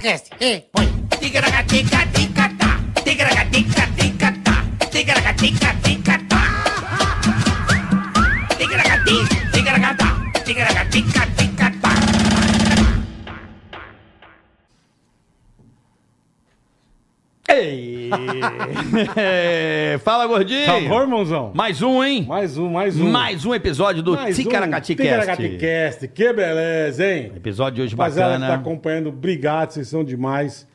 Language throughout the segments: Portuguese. Cast. Ei, põe. Ei. É, Fala, gordinho. Por favor, mãozão. Mais um, hein? Tá Mais um, mais um. Mais um episódio do Mais um Ticaracaticast. Ticaracaticast. Que beleza, hein? Episódio de hoje Rapaziada que tá bacana. acompanhando, obrigado, vocês são demais.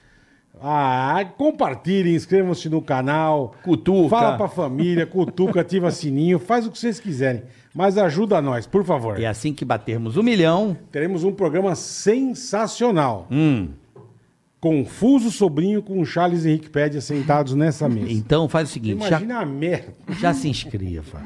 Ah, compartilhem, inscrevam-se no canal. Cutuca. Fala pra família, cutuca, ativa sininho, faz o que vocês quiserem. Mas ajuda nós, por favor. E assim que batermos um milhão, Teremos um programa sensacional. hum, Confuso sobrinho com o Charles Henrique Pédia sentados nessa mesa. então faz o seguinte, já, Imagina a merda. já se inscreva.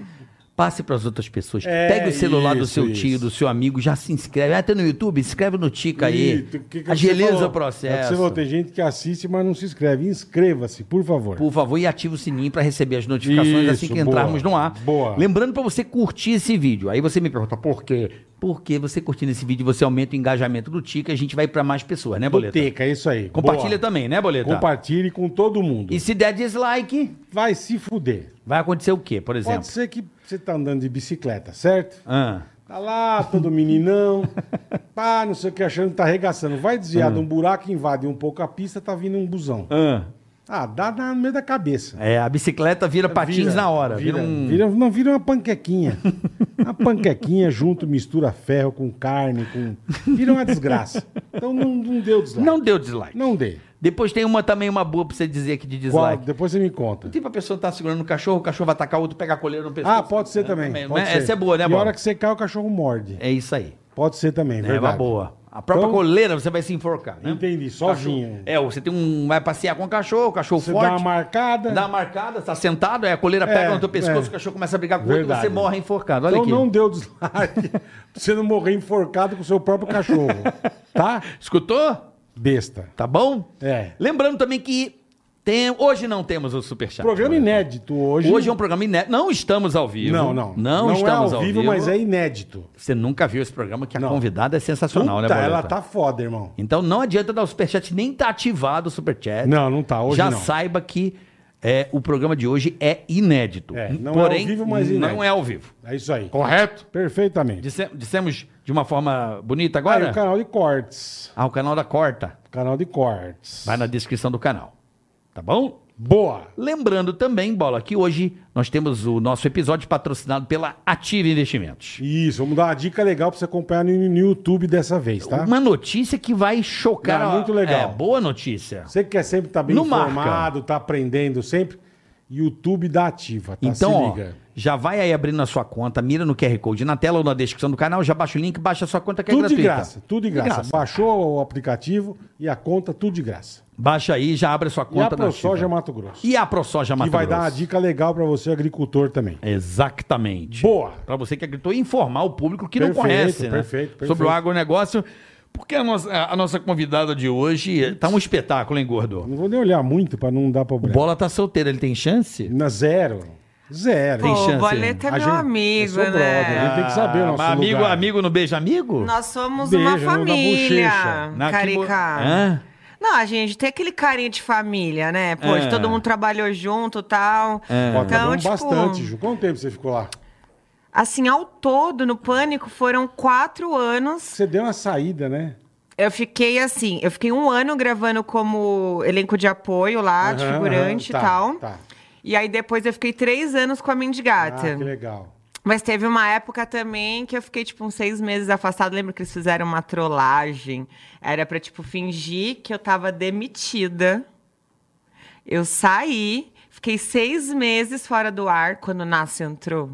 Passe pras outras pessoas. É, Pega o celular do isso, seu tio, isso. do seu amigo, já se inscreve. Até no YouTube, inscreve no Tica aí. Ih, o que que você Agiliza o falou? É o que você processo. falou, tem gente que assiste, mas não se inscreve. Inscreva-se, por favor. Por favor, e ativa o sininho para receber as notificações Isso, assim que boa, entrarmos no ar. boa. Lembrando para você curtir esse vídeo. Aí você me pergunta por quê? Porque você curtindo esse vídeo, você aumenta o engajamento do Tica e a gente vai para mais pessoas, né, Do Boleta? Teca, é isso aí. Compartilha Boa. também, né, Boleta? Compartilhe com todo mundo. E se der dislike, Vai se fuder. vai acontecer o quê, por exemplo? Pode ser que você tá andando de bicicleta, certo? Ah, Tá lá, todo meninão, pá, não sei o que, achando que tá arregaçando. Vai Uhum. desviar de um buraco, invade um pouco a pista, tá vindo um busão. ah. Ah, dá na- no meio da cabeça. É, a bicicleta vira patins Vira, na hora. Vira, Vira, um... vira- não, vira uma panquequinha. uma panquequinha junto, mistura ferro com carne, com... Vira uma desgraça. Então não, não deu dislike. Não deu dislike. Não dê. Depois tem uma também, uma boa pra você dizer aqui de Qual- dislike. depois você me conta. Tipo, a pessoa tá segurando o cachorro, o cachorro vai atacar o outro, pega a coleira no pescoço. Ah, pode ser também. Também, pode né? ser. Essa é boa, né, E a Bola? hora que você cai, o cachorro morde. É isso aí. Pode ser também, É uma verdade. boa. A própria Então- coleira você vai se enforcar, né? Entendi, Cachorro. sozinho. É, você tem um. Vai passear com o cachorro, o cachorro Você forte. dá uma marcada. dá uma marcada, tá sentado, aí a coleira É, pega no teu pescoço, é. o cachorro começa a brigar com o outro, Verdade. você morre enforcado. Olha Então aqui. não deu dislike. pra você não morrer enforcado com o seu próprio cachorro. tá? Escutou? Besta. Tá bom? É. Lembrando também que tem... hoje não temos o Superchat. Programa inédito hoje. Hoje... é um programa inédito. Não estamos ao vivo. Não, não. Não, estamos é ao vivo, mas é inédito. Você nunca viu esse programa que a Não. convidada é sensacional, Puta, né, Boleta? ela tá foda, irmão. Então não adianta dar o superchat, nem tá ativado o superchat. Não, não tá, hoje Já não. saiba que é, o programa de hoje é inédito. É, não é Porém, ao vivo, mas Não inédito. é ao vivo. É isso aí. Correto? Perfeitamente. dissemos de uma forma bonita Aí, agora? Ah, o canal de cortes. Ah, o canal da Corta. Canal de cortes. Vai na descrição do canal. Tá bom? Boa. Lembrando também, Bola, que hoje nós temos o nosso episódio patrocinado pela Ativa Investimentos. Isso, vamos dar uma dica legal pra você acompanhar no, no YouTube dessa vez, tá? Uma notícia que vai chocar. Não, muito legal. Tá, É, boa notícia. Você que quer sempre estar bem Não marca. informado, tá aprendendo sempre, YouTube da Ativa, tá? Então, Se ó, liga. já vai aí abrindo a sua conta, mira no QR Code na tela ou na descrição do canal, já baixa o link, baixa a sua conta que é tudo de gratuita. graça, tudo de graça. Baixou o aplicativo e a conta, tudo de graça. Baixa aí, já abre a sua E a conta na ProSoja Ativa. Mato Grosso. E a ProSoja Mato que vai Grosso. dar uma dica legal pra você, agricultor, também. Exatamente. Boa. Pra você que agricultor informar o público que não Perfeito, conhece, né? perfeito, perfeito. Sobre o agronegócio, porque a nossa, a nossa convidada de hoje tá um espetáculo, hein, gordo? Não vou nem olhar muito pra não dar O problema. Bola tá solteiro, ele tem chance? Na zero. Zero. Tem Pô, chance, o Boleta é A meu gente- eu amigo, sou brother, né? Ele tem que saber o nosso mas Ah, amigo, lugar. amigo não beija amigo? Nós somos Beijo uma no- na bochecha. família, Na- que bo- Carica. Hã? Não, a gente tem aquele carinho de família, né? Pô, É. de todo mundo trabalhou junto e tal. Ó, Então, trabalhamos tipo, É. um bastante, Ju. Quanto tempo você ficou lá? assim, ao todo, no Pânico, foram quatro anos. Você deu uma saída, né? Eu fiquei assim, eu fiquei um ano gravando como elenco de apoio lá, de Aham, figurante aham, e tal. Tá, tá. E aí depois eu fiquei três anos com a Ah, Mendigata. que legal. Mas teve uma época também que eu fiquei, tipo, uns seis meses afastada. Lembro que eles fizeram uma trollagem. Era pra, tipo, fingir que eu tava demitida. Eu saí, fiquei seis meses fora do ar quando o Nasce entrou.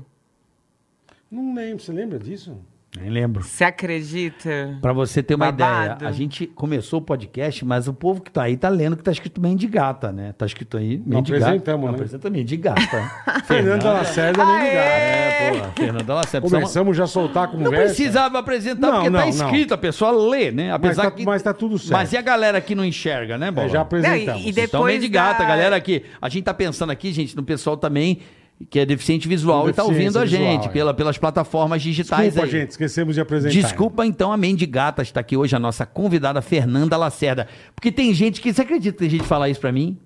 Não lembro, você lembra disso? Nem lembro. Você acredita? Pra você ter uma Babado. ideia, a gente começou o podcast, mas o povo que tá aí tá lendo que tá escrito mendigata, né? Tá escrito aí mendigata. apresentamos, né? Apresenta mendigata. Fernanda Lacerda nem Aê! ligado. É, porra. Fernanda Lacerda. precisamos- Começamos já a soltar a Não conversa. precisava apresentar, Não, porque tá não, escrito, a pessoa lê, né? Apesar tá- que... mas tá tudo certo. Mas e a galera que não enxerga, né, Bola? É, já apresentamos. Não, e- e Então, Depois mendigata, da- galera que... A gente tá pensando aqui, gente, no pessoal também que é deficiente visual Com e tá ouvindo a deficiência visual, gente é. pela, pelas plataformas digitais Desculpa, aí. gente, esquecemos de apresentar. Desculpa, então, a Mendigata está aqui hoje, a nossa convidada Fernanda Lacerda. Porque tem gente que. Você acredita que tem gente que fala isso pra mim?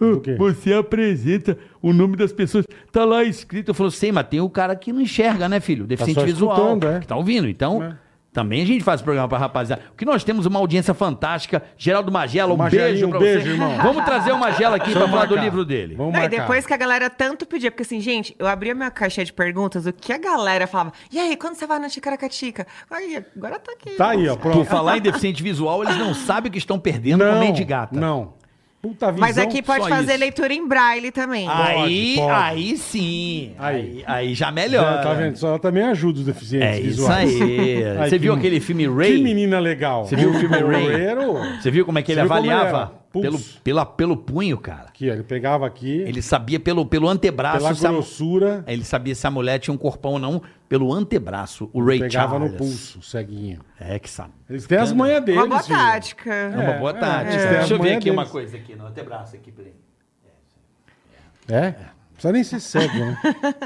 Do quê? Você apresenta o nome das pessoas, tá lá escrito. Eu falo, sei, mas tem o cara que não enxerga, né, filho? Deficiente Tá só visual. escutando, é. Que tá ouvindo. Então, É. também a gente faz programa pra rapaziada. Porque nós temos uma audiência fantástica. Geraldo Magela, um Magelinho, beijo um pra beijo, você. irmão. Vamos trazer o Magela aqui pra falar do marcar. livro dele. Vamos Não, e marcar. depois que a galera tanto pedia, porque assim, gente, eu abria minha caixinha de perguntas, o que a galera falava? E aí, quando você vai na Ticaracatica? Aí, agora tá aqui. Tá aí, ó, Por pronto. falar em deficiente visual, eles não sabem o que estão perdendo com a Mendigata. Não. Puta visão. Mas aqui pode só fazer isso. leitura em braille também. Aí, Pode, pode. aí sim. Aí, Aí. aí já melhora. Já, tá vendo? Só ela também ajuda os deficientes É isso visuais. aí. Ai, Você que viu men- aquele filme Que Ray? menina legal. Você viu o filme Ray? Guerreiro, Você viu como é que Você ele viu como ele avaliava? era? Pelo, Pulso. pela, pelo punho, cara. Aqui, ó, ele pegava aqui, Ele sabia pelo, pelo antebraço. pela se a- grossura, Ele sabia se a mulher tinha um corpão ou não pelo antebraço. O Ray pegava É, Charles. no pulso, o ceguinho. É que sabe. Eles têm as manhas deles, Uma boa filho. tática. É uma boa é, tarde. eles têm Deixa a eu ver manha aqui uma deles. coisa aqui no antebraço aqui, peraí. É? Não precisa nem ser cego, né?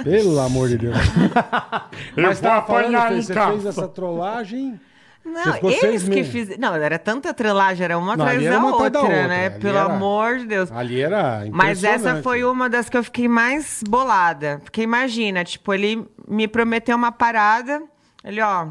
Pelo amor de Deus. Mas tava falando, Fê, você fez essa trollagem... Você Não, ficou seis eles que meses. fizeram. Não, era tanta trelagem, era uma Não, atrás ali era da uma outra, atrás da outra, né? ali Pelo era- amor de Deus. Ali era impressionante. Mas essa foi uma das que eu fiquei mais bolada. Porque imagina, tipo, ele me prometeu uma parada. Ele, ó,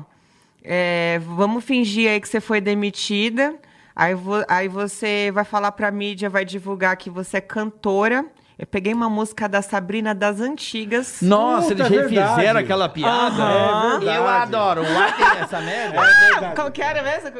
é, vamos fingir aí que você foi demitida. Aí, vo- aí você vai falar pra mídia, vai divulgar que você é cantora. Eu peguei uma música da Sabrina das Antigas. Nossa, eles Puta, é refizeram verdade. aquela piada. Aham. É verdade. Eu adoro. Uai, tem essa é merda. Ah, Qual que era mesmo?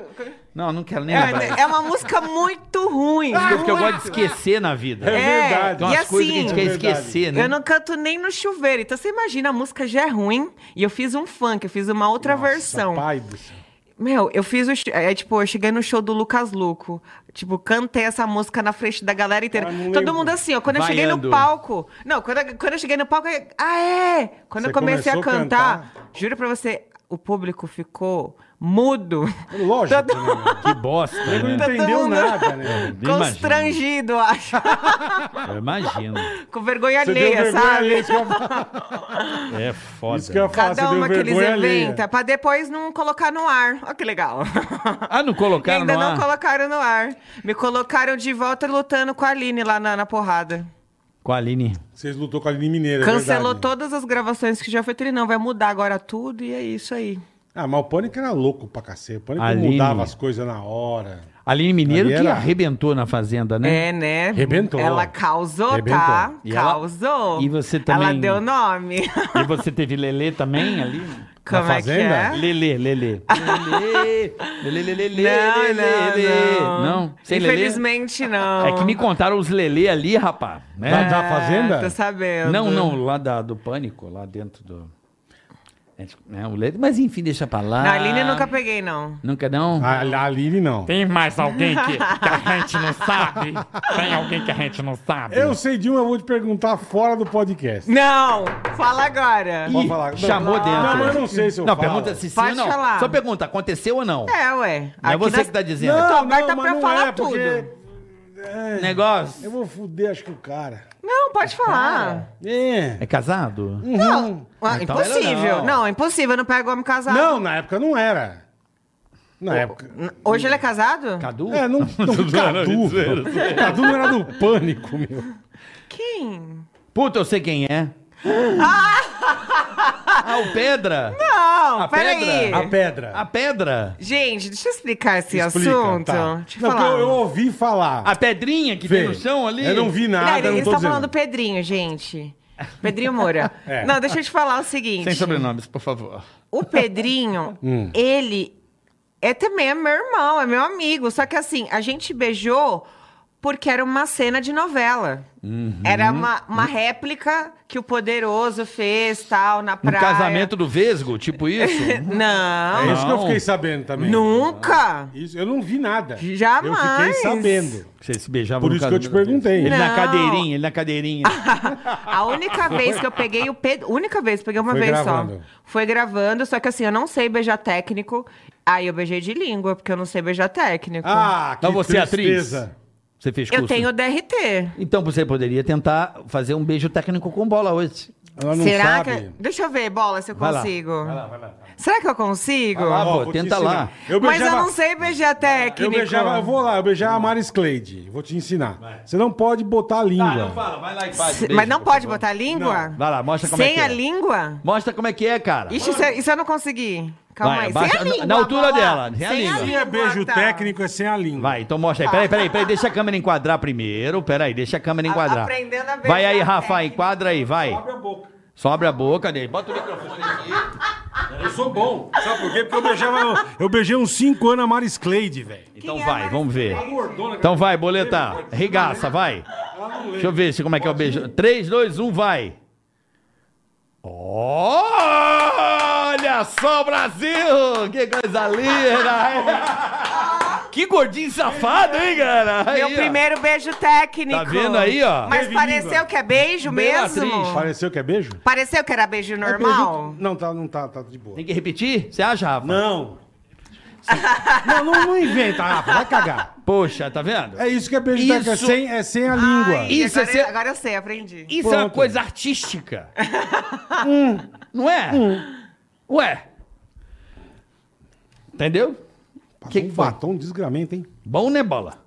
Não, não quero nem lembrar. É, é uma música muito ruim. Porque eu muito. gosto de esquecer na vida. É verdade. Tem e umas coisas que a assim, gente quer É verdade. esquecer, né? eu não canto nem no chuveiro. Então você imagina, a música já é ruim. E eu fiz um funk, eu fiz uma né? outra versão. Pai do céu. Meu, eu fiz o. sh- É, tipo, eu cheguei no show do Lucas Luco. Tipo, cantei essa música na frente da galera inteira. Ah, não Todo lembro. mundo assim, ó. Quando eu cheguei Vaiando. no palco. Não, quando eu, quando eu cheguei no palco. eu- Ah, é! Quando Você eu comecei a começou a cantar, cantar? juro pra você, o público ficou mudo. Lógico, Todo- né, meu? Que bosta, Não né? Todo entendeu mundo- nada, né? Nem Constrangido, eu acho. Eu imagino. Com vergonha Você deu alheia, vergonha sabe? alheia, isso que eu ia falar. É foda. Isso que eu ia falar, Cada você deu uma que eles vergonha alheia. inventam, pra depois não colocar no ar. Olha que legal. Ah, não colocaram Ainda no não ar? colocaram no ar. Me colocaram de volta lutando com a Aline lá na, na porrada. Com a Aline. Vocês lutou com a Aline Mineira, é Cancelou verdade. todas as gravações que já foi ele não. Vai mudar agora tudo e é isso aí. Ah, mas o Pânico era louco pra cacete. O Pânico Aline. mudava as coisas na hora. Aline Mineiro Ali que era- arrebentou na fazenda, né? É, né? Rebentou. Ela causou, Rebentou. tá? E ela- causou. e você também- Ela deu nome. E você teve Lelê também ali? Como é que Fazenda? é? Lelê, Lelê. Lelê, Lelê, Lelê, Não, Lelê, Lelê. não, não. Não? Sem Lelê? Infelizmente, não. É que me contaram os Lelê ali, rapaz. Né? Da, da Fazenda? Ah, tô sabendo. Não, não, lá da- do Pânico, lá dentro do... É, né, o Lelê, mas enfim, deixa pra lá. Na Aline eu Ah. nunca peguei, não. Nunca não? A, a Aline não. Tem mais alguém que, que a gente não sabe? Tem alguém que a gente não sabe? Eu sei de uma, eu vou te perguntar fora do podcast. Não! Fala agora. Pode Ih, falar. Não, chamou não, dentro. Não, mas eu não sei se eu Não, falo. pergunta se sim Pode ou não. falar. Só pergunta, aconteceu ou não? É, ué. Não é Aqui você nas- que tá dizendo. Não, Então, agora tá mas pra não falar é, porque- Eu Negócio. vou fuder, acho que o cara. Não, pode falar. É. É casado? Hum. Não. Ah, Então impossível. melhor Não. não. impossível. Eu não pego homem casado. Uhum. Não, na época não era. Na época. N- Hoje ele é casado? Cadu? É, não. não Cadu. Cadu não era do pânico, meu. Quem? Puta, eu sei quem é. ah, o Pedra? A Não, peraí. pedra? A pedra. A Pedra? Gente, deixa eu explicar esse Explica, assunto. tá. Deixa eu Não, falar. porque eu, eu ouvi falar. A pedrinha que Fê, tem no chão ali? Eu não vi Não, nada, ele- não eles tô estão dizendo. falando do Pedrinho, gente. Pedrinho Moura. É. Não, deixa eu te falar o seguinte. Sem sobrenomes, por favor. O Pedrinho, Hum. ele é também é meu irmão, é meu amigo. Só que assim, a gente beijou porque era uma cena de novela. Uhum. Era uma, uma réplica que o Poderoso fez, tal, na No praia. casamento do Vesgo, tipo isso? É Não, isso que eu Não. fiquei sabendo também. nunca. Isso, eu não vi nada. Eu Jamais. fiquei sabendo. Você se beijava Por no isso que eu te casamento do Vesgo. perguntei. Ele na Não. cadeirinha, ele na cadeirinha. A única vez que eu peguei o Pedro. Única vez, peguei uma Foi vez gravando. só. Foi gravando, só que assim, eu não sei beijar técnico. Aí eu beijei de língua, porque eu não sei beijar técnico. Ah, que Então você é atriz? tristeza. Você fez curso? eu tenho DRT. Então você poderia tentar fazer um beijo técnico com bola hoje. Ela não Será sabe. que. Deixa eu ver, bola, se eu Vai lá. consigo. Será que eu consigo? Vai lá, Ó, Pô, vou te tenta ensinar. lá. Eu Mas eu beijava- não sei beijar técnico. Eu beijava, eu vou lá, eu beijava a Maris Cleide. Vou te ensinar. Você não pode botar a língua. Tá, fala, vai lá e um Se- Mas não pode botar a língua? Vai lá, mostra como é Sem que é. a língua? Mostra como é que é, cara. Ixi, isso, isso eu não consegui. Calma Vai, aí. abaixa- Sem a na- língua, na altura bola. dela, sem a Sem língua. Se é beijo tá. técnico, é sem a língua. Vai, então mostra aí. Peraí, peraí, peraí. Deixa a câmera enquadrar primeiro. Peraí, deixa a câmera A- enquadrar. aprendendo a beijar Vai aí, Rafa, técnico. enquadra aí, vai. a boca. Só abre a boca dele. Bota o microfone aqui. Eu sou bom. Sabe por quê? Porque eu beijava. Eu beijei uns 5 anos a Maris Cleide, velho. Então Quem é vai, mais vamos ver. Gordona, Então vai, boletar. Regaça, vai. Deixa eu ver se como é que é o beijo. 3, 2, 1, vai. Olha só, Brasil! Que coisa linda! Que gordinho safado, hein, cara? Meu Aí, ó. primeiro beijo técnico. Tá vendo aí, ó? Mas Teve pareceu língua. que é beijo Belatriz. mesmo? Pareceu que é beijo? Pareceu que era É beijo É normal? Não, tá, não tá, tá de boa. Tem que repetir? Você acha, Rafa? Não. não, não, não inventa, Rafa. Vai cagar. Poxa, tá vendo? É isso que é beijo Isso. técnico, é sem, é sem a língua. Ai, Isso é agora, ser- agora eu sei, aprendi. Isso é uma Pronto. coisa artística. Não é? Hum. Ué. Entendeu? Passou que um que foi? batom desgramento, hein? Bom, né, bola?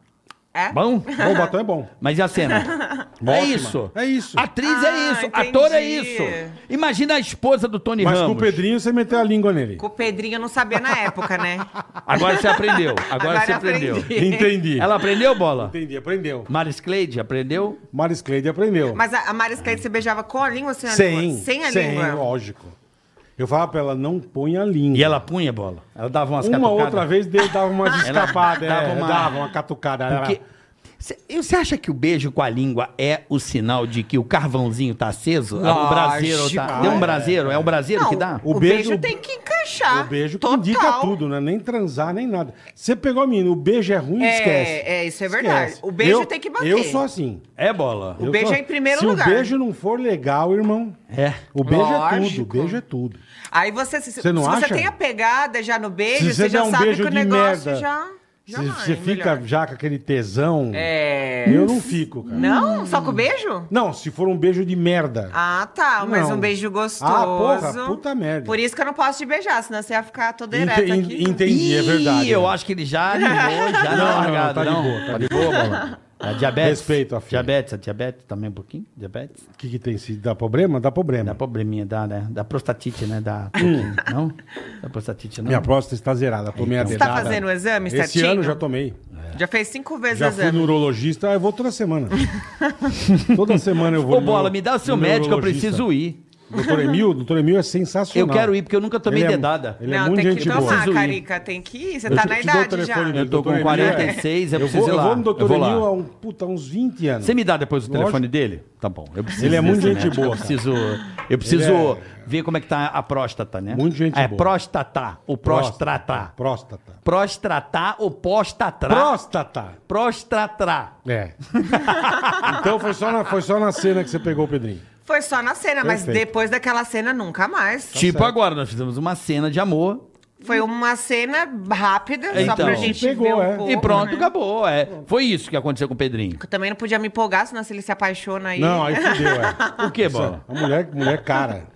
É? Bom? Bom, batom é bom. Mas e a cena? é Ótima. isso. É isso. Atriz é Ah, isso. entendi. Ator é isso. Imagina a esposa do Tony Mas é- com Ramos. o Pedrinho você meteu a língua nele. Com o Pedrinho eu não sabia na época, né? Agora você aprendeu. Agora, Agora você aprendeu. aprendi. Entendi. Ela aprendeu, bola? Entendi, aprendeu. Maris Cleide aprendeu? Maris Cleide aprendeu. Mas a, a Maris Cleide você beijava com a língua ou sem a sem, língua? Sem a língua. lógico. Eu falava pra ela, não põe a língua. E ela punha bola. Ela dava umas Uma catucadas. outra vez deu, dava uma escapada, dava é, uma- dava uma catucada. ela- Porque. Cê- e Você acha que o beijo com a língua é o sinal de que o carvãozinho tá aceso? Lógico. o braseiro tá. Deu um braseiro? É um braseiro que dá? O, O beijo, beijo- tem que encaixar. O beijo que Ah, Total. indica tudo, né? Nem transar, nem nada. Você pegou a menina, o beijo é ruim, É, esquece. é, isso é verdade. O beijo Eu- tem que bater. Eu sou assim. É bola. O Eu beijo sou- assim. é em primeiro Se lugar. o beijo não for legal, irmão, É. o beijo é tudo, Lógico. o beijo é tudo. Aí você, se, Você não se acha? você tem a pegada já no beijo, Se você você já der um sabe beijo que o de negócio merda, já. já Você vai, você fica melhor. já com aquele tesão. É. Eu não fico, cara. Não? Só com o beijo? Não, se for um beijo de merda. Ah, tá. Mas Não. um beijo gostoso. Ah, porra, puta merda. Por isso que eu não posso te beijar, senão você ia ficar toda Ente- ereta en- tá aqui. entendi, é verdade. Ih, eu acho que ele já ligou, já não, Não, não, largado, tá de não. boa, tá de bola. A diabetes. Respeito a filha. Diabetes, a diabetes também um pouquinho. Diabetes. O que, que tem? Se dá problema? Dá problema. Dá probleminha, dá, né? Dá prostatite, né? Dá. não? Dá prostatite, não. Hum. Minha próstata está zerada, tomei a Então. Você dedada. tá fazendo o exame Esse certinho? ano já tomei. Já fez cinco vezes Já o fui no exame. urologista, ah, eu vou toda semana. toda semana eu vou Ô, no bola, meu- me dá o seu no médico, eu neurologista. preciso ir. Doutor Emil, doutor Emil é Eu sensacional. quero ir, porque eu nunca tomei Ele é- dedada. Ele é não, muito tem gente que tomar, boa. Carica. Tem que ir. Você Eu tá te- na te dou idade o já. telefone dele, Eu tô doutor com Emil. 46, eu vou- preciso ir lá. Eu vou no Eu doutor vou lá. Emil há um, puta, uns 20 anos. Você me dá depois o Lógico. telefone dele? Tá bom. Eu preciso Ele é muito desse gente médico, boa, Eu cara. preciso, eu preciso Ele ver como é que tá a próstata, né? Muito gente é, boa. próstata. Ou prostrata. Próstata. Prostrata ou postatra. Próstata. Prostratra. É. então foi só, na, foi só na cena que você pegou o Pedrinho. Foi só na cena, mas Perfeito. depois daquela cena, nunca mais. tipo certo. agora, nós fizemos uma cena de amor Foi uma cena rápida, só Então. pra gente Pegou, ver um é. pouco, e pronto, né? acabou. É. Foi isso que aconteceu com o Pedrinho. Eu também não podia me empolgar, senão se ele se apaixona aí... Não, aí fudeu, é. Por quê, Bola? A mulher, mulher cara.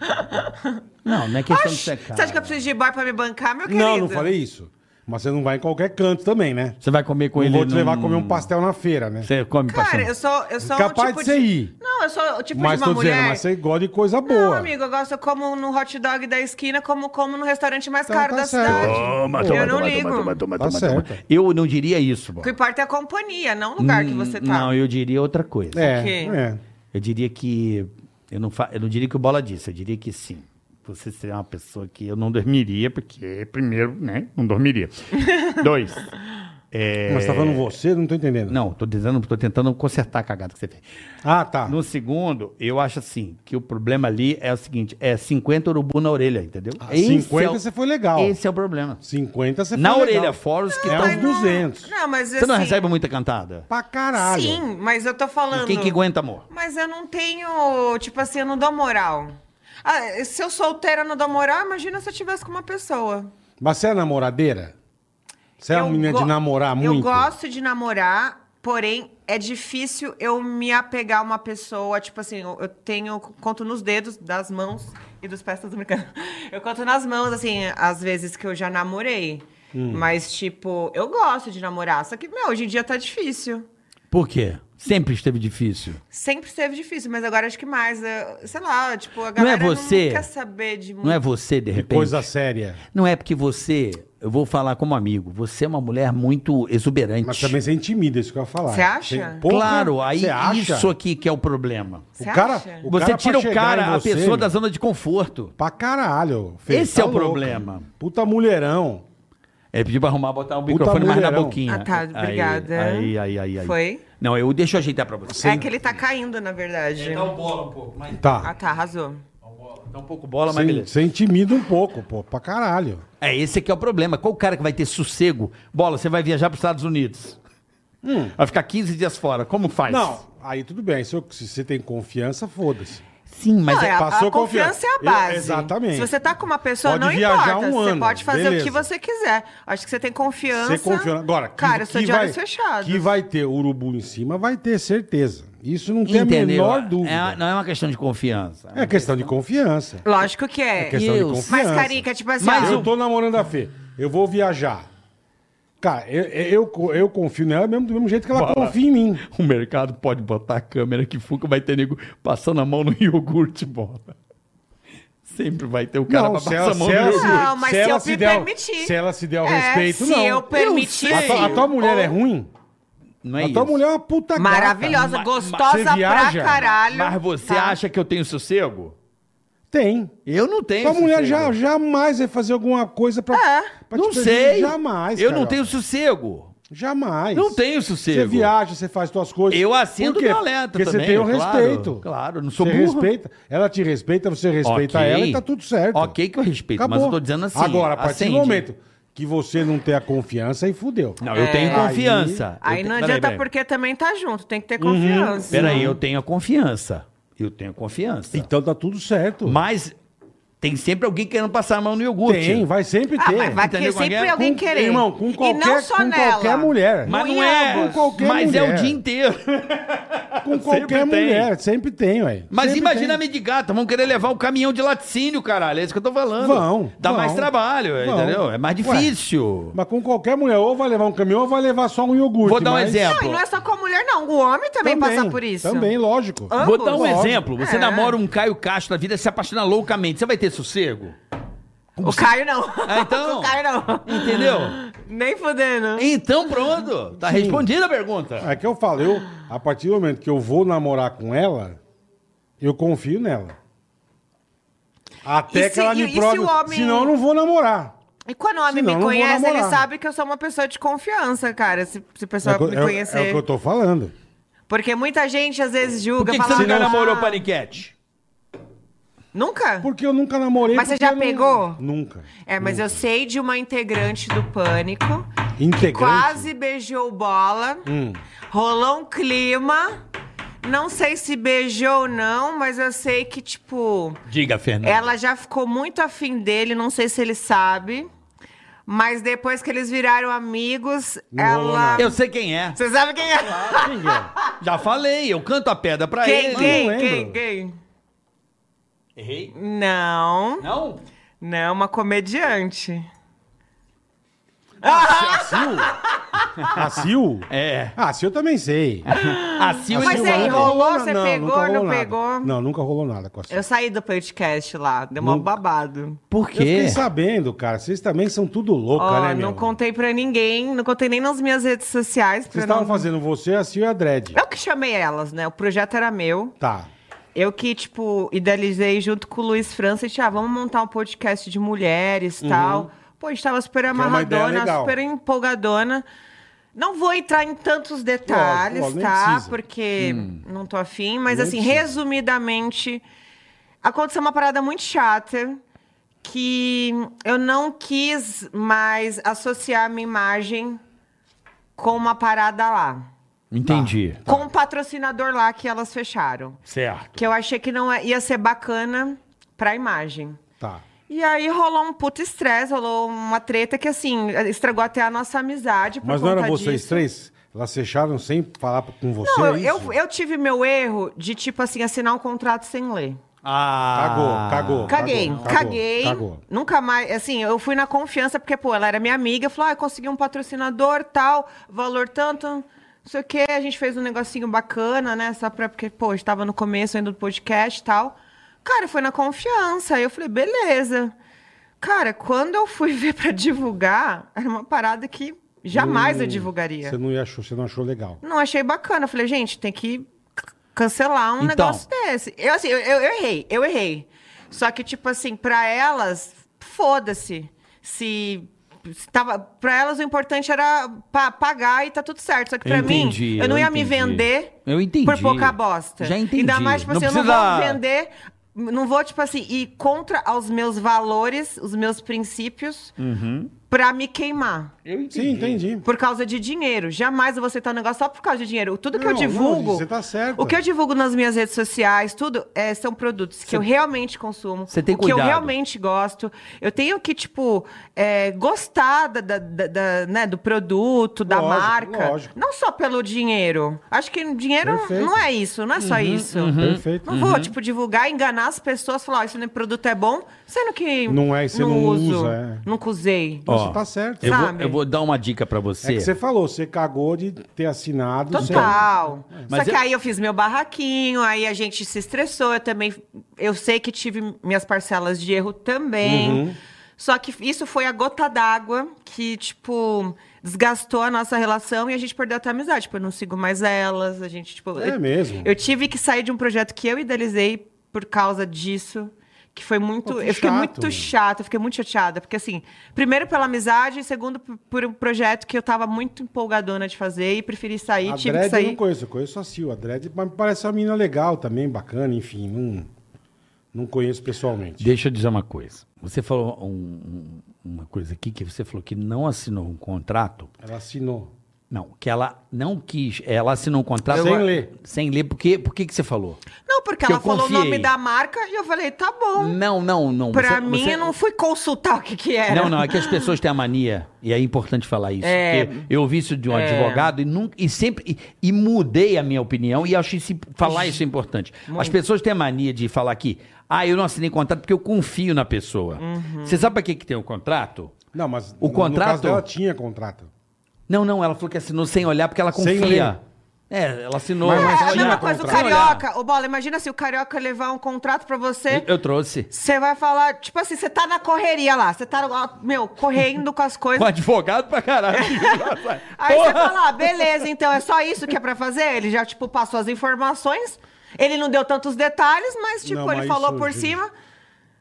Não, não é questão de Oxi, ser você acha que eu cara. preciso de boy pra me bancar, meu querido? Não, não falei isso. Mas você não vai em qualquer canto também, né? Você vai comer com Não ele vou te num- levar a comer um pastel na feira, né? Você come Cara, pastel. eu sou, eu sou Capaz um tipo de você ir. Não, eu sou o tipo de mas uma tô mulher... dizendo, mas você gosta de coisa Não, boa. Então amigo, eu gosto, eu como no hot dog da esquina, como como no restaurante mais Então caro tá da certo. cidade. eu não ligo. tá certo. Eu não diria isso, O Bola. que importa é a companhia, não o lugar Hum, que você tá. Não, eu diria outra coisa. É, Ok. é. Eu diria que. Eu não, fa... eu não diria que o Bola disse, eu diria que sim. Você seria uma pessoa que eu não dormiria, porque, primeiro, né? Não dormiria. Dois. é, Mas tá falando você, não tô entendendo. Não, tô dizendo, tô tentando consertar a cagada que você fez. Ah, tá. No segundo, eu acho assim, que o problema ali é o seguinte: é 50 urubu na orelha, entendeu? Ah, Esse 50 é o- você foi legal. Esse é o problema. 50 você foi na legal. orelha, fora os que. É tão- uns 200. Não, mas Você não assim, recebe muita cantada? Pra caralho. Sim, mas eu tô E falando. quem que aguenta, amor? Mas eu não tenho, tipo assim, eu não dou moral. Ah, se eu solteira eu não dou moral, imagina se eu tivesse com uma pessoa. Mas você é namoradeira? Você é Eu uma menina go- de namorar muito? Eu gosto de namorar Porém, é difícil eu me apegar a uma pessoa, tipo assim, eu eu tenho, conto nos dedos das mãos e dos pés, tô brincando. Eu conto nas mãos, assim, às vezes que eu já namorei. Hum. Mas, tipo, eu gosto de namorar, só que, meu, hoje em dia tá difícil. Por quê? Sempre esteve difícil. Sempre esteve difícil, mas agora acho que mais. eh, Sei lá, tipo, a Não é galera você. quer saber de Hum. muito. Não é você, de De repente. coisa séria. Não é porque você. Eu vou falar como amigo. Você é uma mulher muito exuberante. Mas também você intimida, isso que eu ia falar. Você acha? Tem- Porra, claro, aí você acha? isso aqui que é o problema. Você o cara, acha? o você cara tira pra o chegar em cara, a você, pessoa meu, da zona de conforto. Pra caralho. Fê, tá Esse é o problema. Puta mulherão. Ele pediu É, pra arrumar, botar o Puta microfone mais na mulherão. boquinha. Ah, tá, obrigada. Aí, aí, aí, aí. Foi? Não, eu deixa eu ajeitar pra você. É que ele tá caindo, na verdade. bola um pouco, mas... Ah, Tá. tá, arrasou. Dá um pouco bola, mas Você beleza. você intimida um pouco, pô. Pra caralho. É, esse aqui é o problema. Qual o cara que vai ter sossego? Bola, você vai viajar pros Estados Unidos. Vai ficar 15 dias fora. Como faz? Não, aí tudo bem. Se, eu- se você tem confiança, foda-se. Sim, mas... Não, é- é a, passou a confiança confiança. é a base. Eu- exatamente. Se você tá com uma pessoa, Pode não viajar importa. um você ano, pode fazer o beleza. que você quiser. Acho que você tem confiança. Você confia. Agora, que- Cara, é eu sou que de vai- olhos fechados. Que vai ter urubu em cima, vai ter certeza. Isso não tem a Entendeu? menor dúvida. É- não é uma questão de confiança. É questão de confiança. Lógico que é. É questão de Deus. confiança. Mas, Carica, tipo assim, Mas ó, o- eu tô namorando a Fê. Eu vou viajar. Cara, eu, eu, eu- eu confio nela mesmo do mesmo jeito que ela Bola. confia em mim. O mercado pode botar a câmera que fuca, vai ter nego passando a mão no iogurte, bola. Sempre vai ter o cara Não, pra se passar ela, a mão se no ela, iogurte. se, Não, mas se se ela eu se me der, o- permitir. se ela se der o É, respeito, se não. eu permitisse. A, tua- a tua mulher é ruim? Não a tua mulher é uma puta gata. maravilhosa, Mas- mas você gostosa viaja? pra caralho. Mas você tá? acha que eu tenho sossego? Tem. Eu não tenho. Tua mulher já, sossego. jamais vai fazer alguma coisa pra... É. pra não te- sei. Jamais, Eu não Carioca. tenho sossego. Jamais. Não tenho sossego. Você viaja, você faz suas coisas. Eu assino Por quê? do alerta Porque também. você tem o claro, respeito. Claro, não sou você burro. respeita, ela te respeita, você respeita Ok. ela e tá tudo certo. Ok que eu respeito, mas eu tô dizendo assim, Agora, a partir acende. do momento que você não tem a confiança, aí fudeu. Não, eu tenho É. confiança. Aí Eu não te- adianta peraí, peraí. porque também tá junto, tem que ter Uhum. confiança. Peraí, eu tenho a confiança. Eu tenho confiança. Então tá tudo certo. Mas tem sempre alguém querendo passar a mão no iogurte. tem, vai sempre Ah, ter. mas vai ter Entendeu como é que sempre é? alguém Com- querer. irmão, com e não qualquer- só com nela. qualquer mulher. Mas Com não é. ambos. Com qualquer mas é o mulher. dia inteiro. Com qualquer Sempre tem. mulher, sempre tem, ué. Mas Sempre imagina tem. a mendigata, vão querer levar o caminhão de laticínio, caralho. É isso que eu tô falando. Vão, Dá vão. mais trabalho, Vão. entendeu? É mais Ué, difícil. Mas com qualquer mulher, ou vai levar um caminhão ou vai levar só um iogurte. Vou dar um mas- exemplo. Não, e não é só com a mulher, não. O homem também, passa por isso. Também, lógico. Hã? Vou dar um Ambos. exemplo. Você É. namora um Caio Castro da vida, se apaixona loucamente. Você vai ter sossego? O Caio não. Ah, então. o Caio não. Entendeu? Nem fudendo. Então pronto. Tá respondida a pergunta. É que eu falo, eu, a partir do momento que eu vou namorar com ela, eu confio nela. Até E que se- ela e- e me se prove. o homem- Senão eu não vou namorar. E quando o homem Senão, me não vou conhece, ele namorar. sabe que eu sou uma pessoa de confiança, cara. Se, se a É, pessoa o que- me é o- conhecer. é o que eu tô falando. Porque muita gente às vezes Por julga, que, que fala. você nunca "Ah, namorou paniquete? Nunca? Porque eu nunca namorei. Mas você porque já eu não- pegou? Nunca. É, mas eu sei de uma integrante do Pânico que Integrante? Hum. quase beijou bola, rolou um clima. Não sei se beijou ou não, mas eu sei que, tipo, Hum. Diga, Fernando. ela já ficou muito afim dele, não sei se ele sabe. Mas depois que eles viraram amigos, Não rolou ela. nada. Eu sei quem é. Você sabe quem é? Já falei, eu canto a pedra pra Quem, ele. quem, lembro. quem, quem? Errei? Não, Não? não, uma comediante. A Sil? A Sil? É. Ah, A Sil eu também sei. Assim Mas eu aí, nunca rolou, nada. você nunca pegou, rolou não nada. pegou? Não, nunca rolou nada com a Sil. Eu saí do podcast lá, deu um babado. Por Eu fiquei quê? sabendo, cara. Vocês também são tudo louca, Ó, né, meu? não contei pra ninguém, não contei nem nas minhas redes sociais. pra Vocês estavam não- fazendo você, a Sil e a Dredd. Eu que chamei elas, né? O projeto era meu. Tá. Eu que, tipo, idealizei junto com o Luiz França, e ah, vamos montar um podcast de mulheres e tal. Pô, a gente tava super Uhum. uma ideia amarradona, legal. super empolgadona. Não vou entrar em tantos detalhes, lógico, nem tá? precisa. Hum. Porque não tô afim, mas Nem assim, precisa. resumidamente, aconteceu uma parada muito chata que eu não quis mais associar a minha imagem com uma parada lá. Entendi. Tá. Com um patrocinador lá que elas fecharam Certo. que eu achei que não é- ia ser bacana pra imagem. Tá. E aí rolou um puto estresse, rolou uma treta que, assim, estragou até a nossa amizade por Mas não conta eram vocês disso. três? Elas fecharam sem falar com você? Não, eu, é isso? eu, eu tive meu erro de, tipo assim, assinar um contrato sem ler. Ah, Cagou, cagou. Caguei, Cagou, cagou, caguei. cagou. Nunca mais. Assim, eu fui na confiança, porque, pô, ela era minha amiga. Falou, ah, eu consegui um patrocinador, tal, valor tanto, não sei o quê. A gente fez um negocinho bacana, né? Só pra. Porque, pô, estava no começo ainda do podcast e tal. Cara, foi na confiança. Aí eu falei, beleza. Cara, quando eu fui ver pra divulgar, era uma parada que jamais Hum. eu divulgaria. Você não, ia achou, você não achou legal. Não achei bacana. Eu Falei, gente, tem que c- cancelar um Então. negócio desse. Eu, assim, eu, eu- eu errei, eu errei. Só que, tipo assim, pra elas, foda-se. Se. se Tava, pra elas o importante era pa- pagar e tá tudo certo. Só que pra Eu entendi, mim, eu não eu ia me entendi. vender Eu entendi. por pouca bosta. Já entendi. Ainda mais, tipo Não assim, eu não precisa- vou vender. Não vou, tipo assim, ir contra aos meus valores, os meus princípios, Hum. Uhum. pra me queimar. Eu entendi. Sim, entendi. Por causa de dinheiro. Jamais eu vou aceitar um negócio só por causa de dinheiro. Tudo que Não, eu não, divulgo. você tá certa. O que eu divulgo nas minhas redes sociais, tudo, é, são produtos que eu realmente consumo. Você tem o que eu cuidado. realmente gosto. Eu tenho que, tipo, é, gostar da, da- da- da, né, do produto, da Lógico, marca. lógico. Não só pelo dinheiro. Acho que dinheiro Perfeito. Uhum, não é isso, não é só isso. Perfeito. Uhum. Não vou, tipo, divulgar, enganar as pessoas, falar, ó, esse produto é bom, sendo que Não é, você não uso, usa, é. nunca usei. Ó, Você tá certo. Eu vou, Sabe? eu vou dar uma dica pra É você. que você falou, você cagou de ter assinado. você- Total. É. Mas Só que eu- aí eu fiz meu barraquinho, aí a gente se estressou. Eu também. Eu sei que tive minhas parcelas de erro também. Uhum. Só que isso foi a gota d'água que, tipo, desgastou a nossa relação e a gente perdeu até a amizade. Tipo, eu não sigo mais elas. A gente, tipo. É eu- mesmo. Eu tive que sair de um projeto que eu idealizei por causa disso. Que foi muito. Pô, que eu fiquei chato, muito mano. chata, eu fiquei muito chateada. Porque, assim, primeiro pela amizade, e segundo p- por um projeto que eu tava muito empolgadona de fazer e preferi sair, a tive que Dredd eu não sair. conheço, eu conheço a Sil. A Dredd mas me parece uma menina legal também, bacana, enfim. Não, não conheço pessoalmente. Deixa eu dizer uma coisa. Você falou um- um- uma coisa aqui que você falou que não assinou um contrato. Ela assinou. Não, que ela não quis. Ela assinou um contrato. Sem ler. Sem ler. Por quê? Por que, que você falou? Não, porque Que ela eu falou o nome confiei. da marca e eu falei, tá bom. Não, não, não. pra Você- mim, você- eu não fui consultar o que que era. Não, não, é que as pessoas têm a mania, e é importante falar isso. É. porque eu ouvi isso de um advogado e, nunca, e sempre. E, e mudei a minha opinião e acho isso, falar isso é importante. As pessoas têm a mania de falar que, ah, eu não assinei contrato porque eu confio na pessoa. Uhum. Você sabe pra que, que tem o contrato? Não, mas O contrato- ela tinha contrato. Não, não, ela falou que assinou sem olhar porque ela Sem confia. ler. É, ela assinou. Mas- É, mas ela a mesma tinha coisa, o contrato. carioca. Ô, Bola, imagina se o carioca levar um contrato pra você. Eu trouxe. Você vai falar, tipo assim, você tá na correria lá, você tá, ó, meu, correndo com as coisas. Com advogado pra caralho. Aí você fala, ah, beleza, então é só isso que é pra fazer? Ele já, tipo, passou as informações, ele não deu tantos detalhes, mas, tipo, Não, mas ele falou isso, por gente, cima.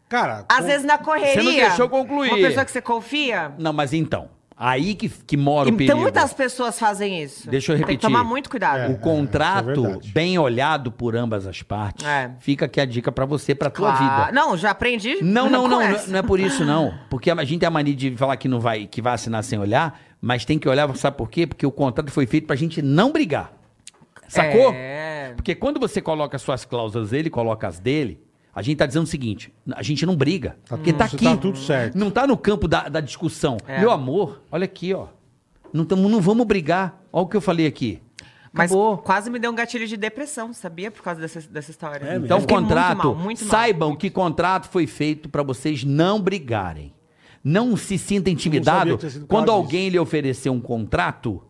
Cara, Às com- vezes na correria. Você não deixou concluir. Uma pessoa que você confia. Não, mas então, aí que, que mora o perigo. Então muitas pessoas fazem isso. Deixa eu Tem repetir. que tomar muito cuidado. O É, isso é contrato, verdade. bem olhado por ambas as partes, É. fica aqui a dica pra você, pra tua Claro. vida. Não, já aprendi. Não, não, com não, não, essa. não é por isso não, porque a gente tem a mania de falar que não vai, que vai assinar sem olhar, mas tem que olhar, sabe por quê? Porque o contrato foi feito pra gente não brigar. Sacou? É. Porque quando você coloca suas cláusulas, ele coloca as dele, a gente tá dizendo o seguinte, a gente não briga, porque tá isso aqui. tá tudo certo. É. Não tá no campo da, da discussão. Meu amor, olha aqui, ó. Não, tamo, não vamos brigar. Olha o que eu falei aqui. Mas Acabou. quase me deu um gatilho de depressão, sabia? Por causa dessa, dessa história. É mesmo? Então, Eu fiquei contrato, Muito mal, muito mal. saibam que contrato foi feito para vocês não brigarem. Não se sinta sabia intimidado que tinha sido por quando causa alguém lhe oferecer um contrato.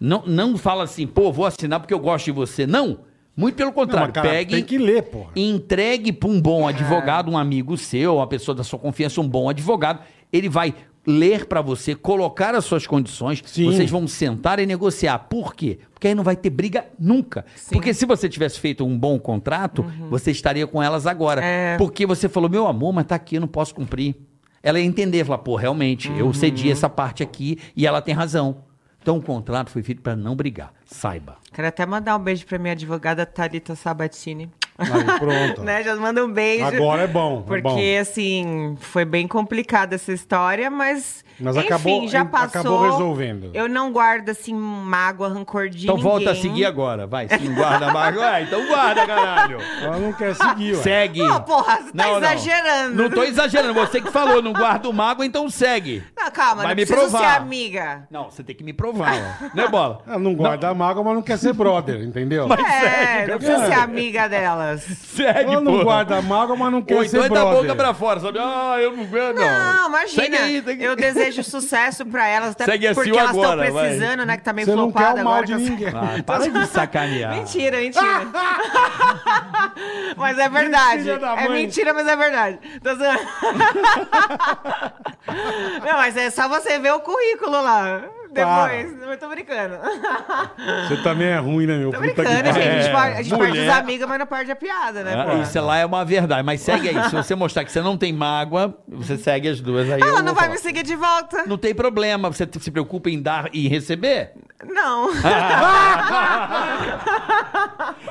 Não, não fala assim, pô, vou assinar porque eu gosto de você. Não. Muito pelo Não, contrário. mas, cara, Pegue, Tem que ler, É. porra. entregue para um bom advogado, um amigo seu, uma pessoa da sua confiança, um bom advogado. Ele vai ler para você, colocar as suas condições. Sim. Vocês vão sentar e negociar. Por quê? Porque aí não vai ter briga nunca. Sim. Porque se você tivesse feito um bom contrato, Uhum. você estaria com elas agora. É. Porque você falou, meu amor, mas tá aqui, eu não posso cumprir. Ela ia entender, falar, pô, realmente, Uhum. eu cedi essa parte aqui e ela tem razão. Então o contrato foi feito para não brigar. Saiba. Quero até mandar um beijo pra minha advogada Thalita Sabatini. Aí, pronto. né? Já manda um beijo. Agora é bom, é Porque, bom. assim, foi bem complicada essa história, mas. Mas enfim, acabou- já acabou passou. resolvendo. Eu não guardo, assim, mágoa, rancor de Então ninguém. volta a seguir agora, vai. Se não guarda mais, vai. Então guarda, caralho. Ela não quer seguir, ué. Segue. Não, porra, você tá exagerando. Não. tô exagerando. Você que falou, não guarda o mago, então segue. Não, Não, calma, Vai não me preciso provar. ser amiga. Não, você tem que me provar, ó. né, Bola? Ela não guarda mágoa, mas não quer ser brother, entendeu? É, não preciso cara. ser amiga delas. Segue, Ela não porra. guarda mágoa, mas não quer Ou então ser é da brother. boca pra fora, sabe? Ah, eu não aguento. Não, imagina. Segue aí, segue aí. Eu desejo sucesso pra elas, até Segue a porque Sil elas estão agora, vai. precisando, né? Que tá meio Você não quer flopada o mal agora. de com essa- ninguém. Ah, para de sacanear. Mentira, mentira. mas é verdade. Mentira da É mãe. mentira, mas é verdade. Tô zoando. não, mas é só você ver o currículo lá. Depois. Não, eu tô brincando. Você também é ruim, né, meu? Tô Puta que brincando, gente. É. A gente, pariu. pode, a gente perde os É, mulher. amigos, mas não perde a piada, né? Ah, pô? Isso lá é uma verdade, mas segue aí. Se você mostrar que você não tem mágoa, você segue as duas aí. eu Ah, Ela vou não vai falar. me seguir de volta. Não tem problema, você se preocupa em dar e receber? Não. Ah,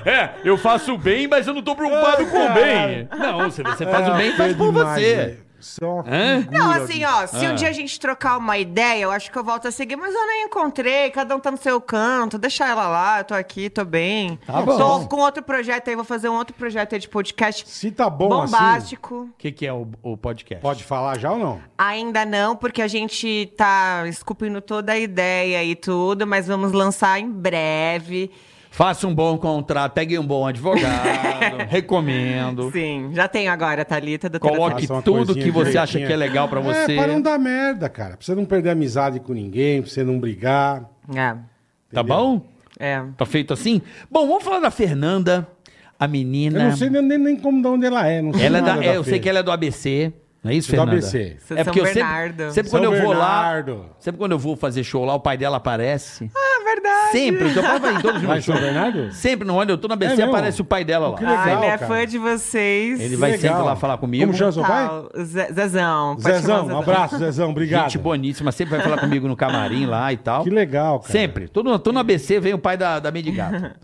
É, eu faço o bem, mas eu não tô preocupado com o bem. Não, Ah, você, você faz o bem e faz É por demais, você. velho. Você é uma Hã? figura, Não, assim, bicho. ó, se Ah. um dia a gente trocar uma ideia, eu acho que eu volto a seguir, mas eu nem encontrei, cada um tá no seu canto, deixa ela lá, eu tô aqui, tô bem. Tá bom. Tô com outro projeto aí, vou fazer um outro projeto aí de podcast Se tá bom assim, bombástico. O que, que é o, o podcast? pode falar já ou não? Ainda não, porque a gente tá esculpindo toda a ideia e tudo, mas vamos lançar em breve. Faça um bom contrato, pegue um bom advogado, recomendo. Sim, já tenho agora, Thalita, do Coloque Faça uma tudo coisinha que você direitinha. acha que é legal pra É, você. pra não dar merda, cara. Pra você não perder amizade com ninguém, pra você não brigar. Tá bom? Ah, É, é. Tá feito assim? Bom, vamos falar da Fernanda, a menina. Eu não sei nem, nem, nem como de onde ela é. Não sei Ela é da- nada é, eu sei Fê. que ela é do ABC. Não é isso, Do Fernanda? ABC. São É porque eu sempre, Bernardo. sempre São é- quando eu vou lá, Bernardo. sempre quando eu vou fazer show lá, o pai dela aparece. Ah, verdade. Sempre, o teu pai vai em todos os Vai meus São shows. Bernardo? Sempre, não olha, eu tô na ABC, É mesmo? aparece o pai dela lá. Que Ah, legal, ele é cara. fã de vocês. Ele vai sempre lá falar comigo. Como chama seu pai? Tal. Ze- Zezão. pode chamar Zezão, Tá, o um abraço, Zezão. Obrigado. Gente boníssima, sempre vai falar comigo no camarim lá e tal. Que legal, cara. Sempre. Todo, tô no ABC, vem o pai da, da Lady Gaga.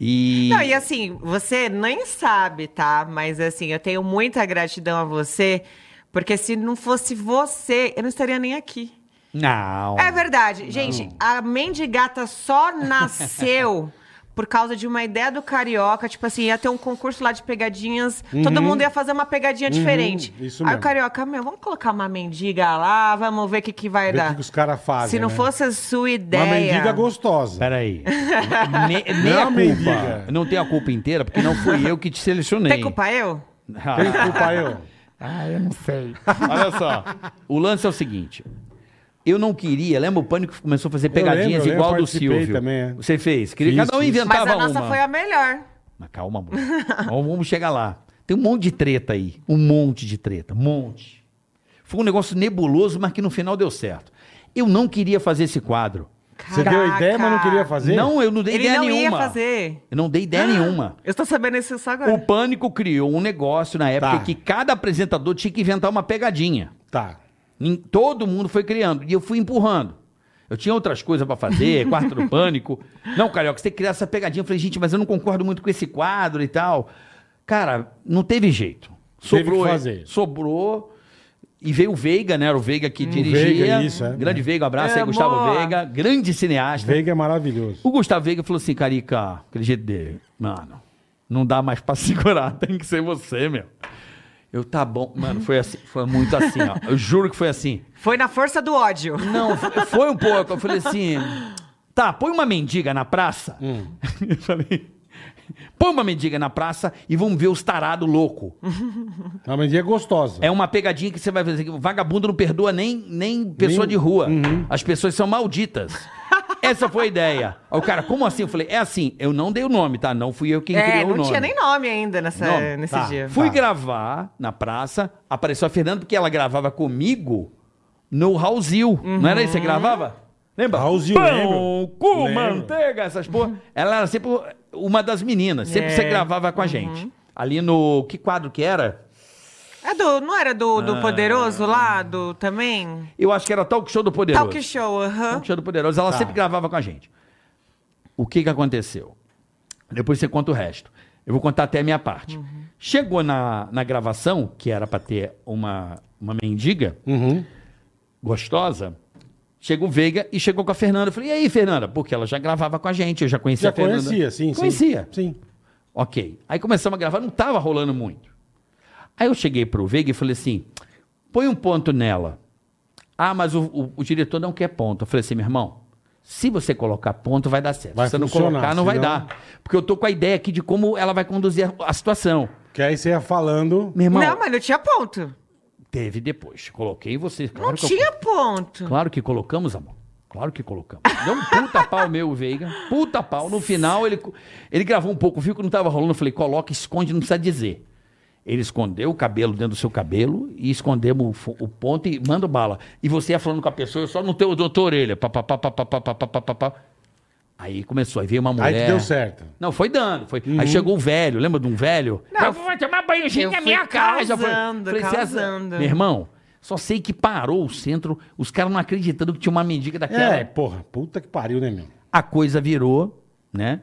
E... Não, e assim, você nem sabe, tá? Mas assim, eu tenho muita gratidão a você, porque se não fosse você, eu não estaria nem aqui. Não. É verdade. Gente, a mendigata só nasceu por causa de uma ideia do carioca. Tipo assim, ia ter um concurso lá de pegadinhas, todo mundo ia fazer uma pegadinha diferente. Uhum. isso Aí mesmo. o carioca, meu, vamos colocar uma mendiga lá, vamos ver o que, que vai Vê o dar. que que os caras fazem. Se não né? fosse a sua ideia. Uma mendiga gostosa. Peraí. Ne, nem Não, é a culpa. mendiga. Não tem a culpa inteira, porque não fui eu que te selecionei. Tem culpa eu? Ah, Tem culpa eu. Ah, eu não sei. Olha só. O lance é o seguinte. Eu não queria, lembra o Pânico que começou a fazer pegadinhas lembro, eu igual a do participei Silvio. também, é. Você fez. Queria, Fiz, cada um fiz. Mas inventava a nossa uma. foi a melhor. Mas calma, amor. Vamos vamos chegar lá. Tem um monte de treta aí. Um monte de treta. Um monte. Foi um negócio nebuloso, mas que no final deu certo. Eu não queria fazer esse quadro. Você deu a ideia, mas não queria fazer? Não, eu não dei Ele ideia não nenhuma. ia fazer. Ah! Eu não dei ideia nenhuma. Eu tô sabendo isso só agora. O Pânico criou um negócio na época É. Tá. que cada apresentador tinha que inventar uma pegadinha. Tá. Nin- Todo mundo foi criando. E eu fui empurrando. Eu tinha outras coisas pra fazer, quarto do pânico. Não, Carioca, você tem que criar essa pegadinha. Eu falei, gente, mas eu não concordo muito com esse quadro e tal. Cara, não teve jeito. Teve Sobrou. que fazer. Sobrou. E veio o Veiga, né? Era o Veiga que dirigia. Veiga, isso, é. Grande Veiga, um abraço aí, É, Gustavo boa. Veiga. Grande cineasta. Veiga é maravilhoso. O Gustavo Veiga falou assim, Carica, aquele jeito dele, mano, não dá mais pra segurar, tem que ser você, meu. Eu, tá bom, mano, foi assim, foi muito assim, ó. Eu juro que foi assim. Foi na força do ódio. Não, foi- foi um pouco. Eu falei assim, tá, põe uma mendiga na praça. Eu falei, põe uma mendiga na praça e vamos ver os tarados louco. Uma mendiga gostosa. É uma pegadinha que você vai fazer. que Vagabundo não perdoa nem, nem pessoa de rua. Uhum. As pessoas são malditas. Essa foi a ideia. Aí o cara, como assim? Eu falei, é assim, eu não dei o nome, tá? Não fui eu quem É, criou não o nome. tinha nem nome ainda nessa, Nome, nesse tá. dia. Fui Tá. gravar na praça, apareceu a Fernanda, porque ela gravava comigo no Raulzil. Não era Uhum. isso que você gravava? Lembra? Raulzil, Pão, lembro. cu, Lembro. manteiga, essas porra. Ela era sempre uma das meninas, sempre É. você gravava com a gente. Ali no. Que quadro que era? É do, não era do, Ah. do Poderoso lá, do também? Eu acho que era Talk Show do Poderoso. Talk show, aham. Show do Poderoso. Ela Tá. sempre gravava com a gente. O que que aconteceu? Depois você conta o resto. Eu vou contar até a minha parte. Chegou na, na gravação, que era pra ter uma, uma mendiga Uhum. gostosa. Chegou o Veiga e chegou com a Fernanda. Eu falei, e aí, Fernanda? Porque ela já gravava com a gente, eu já conhecia Já a Fernanda. conhecia, sim, sim. né? Conhecia. Sim. Ok. Aí começamos a gravar, não tava rolando muito. Aí eu cheguei pro Veiga e falei assim: põe um ponto nela. Ah, mas o, o- o diretor não quer ponto. Eu falei assim, meu irmão, se você colocar ponto, vai dar certo. Vai se você não funcionar, colocar, não vai senão- dar. Porque eu tô com a ideia aqui de como ela vai conduzir a, a situação. Que aí você ia falando. Meu irmão, Não, mas não tinha ponto. teve depois. Coloquei você. Claro Não que eu- tinha ponto. Claro que colocamos, amor. Claro que colocamos. Deu um puta pau meu, o Veiga. Puta pau. No final, ele, ele gravou um pouco, viu que não tava rolando. Eu falei, coloca, esconde, não precisa dizer. Ele escondeu o cabelo dentro do seu cabelo e escondemos o fo- o, ponto e manda bala. E você ia falando com a pessoa, eu só não tenho doutor orelha. Pá, pá, pá, pá, pá, pá, pá, pá, pá, pá, pá. Aí começou, aí veio uma mulher. Aí que deu certo. Não, foi dando. Foi. Aí chegou o velho, lembra de um velho? Não, eu vou tomar banhozinho eu na fui minha casa. foi. causando, "César, causando." Meu irmão, só sei que parou o centro, os caras não acreditando que tinha uma mendiga daquela. É, porra, puta que pariu, né, meu? A coisa virou, né?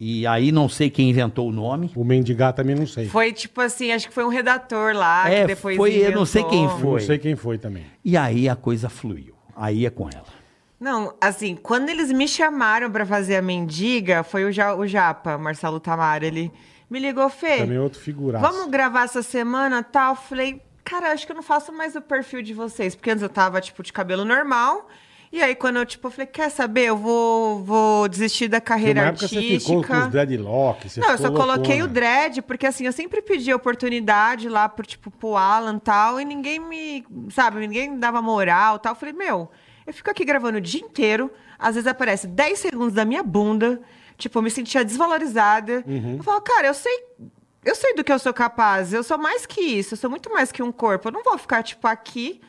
E aí não sei quem inventou o nome. O mendigar também não sei. Foi tipo assim, acho que foi um redator lá É, que depois foi, eu não sei inventou. quem foi. Eu Não sei quem foi também. E aí a coisa fluiu. Aí é com ela. Não, assim, quando eles me chamaram pra fazer a mendiga, foi o, Ja- o Japa, Marcelo Tamara, ele me ligou, Fê, Também é outro figuraço. vamos gravar essa semana, tal? Eu Falei, cara, acho que eu não faço mais o perfil de vocês, porque antes eu tava, tipo, de cabelo normal, e aí quando eu, tipo, falei, quer saber, eu vou, vou desistir da Porque carreira uma época artística. você ficou com os dreadlocks. você né? Não, eu ficou só coloquei loucona. o dread, porque assim, eu sempre pedi oportunidade lá pro, tipo, pro Alan e tal, e ninguém me, sabe, ninguém me dava moral e tal. Eu falei, meu, eu fico aqui gravando o dia inteiro, às vezes aparece 10 segundos da minha bunda, tipo, eu me sentia desvalorizada. Eu falo, cara, eu sei, eu sei do que eu sou capaz, eu sou mais que isso, eu sou muito mais que um corpo, eu não vou ficar, tipo, aqui...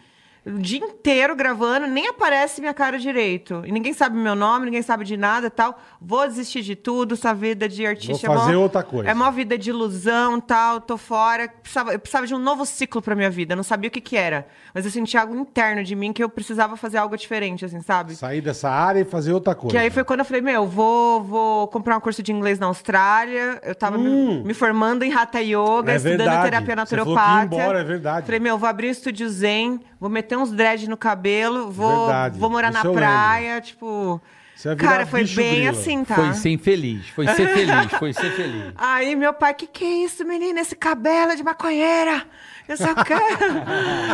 O dia inteiro gravando, nem aparece minha cara direito. E ninguém sabe meu nome, ninguém sabe de nada e tal. Vou desistir de tudo, essa vida de artista artista, Vou é mó- fazer outra coisa. É mó vida de ilusão, tal, tô fora. Precisava, eu precisava de um novo ciclo pra minha vida. Eu não sabia o que que era. Mas eu sentia algo interno de mim que eu precisava fazer algo diferente, assim, sabe? Sair dessa área e fazer outra coisa. Que aí foi quando eu falei, meu, vou, vou comprar um curso de inglês na Austrália. Eu tava me, me formando em Hatha Yoga, Hum. É estudando verdade. terapia Você falou que ia naturopata. embora, é verdade. Falei, meu, vou abrir um estúdio zen, vou meter uns dread no cabelo, vou, É Verdade. vou morar Isso eu na praia, tipo... Você ia virar Cara, foi bicho bem grilo. assim, tá? Foi ser infeliz, foi ser feliz, foi ser feliz. Aí meu pai, que que é isso, menina? Esse cabelo é de maconheira. Eu só quero.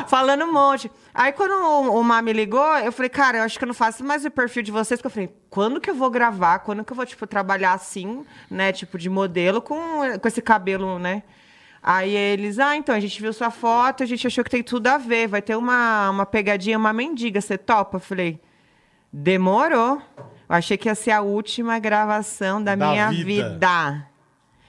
Falando um monte. Aí quando o, o Má me ligou, eu falei, cara, eu acho que eu não faço mais o perfil de vocês. Porque eu falei, quando que eu vou gravar? Quando que eu vou, tipo, trabalhar assim, né? Tipo, de modelo com, com esse cabelo, né? Aí eles, ah, então, a gente viu sua foto, a gente achou que tem tudo a ver. Vai ter uma, uma pegadinha, uma mendiga, você topa? Eu falei, demorou. Eu achei que ia ser a última gravação da, Da minha vida. vida.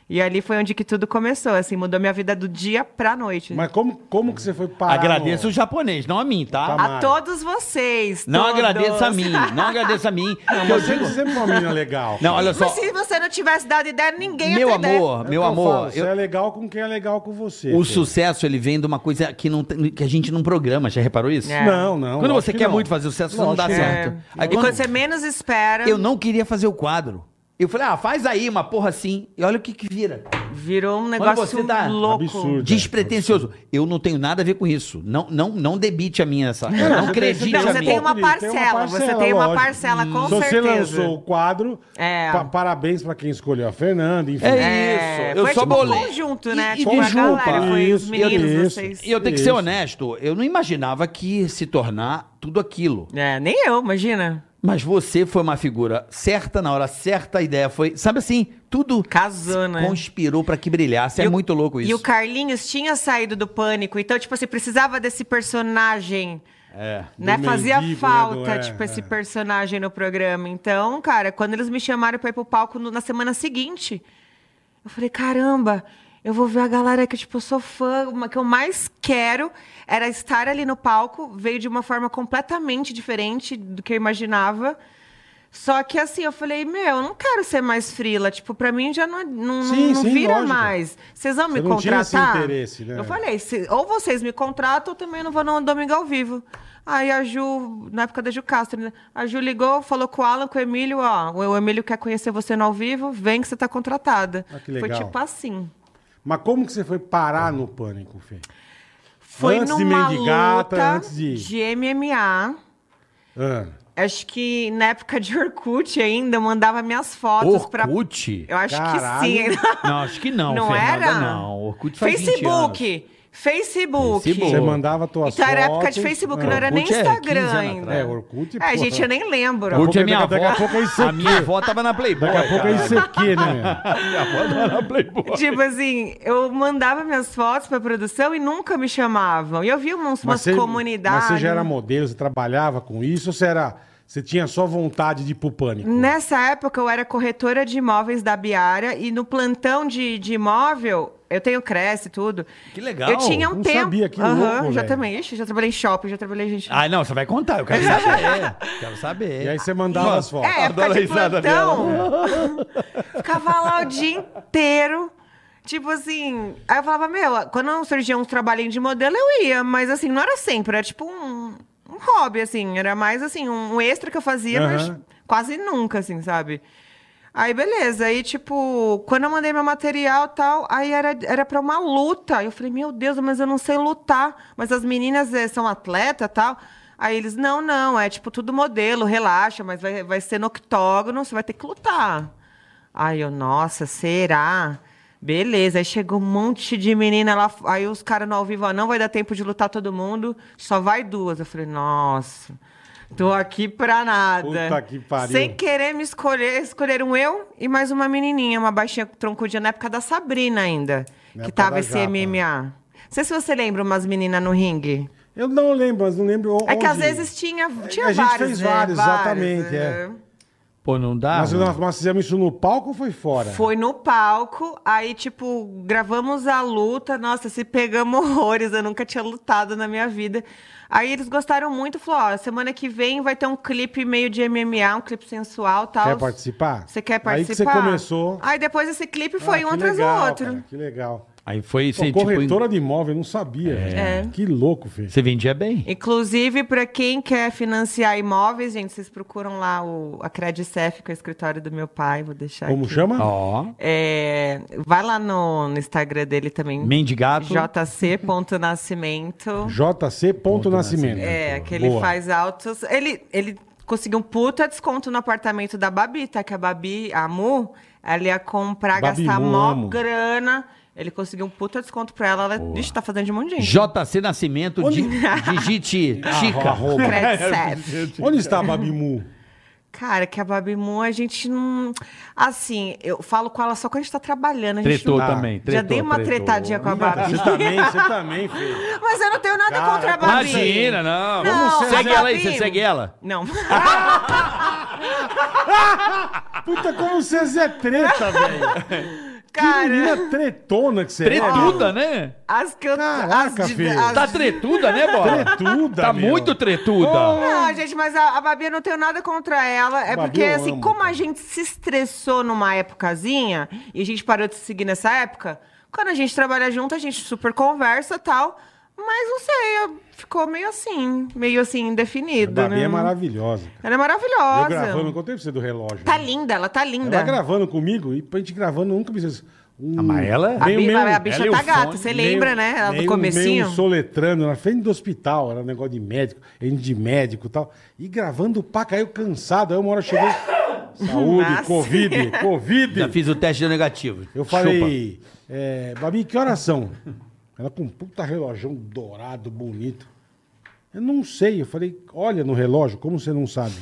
E ali foi onde que tudo começou, assim, mudou minha vida do dia pra noite. Mas como, como que você foi parar? Agradeço no- o japonês, não a mim, tá? Tá. A todos vocês. Não todos. agradeço a mim, não agradeço a mim. que eu Mas Você digo... sempre foi uma menina legal. Não, olha só. Mas se você não tivesse dado ideia, ninguém ia Meu ter ideia. amor, É o meu que eu amor, falo, Você eu- é legal com quem é legal com você. O pô. sucesso, ele vem de uma coisa que, não, tem- que a gente não programa, já reparou isso? É. Não, não. Quando lógico você que quer não. muito fazer sucesso, não dá Lógico que não. É. certo. E quando você menos espera, Eu não queria fazer o quadro. Eu falei, ah, faz aí uma porra assim. E olha o que que vira. virou um você tá negócio dá- louco. Absurdo. Despretensioso. Eu não tenho nada a ver com isso. Não, não, não debite a minha essa. Não, você acredite tem- Não, a você minha. tem uma Tem uma parcela, você tem uma lógico. parcela, com Se você certeza. lançou o quadro, É. pa- parabéns pra quem escolheu a Fernanda, enfim. É, É, isso. Eu foi só tipo bolei. um conjunto, E- né? e tipo, desculpa, a galera, foi os isso, meninos, isso. vocês. E eu tenho que ser Isso. honesto, eu não imaginava que ia se tornar tudo aquilo. É, nem eu, imagina. Mas você foi uma figura certa na hora certa, a ideia foi. Sabe assim, tudo Casou, né? conspirou pra que brilhasse. E é o- muito louco isso. E o Carlinhos tinha saído do pânico, então, tipo assim, precisava desse personagem. É. Né? Do Fazia mendigo, falta, né, do- é, tipo, é. esse personagem no programa. Então, cara, quando eles me chamaram pra ir pro palco no- na semana seguinte, eu falei, caramba, eu vou ver a galera que, tipo, eu sou fã, uma que eu mais quero era estar ali no palco. Veio de uma forma completamente diferente do que eu imaginava. Só que assim, eu falei, meu, eu não quero ser mais frila. Tipo, pra mim já não, não, Sim, não sim, vira lógico. mais. Vocês vão me Você não tinha contratar? esse interesse, né? Eu falei, se- ou vocês me contratam, ou também eu não vou no domingo ao vivo. Aí a Ju, na época da Ju Castro, né? a Ju ligou, falou com o Alan, com o Emílio, ó, o Emílio quer conhecer você no ao vivo, vem que você tá contratada. Ah, que legal. Foi tipo assim. Mas como que você foi parar no pânico, Fê? Foi Antes de numa mendigar, luta antes de- MMA. Ah, Acho que na época de Orkut ainda, eu mandava minhas fotos pra. Orkut? Eu acho Caralho. que sim. Não, acho que não, Não Fernanda, era? não. Orkut faz 20 anos. Facebook. Facebook. Facebook. Você mandava tuas Então era época de fotos. Facebook, É. não era nem Orkut é 15 Instagram anos ainda. atrás. É, É, Orkut, porra. gente, eu nem lembro. Daqui a Orkut é pouco- minha avó. daqui a pouco é isso a aqui. minha avó tava na Playboy. Daqui a pouco é cara. isso aqui, né? meu? Minha avó tava na Playboy. Tipo assim, eu mandava minhas fotos pra produção e nunca me chamavam. E eu via umas, umas você- comunidades. Mas você já era modelo, você trabalhava com isso? Ou você, era, você tinha só vontade de ir pro pânico? Nessa época, eu era corretora de imóveis da Biara e no plantão de, de imóvel, eu tenho Cresce e tudo. Que legal. Eu tinha um Não tempo. sabia, que Aham, louco, já velho. também. Ixi, já trabalhei em shopping, já trabalhei gente. Ah, não, você vai contar, eu quero saber. quero saber. E aí você mandava Mano, as fotos. É, época Adoro a de risada plantão. Ficava lá o dia inteiro. Tipo assim, aí eu falava, meu, quando surgia uns trabalhinhos de modelo, eu ia, mas assim, não era sempre, era tipo um, um hobby, assim, era mais assim, um extra que eu fazia, mas Aham. quase nunca, assim, sabe? Aí, beleza, aí, tipo, quando eu mandei meu material e tal, aí era, era pra uma luta. Aí Eu falei, meu Deus, mas eu não sei lutar. Mas as meninas eh, são atleta e tal. Aí eles, não, não, é tipo tudo modelo, relaxa, mas vai, vai ser no octógono, você vai ter que lutar. Aí eu, nossa, será? Beleza, aí chegou um monte de menina lá, aí os caras no ao vivo, ó, não vai dar tempo de lutar todo mundo, só vai duas. Eu falei, nossa, tô aqui pra nada. Puta que pariu. Sem querer me escolher, escolheram eu e mais uma menininha, uma baixinha troncudinha, na época da Sabrina ainda, Na que época tava da esse Japa. MMA. Não sei se você lembra umas meninas no ringue. Eu não lembro, mas não lembro É que onde- É, às vezes tinha, tinha a gente vários, fez né? vários, exatamente, é. né? Pô, não dá? Mas mano? nós, nós fizemos isso no palco ou foi fora? Foi no palco, aí, tipo, gravamos a luta. Nossa, se pegamos horrores, eu nunca tinha lutado na minha vida. Aí eles gostaram muito, falou: ó, semana que vem vai ter um clipe meio de MMA, um clipe sensual e tal. Quer participar? Você quer participar? Aí que você começou. Aí depois esse clipe foi Ah, um que atrás legal, do outro. cara, que legal. Aí foi, Pô, você, tipo, corretora de imóvel, eu não sabia. velho. É. Que louco, filho. você vendia bem. Inclusive, para quem quer financiar imóveis, gente, vocês procuram lá o, a Credicef, que é o escritório do meu pai, vou deixar Como Tá aqui. chama? Ó, É, vai lá no, no Instagram dele também. mendigato. JC.nascimento. JC. Ponto Nascimento. É, que ele Boa. faz altos. Ele, ele conseguiu um puta desconto no apartamento da Babi, tá? Que a Babi, a Mu, ela ia comprar, Babi gastar Mu, mó amo. grana. Ele conseguiu um puta desconto pra ela. Ela, bicho, tá fazendo de um monte de gente. JC Nascimento, Onde- di- digite Chica. Arroba. Credicef. Onde está a Babimu? Cara, que a Babi Mu, a gente não. Assim, eu falo com ela só quando a gente tá trabalhando. A gente Tretou não- também. Tretou, Já dei uma tretou. tretadinha com a Babi. Você tá- também, você também, filho. Mas eu não tenho nada Cara, contra a Babi. Imagina, não. Não, Vamos- a segue ela aí, Babi- você segue ela. Não. Puta, como vocês é treta, velho. Que Cara, menina tretona que você é, Tretuda, né? as que eu. Caraca, as de- filho. as- Tá tretuda, né, Bora? é. Tretuda, Tá meu. muito tretuda. Não, gente, mas a, a Babi eu não tenho nada contra ela. É Babi porque, eu assim, amo, como cara. a gente se estressou numa épocazinha e a gente parou de se seguir nessa época, quando a gente trabalha junto, a gente super conversa e tal. Mas não sei, eu- ficou meio assim, meio assim, A indefinido. Babi né? é maravilhosa. Ela cara. é Eu gravando, maravilhosa. contei pra você do relógio. Tá né? linda, ela tá linda. Ela gravando comigo e pra gente gravando nunca me disse. Um, Ah, mas ela- A, meio- Bi- meio- a bicha ela e tá o gata, fone, você lembra, meio- né? Ela meio- do começando. Meio soletrando na frente do hospital, era um negócio de médico, ele de médico e tal. E gravando pra caiu cansado. Aí uma hora eu cheguei. Saúde, Nossa. Covid, Covid. Já fiz o teste de negativo. Eu Chupa. falei, é, Babi, que horas são? Ela com um puta relógio dourado, bonito. Eu não sei. Eu falei, olha no relógio, como você não sabe?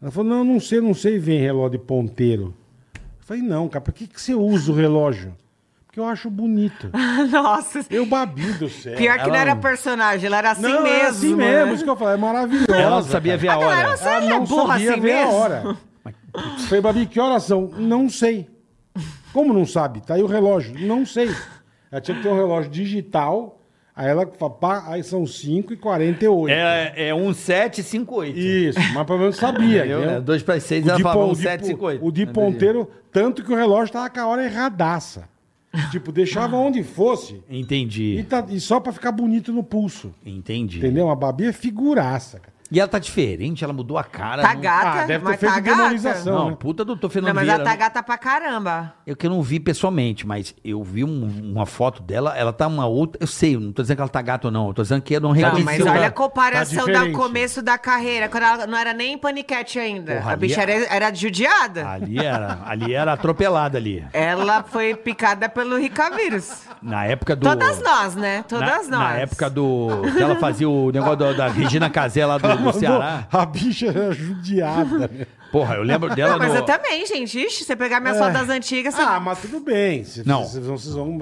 Ela falou, não, não sei, não sei, vem relógio de ponteiro. Eu falei, não, cara, pra que, que você usa o relógio? Porque eu acho bonito. Nossa. Eu, Babi do céu. Pior que ela- não era personagem, ela era assim não, mesmo. é assim né? mesmo, isso que eu falei, é maravilhosa. Ela não sabia cara. ver a galera hora. sabe- Ah, Ela é burra assim ver a mesmo? hora. Eu Falei, Babi, que horas são? Não sei. Como não sabe? Tá aí o relógio. Não sei. Ela tinha que ter um relógio digital. Aí ela fala, pá, aí são 5h48. É, é 1758. Isso, mas pelo menos sabia. Entendeu? entendeu? É, dois para seis, O ela de falava pon- um o de sete, pon- cinco, oito. O de Entendi. ponteiro, tanto que o relógio tava com a hora erradaça. Tipo, deixava onde fosse. E, Entendi. tá- e só pra ficar bonito no pulso. Entendi. Entendeu? A Babi é figuraça, cara. E ela tá diferente, ela mudou a cara. Tá não- gata, Ah, deve ter mas feito tá gata. demonização. Não, né? puta doutor Não, Fernando mas Vieira. ela tá gata pra caramba. Eu que eu não vi pessoalmente, mas eu vi um- uma foto dela, ela tá uma outra. Eu sei, eu não tô dizendo que ela tá gata ou não, eu tô dizendo que eu não Não, reconheci. mas tá- olha a tá comparação do diferente. começo da carreira, quando ela não era nem paniquete ainda. Porra, a bicha ali- é- Ah. era, era judiada. Ali era, ali era atropelada ali. Ela foi picada pelo Rica Vírus. Na época do. Todas nós, né? Todas na, nós. Na época do. que ela fazia o negócio da, da Regina Casé lá é do, do Mandou- Ceará. A bicha era judiada. né? Porra, eu lembro dela Não, mas no- eu também, gente. Ixi, você pegar minhas É. fotos das antigas, você... ah, mas tudo bem. Se, Não. Vocês vão... Vocês vão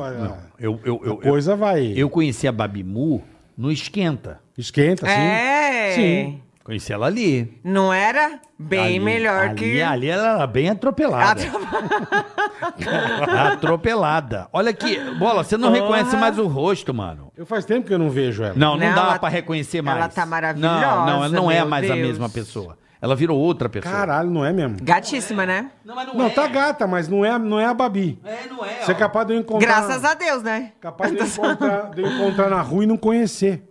Eu, eu, eu, a coisa vai. eu, eu conheci a Babimu no Esquenta. Esquenta, assim, sim. é. Sim. Conheci ela ali. Não era bem ali, melhor ali, é que. Ali ela era bem atropelada. Atro- atropelada. Olha aqui, bola, você não reconhece mais o rosto, mano. Eu faz tempo que eu não vejo ela. Não, não, Não, dá ela- pra reconhecer mais. ela tá maravilhosa, Não, não, ela não é meu mais a Deus. mesma pessoa. Ela virou outra pessoa. Caralho, não é mesmo? Gatíssima, né? Não, mas Não, tá gata, mas não é, não é a Babi. É, não é. Você é capaz de eu encontrar... Graças a Deus, né? Capaz de eu encontrar, de eu encontrar na rua e não conhecer.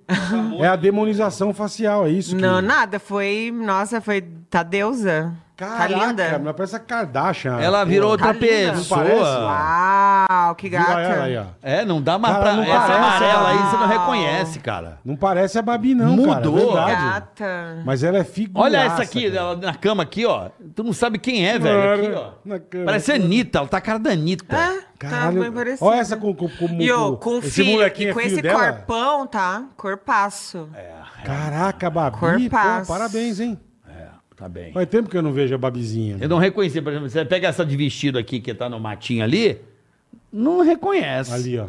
É a demonização facial, é isso? que- Não, nada. Foi. Nossa, foi. Tá deusa. Caraca, tá linda. mas parece a Kardashian. Ela virou outra Tá linda. pessoa. Não parece? Uau, que Vira gata. ela aí, ó. É, não dá mais Cara, pra. não Essa parece, amarela aí não. você não reconhece, cara. Não parece a Babi, não, cara. é Mudou. verdade. Gata. Mas ela é figura. Olha essa aqui, ela na cama aqui, ó. Tu não sabe quem é, velho. Aqui, ó. né? Na cama. Parece a Anitta, ela tá a cara da Anitta. Ah, Caralho. tá bem parecida. Olha essa com, com, com, E ô, com esse filho, molequinho e com é filho esse dela. É. corpão, tá? Corpaço. Caraca, Babi. Pô, Corpaço. parabéns, hein? É, tá bem. Faz tempo que eu não vejo a Babizinha. Eu não reconheci, por exemplo, você pega essa de vestido aqui que tá no matinho ali, não reconhece. Ali, ó.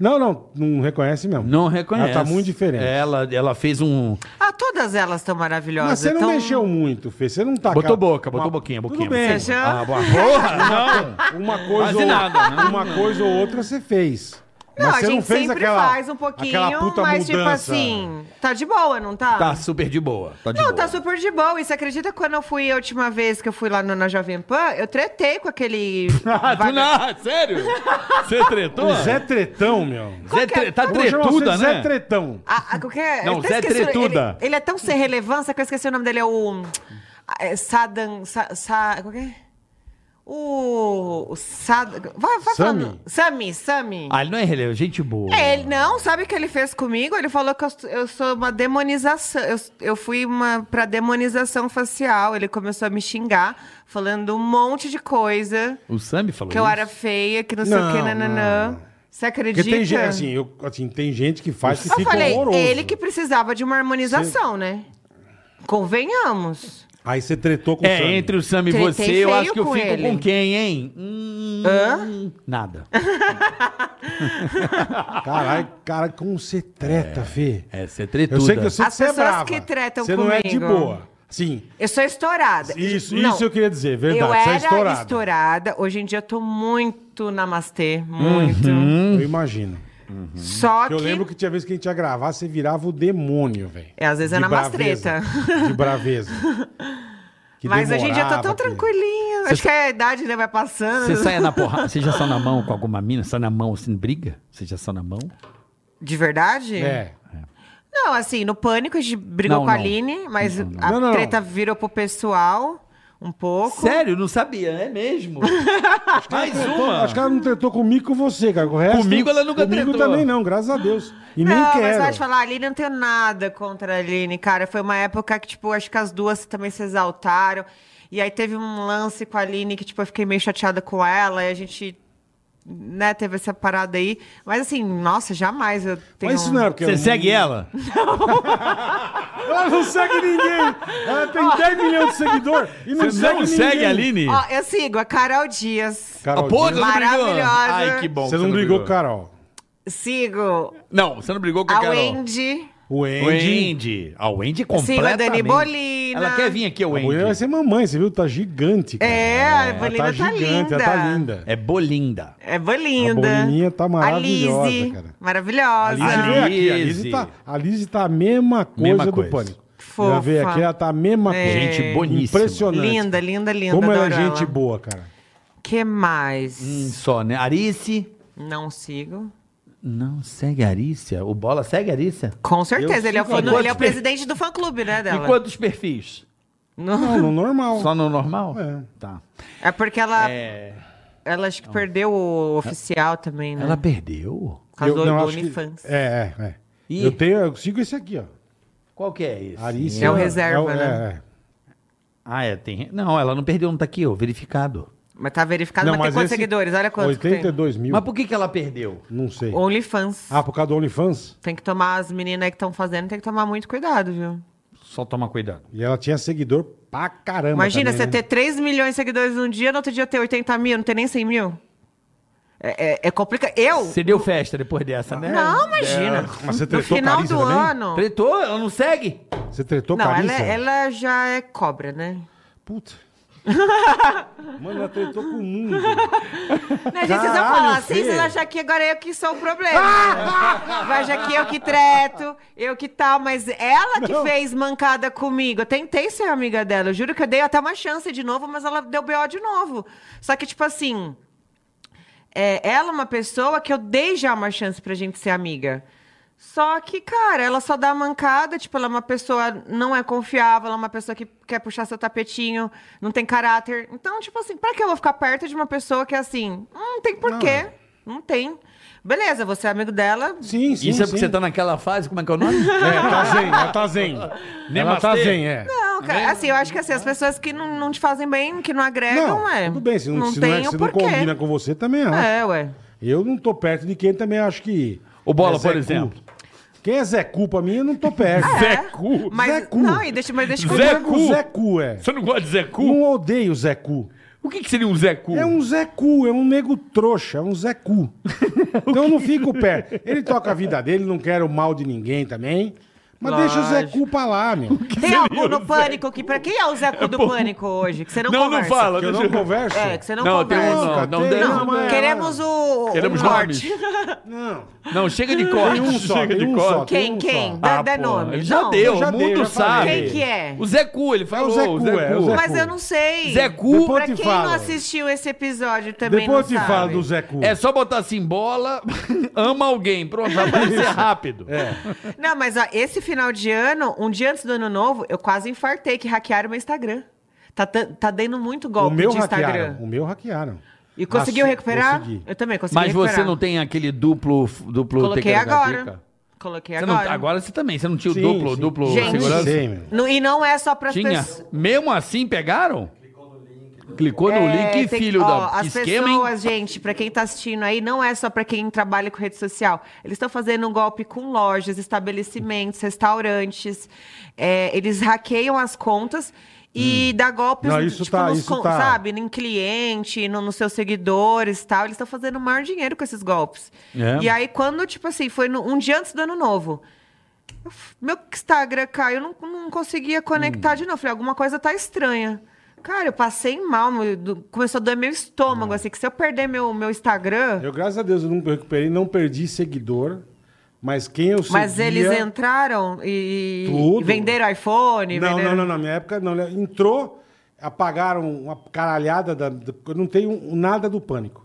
Não, não, não reconhece mesmo. Não reconhece. É. Ela tá muito diferente. Tá, Ela, ela fez um. Ah, todas elas estão maravilhosas. Mas você não tão- mexeu um- muito, Fê. Você não tá... Botou ca- boca, botou uma- boquinha, boquinha. Ah, Tudo bem. Você achou? boa. Porra, não! Uma Quase coisa, ou, nada, né? uma coisa ou outra você fez. Não, Mas a você gente não fez sempre aquela, faz um pouquinho, aquela puta mas mudança. tipo assim, tá de boa, não tá? Tá super de boa. Tá de não, boa. tá super de boa. E você acredita que quando eu fui a última vez que eu fui lá no- na Jovem Pan, eu tretei com aquele. Ah, vaga- tu não, sério? Você tretou? O Zé Tretão, meu. Zé tre- tá Eu vou chamar tretuda, você de Zé né? Tretão. Ah, ah, qualquer... Não, eu até Zé esqueci o- Tretuda. Ele, ele é tão sem relevância que eu esqueci o nome dele. É o. ah, É Sadan. Sa, Sa- qual que é? O. o Sadan. Vai, vai Sami? falando. Sami, Sami. Ah, ele não é relevante, gente boa. É, ele não, sabe o que ele fez comigo? Ele falou que eu, s- eu sou uma demonização. Eu, s- eu fui uma pra demonização facial. Ele começou a me xingar, falando um monte de coisa. O Sammy falou Que eu isso? era feia, que não, sei o Não, que, nananã. não. Você Porque acredita? tem gente, assim, eu, assim, tem gente que faz que eu fica falei, horroroso. ele que precisava de uma harmonização, né? Convenhamos. Aí você tretou com o É, Sammy. entre o Sam e Tretei você, eu feio acho que eu com fico ele. com quem, hein? Hum, Hã? Nada. Caralho, cara, como você treta, Fê. É, você Eu tretuda. sei que eu sei As que você é pessoas brava. que tretam Você não é de comigo. boa. Sim, Eu sou estourada. isso, Não. isso eu queria dizer, verdade. Eu você é era estourado. estourada. Hoje em dia eu tô muito namastê, muito. Eu imagino. Só Eu lembro Uhum. que tinha vez que a gente ia gravar, você virava o demônio, velho. É, às vezes é De na braveza. mastreta. De braveza. Que Mas hoje em dia eu tô tão demorava, que- tranquilinha. Acho que a idade né, vai passando. Você sai na porrada, você já sai na mão com alguma mina? Sai na mão assim, briga? Você já sai na mão? De verdade? É. Não, assim, no pânico a gente brigou Não, com a não. Aline, mas a Não, não, não. treta virou pro pessoal um pouco. Sério? Não sabia, é mesmo? Mais Então, uma. acho que ela não tretou comigo com você, cara. Com o resto, Comigo ela nunca comigo tretou. também não, graças a Deus. E não, nem mas quero. vai te falar, a Aline eu não tenho nada contra a Aline, cara. Foi uma época que, tipo, acho que as duas também se exaltaram. E aí teve um lance com a Aline que, tipo, eu fiquei meio chateada com ela. E a gente, né, teve essa parada aí. Mas assim, nossa, jamais eu tenho... um Mas isso não é porque... Você eu- segue ela? Ela não segue ninguém. Ela tem 10 milhões de seguidores e não Você segue não segue ninguém. a Aline? Ó, eu sigo a Carol Dias. Carol, Ah, pô, Dias, você não brigou? Maravilhosa. Ai, que bom. que você não brigou com com Carol. Sigo Não, você não brigou com a, a Carol. Wendy. O O Andy... Wendy. A Wendy Sigo a completamente. Dani Bolina. Ela quer vir aqui, o A mulher vai Wendy. ser mamãe, você viu? Tá gigante, cara. É, a Bolina tá, gigante, linda. Ela tá linda. É bolinda. É A Bolinda. Boninha tá maravilhosa, a Lizzy, cara. A Maravilhosa. Lizzy é veio aqui, a Lizzy Lizzy. tá, a Lizzy tá a mesma coisa Mesma do coisa. Pânico. Fofa. É. Ela veio aqui, ela tá a mesma coisa. Gente boníssima. Impressionante. Linda, linda, linda. Como ela é adoro gente boa, cara. que mais? Hum, Só, né? Arice. Não sigo. Não, segue a Arícia? O Bola segue a Arícia? Com certeza, ele é, o sigo fã- agora. ele é o presidente do fã-clube, né, dela? E quantos perfis? Não- Não, no normal. Só no normal? É. Ah. Tá. É porque ela, É, ela acho que perdeu o oficial também, né? Ela perdeu? Por causa Eu- do não, acho que- OnlyFans. É, é, é. Ih. Eu tenho, eu sigo esse aqui, ó. Qual que é esse? Arícia. É o reserva, é o- né? é, é. Ah, é, tem... Não, ela não perdeu, não tá aqui, ó, verificado. Mas tá verificado, mas, tem quantos esse- seguidores? Olha quantos que tem. 82 mil. Mas por que que ela perdeu? Não sei. OnlyFans. Ah, por causa do OnlyFans? Tem que tomar, as meninas aí que estão fazendo, tem que tomar muito cuidado, viu? Só toma cuidado. E ela tinha seguidor pra caramba. Imagina também, você né? ter 3 milhões de seguidores num dia, no outro dia ter 80 mil, não tem nem 100 mil. É, é, é complicado. Eu? Você deu festa depois dessa, né? Não, imagina. é Mas você No tretou final Carissa do também? ano. Tretou? Ela não segue? Você tretou Não, ela, é- Carissa? ela já é cobra, né? Puta. Mano, ela tretou com o mundo. Não, gente, vocês vão Caralho, falar assim, Fê. vocês acham que agora eu que sou o problema. né? Vai achar que eu que treto, eu que tal, mas ela que Não. fez mancada comigo. Eu tentei ser amiga dela, eu juro que eu dei até uma chance de novo, mas ela deu BO de novo. Só que, tipo assim, é, ela é uma pessoa que eu dei já uma chance pra gente ser amiga. Só que, cara, ela só dá mancada, tipo, ela é uma pessoa não é confiável, ela é uma pessoa que quer puxar seu tapetinho, não tem caráter. Então, tipo assim, pra que eu vou ficar perto de uma pessoa que é assim? "Hum, Não tem é. porquê, não. tem. Beleza, você é amigo dela. Sim, sim, Isso é sim. porque você tá naquela fase, como é que é o nome? É, tá zen, ela tá zen. Ela tá Namastê. zen, é. Não, cara, assim, eu acho que assim, as pessoas que não, não te fazem bem, que não agregam, é. tudo bem, se não, se não, tem é, o se não porquê. combina com você, também acho. É, ué. Eu não tô perto de quem também acho que. é O Bola, Zé por Cu. exemplo. Quem é Zé Cu pra mim, eu não tô perto. É. Cu? Mas, Zé Cu. Não, e deixa, mas deixa eu Zé contar- Cu. Tipo, O Zé Cu, é. Você não gosta de Zé Cu? Não odeio o Zé Cu. O que, que seria um Zé Cu? É um Zé Cu, é um nego trouxa, é um Zé Cu. Então eu não fico perto. Ele toca a vida dele, não quero o mal de ninguém também. Mas deixa o Zé Lógico. Cu pra lá, meu. Que Tem algum seria no o Zé pânico que. Pra quem é o Zé Cu do pânico hoje? Que você não Não, não conversa. fala. eu não converso. É, que você não, Não, tem um conversa. não. tem, não, Não, mas- queremos o. Queremos um corte. Não. Não, chega de corte. Tem um só, chega tem de um corte. só. Quem? um Quem? só. Dá, dá Ah, pô, nome. ele já Não. deu, já o dei, mundo já sabe. falei. Quem que é? O Zé Cu, ele falou. Zé Cu, é, o Zé Cu. Mas eu não sei. Zé Cu Depois Pra eu te quem falo. não assistiu esse episódio também Depois eu te não sabe. falo do Zé Cu. é só botar assim, bola, ama alguém. Pronto, vai aparecer rápido. É. Não, mas ó, esse final de ano, um dia antes do ano novo, eu quase infartei que hackearam o meu Instagram. Tá, tá, tá dando muito o golpe meu de Instagram. hackearam. O meu hackearam. E conseguiu Assu- recuperar? Consegui. Eu também consegui Mas recuperar. você não tem aquele duplo... duplo Coloquei TKHTK? agora. Coloquei Você não- agora. agora. você também, você não tinha o Sim, duplo, sim. duplo Gente. segurança? Sim, meu. No- e não é só para as Tinha. pessoas. Mesmo assim, pegaram? Clicou no É, link, tem que- filho ó, da... As Esquema, hein? pessoas, gente, pra quem tá assistindo aí, não é só pra quem trabalha com rede social. Eles estão fazendo um golpe com lojas, estabelecimentos, restaurantes. É, eles hackeiam as contas e dá golpes, Hum. tipo, Não, isso tá- nos isso con- tá. sabe, em cliente, no, nos seus seguidores tal. Eles estão fazendo o maior dinheiro com esses golpes. É. E aí, quando, tipo assim, foi no- um dia antes do ano novo. eu f- Meu Instagram caiu, eu não, não conseguia Hum. conectar de novo. Falei, alguma coisa tá estranha. Cara, eu passei mal, meu- do- começou a doer meu estômago, assim, que se eu perder meu, meu Instagram. Hum. Eu, graças a Deus, eu não recuperei, não perdi seguidor. Mas quem eu Mas seguia... eles entraram e, Tudo. e venderam iPhone, Não, venderam... não, não, na minha época não. Entrou, apagaram uma caralhada da. da- eu não tenho nada do pânico.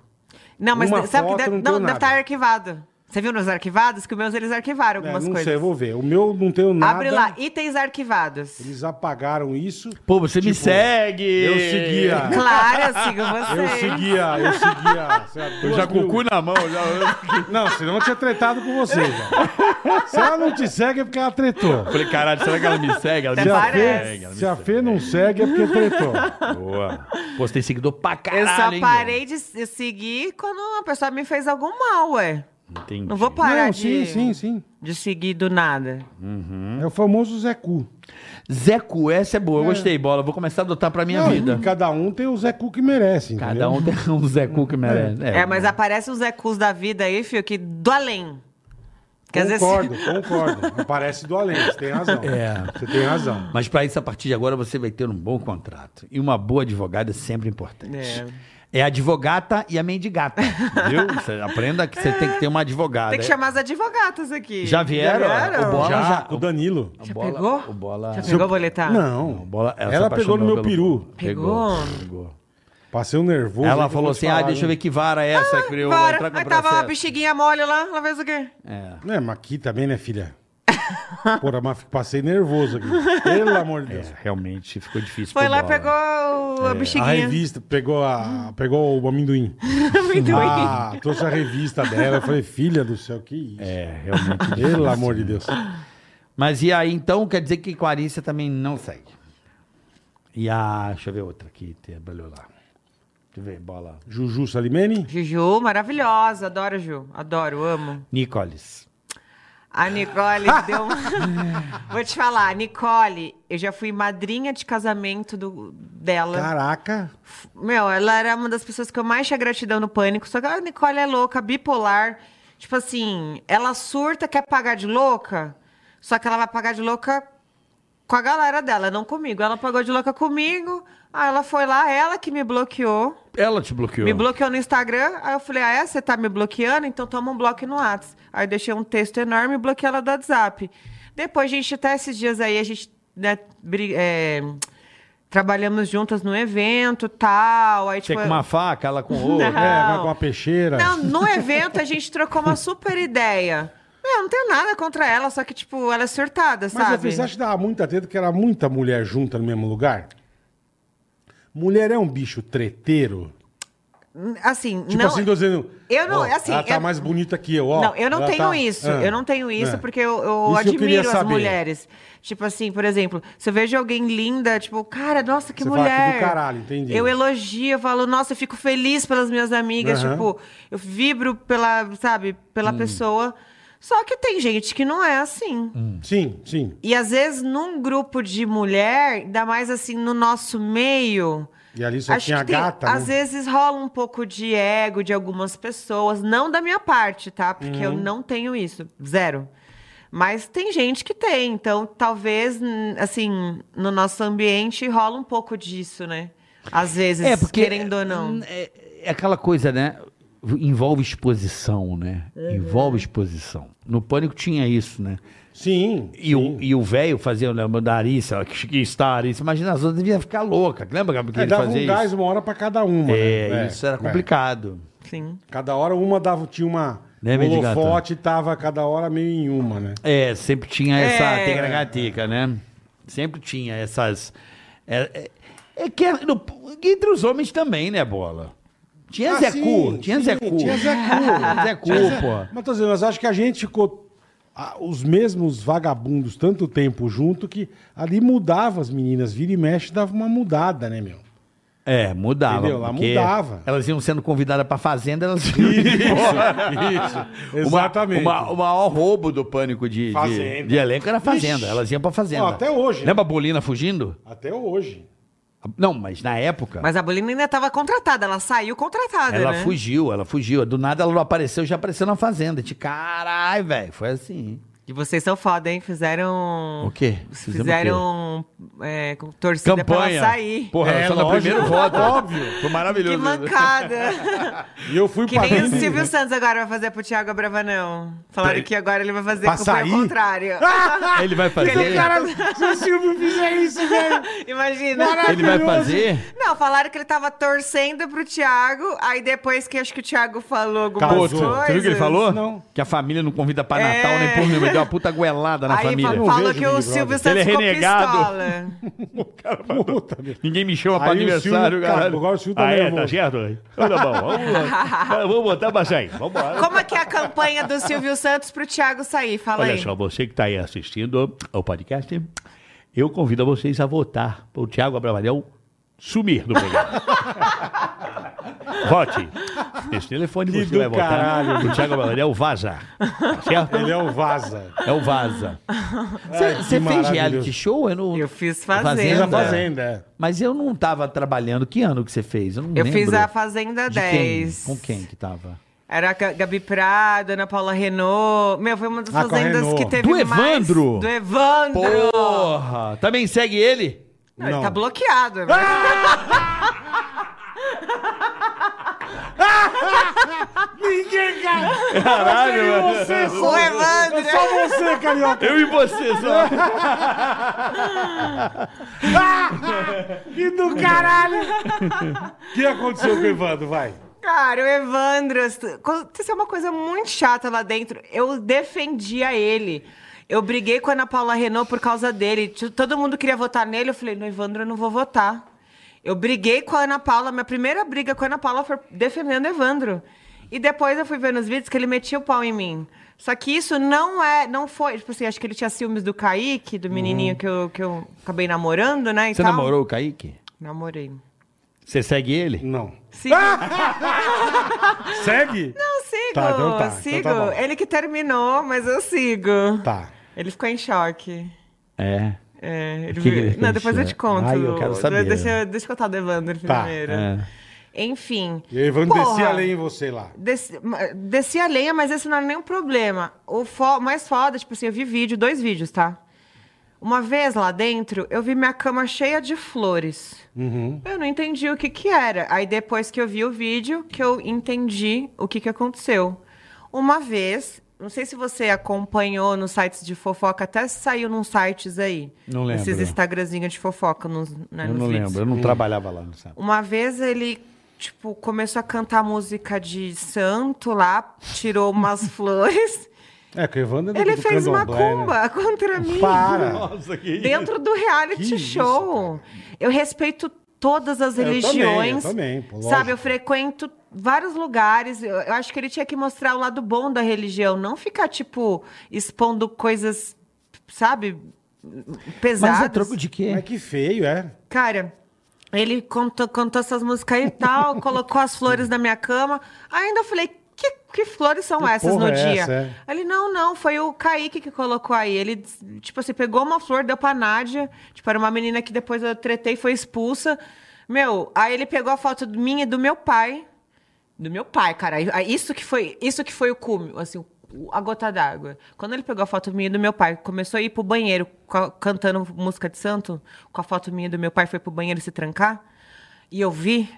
Não, mas Uma sabe foto, que deve, não deu não, deve nada. estar arquivado. Você viu nos arquivados que os meus eles arquivaram É, algumas não coisas. sei, eu vou ver. O meu não tenho nada. Abre lá, itens arquivados. Eles apagaram isso. Pô, você me Tipo, segue! Eu seguia. Claro, eu sigo você. Eu seguia, eu seguia. sei lá, Eu já duas com o mil- cu na mão. Já... Não, senão eu tinha tretado com você. Já. Se ela não te segue é porque ela tretou. Falei, caralho, será que ela me segue? Ela me Até Se a, parece. segue. Fê, se a Fê não segue é porque tretou. Boa. Pô, você tem seguidor pra Eu caralho, só hein, parei de se- seguir quando uma pessoa me fez algum mal, ué. meu? Entendi. Não vou parar não, de, sim, sim, sim. de seguir do nada. É o famoso Zé Cu. Zé Cu, essa é boa. Ah. Eu gostei, bola. Vou começar a adotar pra minha Não, vida. e Cada um tem o Zé Cu que merece, entendeu? Cada um tem um Zé Cu que merece. É, mas aparece os ecus da vida aí, filho, que do além. Que às vezes... Concordo, concordo. Aparece do além, você tem razão. É. Você tem razão. Mas para isso, a partir de agora, você vai ter um bom contrato. E uma boa advogada é sempre importante. É. É a advogata e a mendigata, viu? Você aprenda que você tem que ter uma advogada. Tem que chamar as advogatas aqui. Já vieram? O Bola Já, já- com o Danilo. O Já Bola- pegou? O bola... Já pegou o boletar? Não. O bola Ela, se pegou no apaixonou meu pelo peru. Bola. Pegou? Pegou. Passei um nervoso. Ela aí que eu falou vou te assim: falar, ah, deixa eu ver viu?" que vara é essa que criou. vai entrar Para, com Ah, aí tava uma processo." bexiguinha mole lá, ela fez o quê? É. É, mas aqui também, né, filha? Porra, mas passei nervoso aqui. Pelo amor de Deus. É, realmente ficou difícil. Foi pro lá, Bola. pegou o- a A bexiguinha. revista pegou, a, pegou o amendoim. Muito bem. Ah, trouxe a revista dela. Eu falei, filha do céu, que isso? É, realmente. Pelo amor de Deus. Mas e aí, então, quer dizer que Clarice também não segue. E a. Deixa eu ver outra que trabalhou lá. Deixa eu ver, bola. Juju Salimene? Juju, maravilhosa. Adoro, Ju. Adoro, amo. Nicoles. A Nicole deu uma... Vou te falar, a Nicole, eu já fui madrinha de casamento do, dela. Caraca. Meu, ela era uma das pessoas que eu mais tinha gratidão no pânico. Só que a Nicole é louca, bipolar. Tipo assim, ela surta, quer pagar de louca, só que ela vai pagar de louca com a galera dela, não comigo. Ela pagou de louca comigo, aí ela foi lá, ela que me bloqueou. Ela te bloqueou. Me bloqueou no Instagram, aí eu falei, ah, é? Você tá me bloqueando? Então toma um bloco no Whats. Aí eu deixei um texto enorme e bloqueei ela do WhatsApp. Depois, a gente, até esses dias aí, a gente, né, bri- é, trabalhamos juntas no evento tal. Aí, Você tipo, com uma faca, ela com Pô, outra. é, vai com uma peixeira. não, no evento a gente trocou uma super ideia. Eu não tenho nada contra ela, só que, tipo, ela é surtada, Mas sabe? você acha que dava muita treta que era muita mulher junta no mesmo lugar? Mulher é um bicho treteiro. Assim, Tipo não... assim, tô dizendo. Eu não- ó, assim, Ela tá eu- mais bonita que eu, ó. Não, eu não Ela tenho tá- isso. Ah, eu não tenho isso ah. porque eu, eu Isso eu queria admiro as saber. mulheres. Tipo assim, por exemplo, se eu vejo alguém linda, tipo, cara, nossa, que Você fala, mulher. "Que do caralho", entendi. Eu elogio, eu falo, nossa, eu fico feliz pelas minhas amigas. Aham. Hum. Tipo, eu vibro pela, sabe, pela pessoa. Só que tem gente que não é assim. Hum. Sim, sim. E às vezes, num grupo de mulher, ainda mais assim, no nosso meio. E ali só tinha que tem- gata. Às né? vezes rola um pouco de ego de algumas pessoas, não da minha parte, tá? Porque Uhum. eu não tenho isso, zero. Mas tem gente que tem, então talvez, n- assim, no nosso ambiente rola um pouco disso, né? Às vezes, É, porque. querendo ou não. É, é aquela coisa, né? Envolve exposição, né? Uhum. Envolve exposição. No Pânico tinha isso, né? Sim. E o, e o velho fazia, eu lembro, da Arice, ela que que está a Arice. Imagina, as outras deviam ficar louca. Lembra que É, ele dava fazia um gás isso? uma hora pra cada uma. É, né? isso era é. complicado. Sim. Cada hora uma dava, tinha uma. Né, o Mendigato? holofote tava cada hora meio em uma, né? É, sempre tinha essa É. tegragatica, né? Sempre tinha essas... É, é- é que é no- entre os homens também, né, Bola? Tinha Ah, Zé sim, Cu, tinha sim, Zé Cu. tinha Zé Cu. Zé Cu, pô. Mas tô dizendo, mas acho que a gente ficou ah, os mesmos vagabundos tanto tempo junto que ali mudava as meninas, vira e mexe, dava uma mudada, né, meu? É, mudava. Entendeu? Lá porque mudava. Elas iam sendo convidadas pra fazenda, elas... Isso, exatamente. Uma, uma- o maior roubo do pânico de, de, Fazenda. de elenco era a fazenda. Ixi. Elas iam pra fazenda. Ó, até hoje, né? Lembra a Bolina fugindo? Até hoje. Não, mas na época. Mas a Bolina ainda estava contratada, ela saiu contratada, ela né? fugiu, ela fugiu. Do nada ela não apareceu, já apareceu na fazenda. De caralho, velho. Foi assim. E vocês são foda, hein? Fizeram... O quê? Fizemos Hum. Fizeram é, com- torcida pra Campanha. ela sair. Porra, É, ela só no lógico. primeiro voto. Óbvio. Foi maravilhoso. Que mancada! E eu fui Que nem o dentro. Silvio Santos agora vai fazer pro Thiago Abravanel. Falaram que agora ele vai fazer Pra com o pé ao sair? contrário. Ele vai Aquele fazer. cara- Se o Silvio fizer isso, velho. Imagina. Ele vai fazer. Não, falaram que ele tava torcendo pro Thiago, aí depois que acho que o Thiago falou algumas Casou. Outro. coisas... Você viu o que ele falou? Não. Que a família não convida pra É. Natal nem por nenhum. Ele Deu uma puta goelada na aí família. fa- Não falou vejo que Big o Brother. Silvio Santos Ele é ficou renegado. pistola. Puta, meu. Ninguém me chama pra Aí o aniversário, Silvio- cara. Cara, agora o Silvio tá nervoso. certo? Olha, bom, vamos lá. Vamos botar pra sair. Vamos embora. Como é que é a campanha do Silvio Santos pro Thiago sair? Fala Olha aí. só, você que está aí assistindo ao podcast, eu convido a vocês a votar para o Tiago Abravanel sumir do programa. Vote. Nesse telefone você Que do vai votar caralho, para o Thiago Abravanel vazar. Tá certo? Ele é o Vaza. É o vaza. que Você fez maravilhoso. reality show? Eu, não... Eu fiz Fez a Fazenda. Fazenda. Fazenda. é. Mas eu não estava trabalhando. Que ano que você fez? Eu não Eu lembro. fiz a Fazenda De quem? 10. Com quem que tava? Era a Ga- Gabi Prado, Ana Paula Renault. Meu, foi uma das Ah, com a fazendas Renault. que teve Do mais... Evandro. Do Evandro! Porra! Também segue ele? Não, ele Não. tá bloqueado. Evandro. Ninguém, cara. Caralho, mano. Você, só. Ô, Evandro. né? É só você, carioca. Eu e você, só. Que do caralho. O que aconteceu com o Evandro? Vai. Cara, o Evandro, aconteceu é uma coisa muito chata lá dentro. Eu defendia ele. Eu briguei com a Ana Paula Renault por causa dele. T- Todo mundo queria votar nele. Eu falei, no Evandro eu não vou votar. Eu briguei com a Ana Paula. Minha primeira briga com a Ana Paula foi defendendo o Evandro. E depois eu fui ver nos vídeos que ele metia o pau em mim. Só que isso não é, não foi. Tipo assim, acho que ele tinha ciúmes do Kaique, do menininho que, eu, que eu acabei namorando, né? e Você tal. namorou o Kaique? Namorei. Você segue ele? Não. Sim. Segue? Não, sigo, Ah! Tá, então tá, então sigo. tá bom. Ele que terminou, mas eu sigo. Tá. Ele ficou em choque. É. É, ele que viu- que ele Não, fez? depois eu te conto. Ai, eu quero saber. Deixa, eu- deixa eu contar do Evandro Tá, primeiro. é. Enfim. E o Evandro porra, descia além em você lá. Desci, ma- desci a lenha, mas esse não era nenhum problema. O fo- mais foda, tipo assim, eu vi vídeo, dois vídeos, tá? Uma vez lá dentro, eu vi minha cama cheia de flores. Uhum. Eu não entendi o que que era. Aí depois que eu vi o vídeo, que eu entendi o que que aconteceu. Uma vez, não sei se você acompanhou nos sites de fofoca, até saiu nos sites aí. Não lembro. Esses Instagramzinhos de fofoca nos, né, Eu nos não vídeos. lembro, eu não trabalhava lá, não sabe? Uma vez ele, tipo, começou a cantar música de santo lá, tirou umas flores. É, que o Evandro é do- Ele do fez uma candomblé, né? cumba contra mim. Para. Nossa, que Dentro do Que reality isso, show. eu respeito todas as Eu religiões. também, eu também, pô, lógico. sabe, eu frequento vários lugares. Eu, eu acho que ele tinha que mostrar o lado bom da religião, não ficar, tipo, expondo coisas, sabe, pesadas. Mas é troco de quê? Mas que feio, é. Cara, ele contou, contou essas músicas aí e tal, colocou as flores na minha cama. Ainda eu falei, que, que flores são Que essas no porra é dia? essa, é? Ele, não, não, foi o Kaique que colocou aí. Ele, tipo assim, pegou uma flor, deu pra Nádia. Tipo, era uma menina que depois eu tretei e foi expulsa. Meu, aí ele pegou a foto do- minha e do meu pai. Do meu pai, cara. Aí- aí Isso que foi, isso que foi o cume, assim, o- a gota d'água. Quando ele pegou a foto minha e do meu pai, começou a ir pro banheiro co- cantando música de santo, com a foto minha e do meu pai, foi pro banheiro se trancar. E eu vi,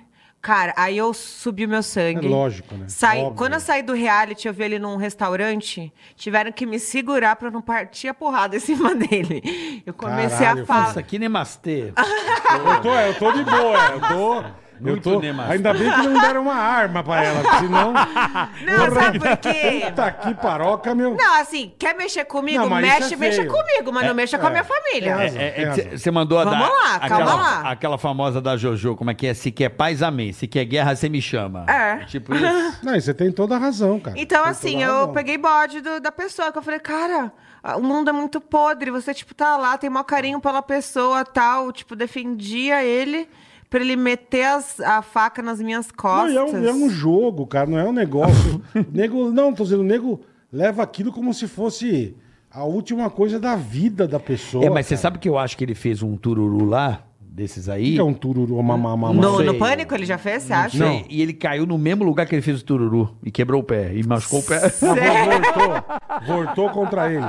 cara, aí eu subi o meu sangue. É lógico, né? Saí- Óbvio. quando eu saí do reality, eu vi ele num restaurante, tiveram que me segurar pra eu não partir a porrada em cima dele. Eu comecei Caralho, a falar. Nossa, que nemastê. Eu tô, eu tô de boa, é, eu tô... Muito eu tô... Neymar. Ainda bem que não deram uma arma pra ela, porque senão... Não, sabe por quê? Puta que paroca, meu. Não, assim, quer mexer comigo? Não, mas isso mexe, é mexa feio. comigo, mas não mexa com é. a minha família. É, é. Você mandou a Vamos da- lá, calma aquela, lá. Aquela famosa da Jojo, como é que é? Se quer paz, amém. Se quer guerra, você me chama. É. Tipo isso. Não, e você tem toda a razão, cara. Então, Tem assim, toda a eu razão. peguei bode do- da pessoa, que eu falei, cara, ah, o mundo é muito podre, você, tipo, tá lá, tem maior É. carinho pela pessoa, tal, tipo, defendia ele pra ele meter as- a faca nas minhas Não, costas. e é, um, é um jogo, cara, não é um negócio. nego, não, tô dizendo, o nego leva aquilo como se fosse a última coisa da vida da pessoa. É, mas você cara. sabe que eu acho que ele fez um tururu lá, desses O aí? que é um tururu, uma mamá, No, no sei. pânico ele já fez, você Não acha? sei. E ele caiu no mesmo lugar que ele fez o tururu. E quebrou o pé. E machucou o pé. Sério? Voltou, voltou contra ele.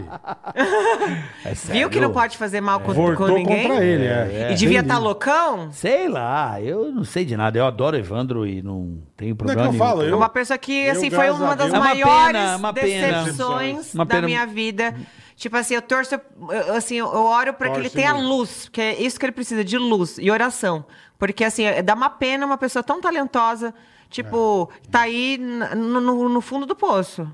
É Viu sério? que não pode fazer mal com, com Voltou ninguém? contra ele, é. E devia tá estar loucão? Sei lá, eu não sei de nada. Eu adoro Evandro e não tenho problema é eu nenhum. falo, com Eu- uma pessoa que, eu, assim, foi graças a uma das Deus. É uma maiores pena, uma pena. decepções Uma pena. da minha vida. Tipo assim, eu torço, eu- assim, eu oro pra que ele Torce tenha muito. luz, porque é isso que ele precisa, de luz e oração. Porque, assim, é- dá uma pena uma pessoa tão talentosa, tipo, É. tá aí n- no, no- no fundo do poço.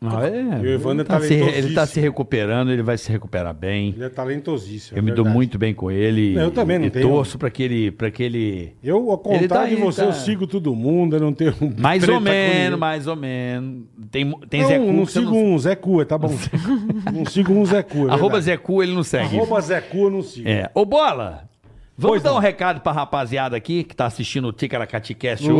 Não, é, E o Evandro é tá se, talentosíssimo. Ele tá se recuperando, ele vai se recuperar bem. Ele é talentosíssimo. é Eu me dou verdade. muito bem com ele. Eu também não e tenho- torço pra que ele... Pra que ele... Eu, ao contrário Ele tá aí, de você, tá. eu sigo todo mundo, eu não tenho. Mais treta ou com ninguém. menos, mais ou menos. Tem, tem Não, Zé Cu não que você sigo um Zé Cu, tá bom. não sigo um Zé Cu. é Arroba verdade. Zé Cu, ele não segue. Arroba Zé Cu, eu não sigo. É. Ô, Bola, vamos Pois dar um não. recado pra rapaziada aqui que tá assistindo o Ticaracaticast hoje?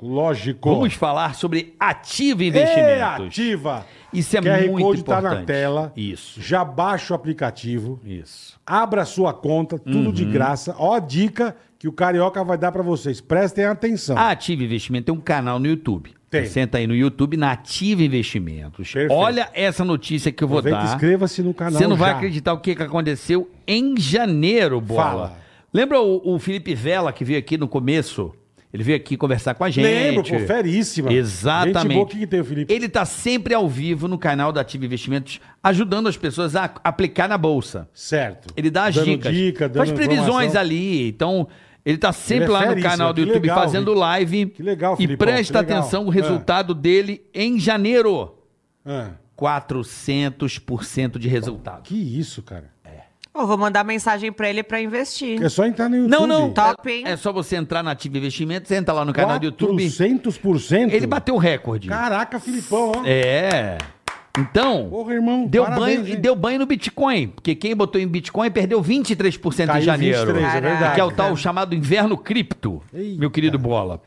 Lógico, lógico. Vamos falar sobre Ativa Ei, Investimentos. ativa. Isso é QR muito Code tá importante. na tela. Isso. Já baixa o aplicativo. Isso. Abra sua conta, tudo de Uhum. graça. Ó a dica que o Carioca vai dar pra vocês. Prestem atenção. A Ativa Investimento tem um canal no YouTube. Tem. Você Senta aí no YouTube na Ativa Investimentos. Perfeito. Olha essa notícia que eu vou Aproveita e dar. inscreva-se no canal Você não vai já. acreditar o que, que aconteceu em janeiro, Bola. Fala. Lembra o, o Felipe Vela que veio aqui no começo? Ele veio aqui conversar com a gente. Lembro, pô, feríssima. Exatamente. Gente boa, o que, que tem o Felipe? Ele está sempre ao vivo no canal da Ativa Investimentos, ajudando as pessoas a aplicar na bolsa. Certo. Ele dá as Dando dicas. Dica, faz dando previsões informação. ali. Então, ele tá sempre Ele é lá no feríssimo, canal do que YouTube legal, fazendo Vitor. live. Que legal, E Filipão, presta que legal. atenção o Ah. resultado dele em janeiro. Ah, 400% de resultado. que isso, cara. Ó, vou mandar mensagem pra ele pra investir. É só entrar no YouTube. Não, não. Top, é- hein? É só você entrar na Ativa Investimentos, entra lá no canal do YouTube. 400%? Ele bateu o recorde. Caraca, Filipão, ó. É. Então, Porra, irmão. deu, parabéns, banho, hein? deu banho no Bitcoin. Porque quem botou em Bitcoin perdeu 23% em Caiu janeiro. 23, é Caraca. verdade. que é o tal chamado inverno cripto, Eita. meu querido Bola.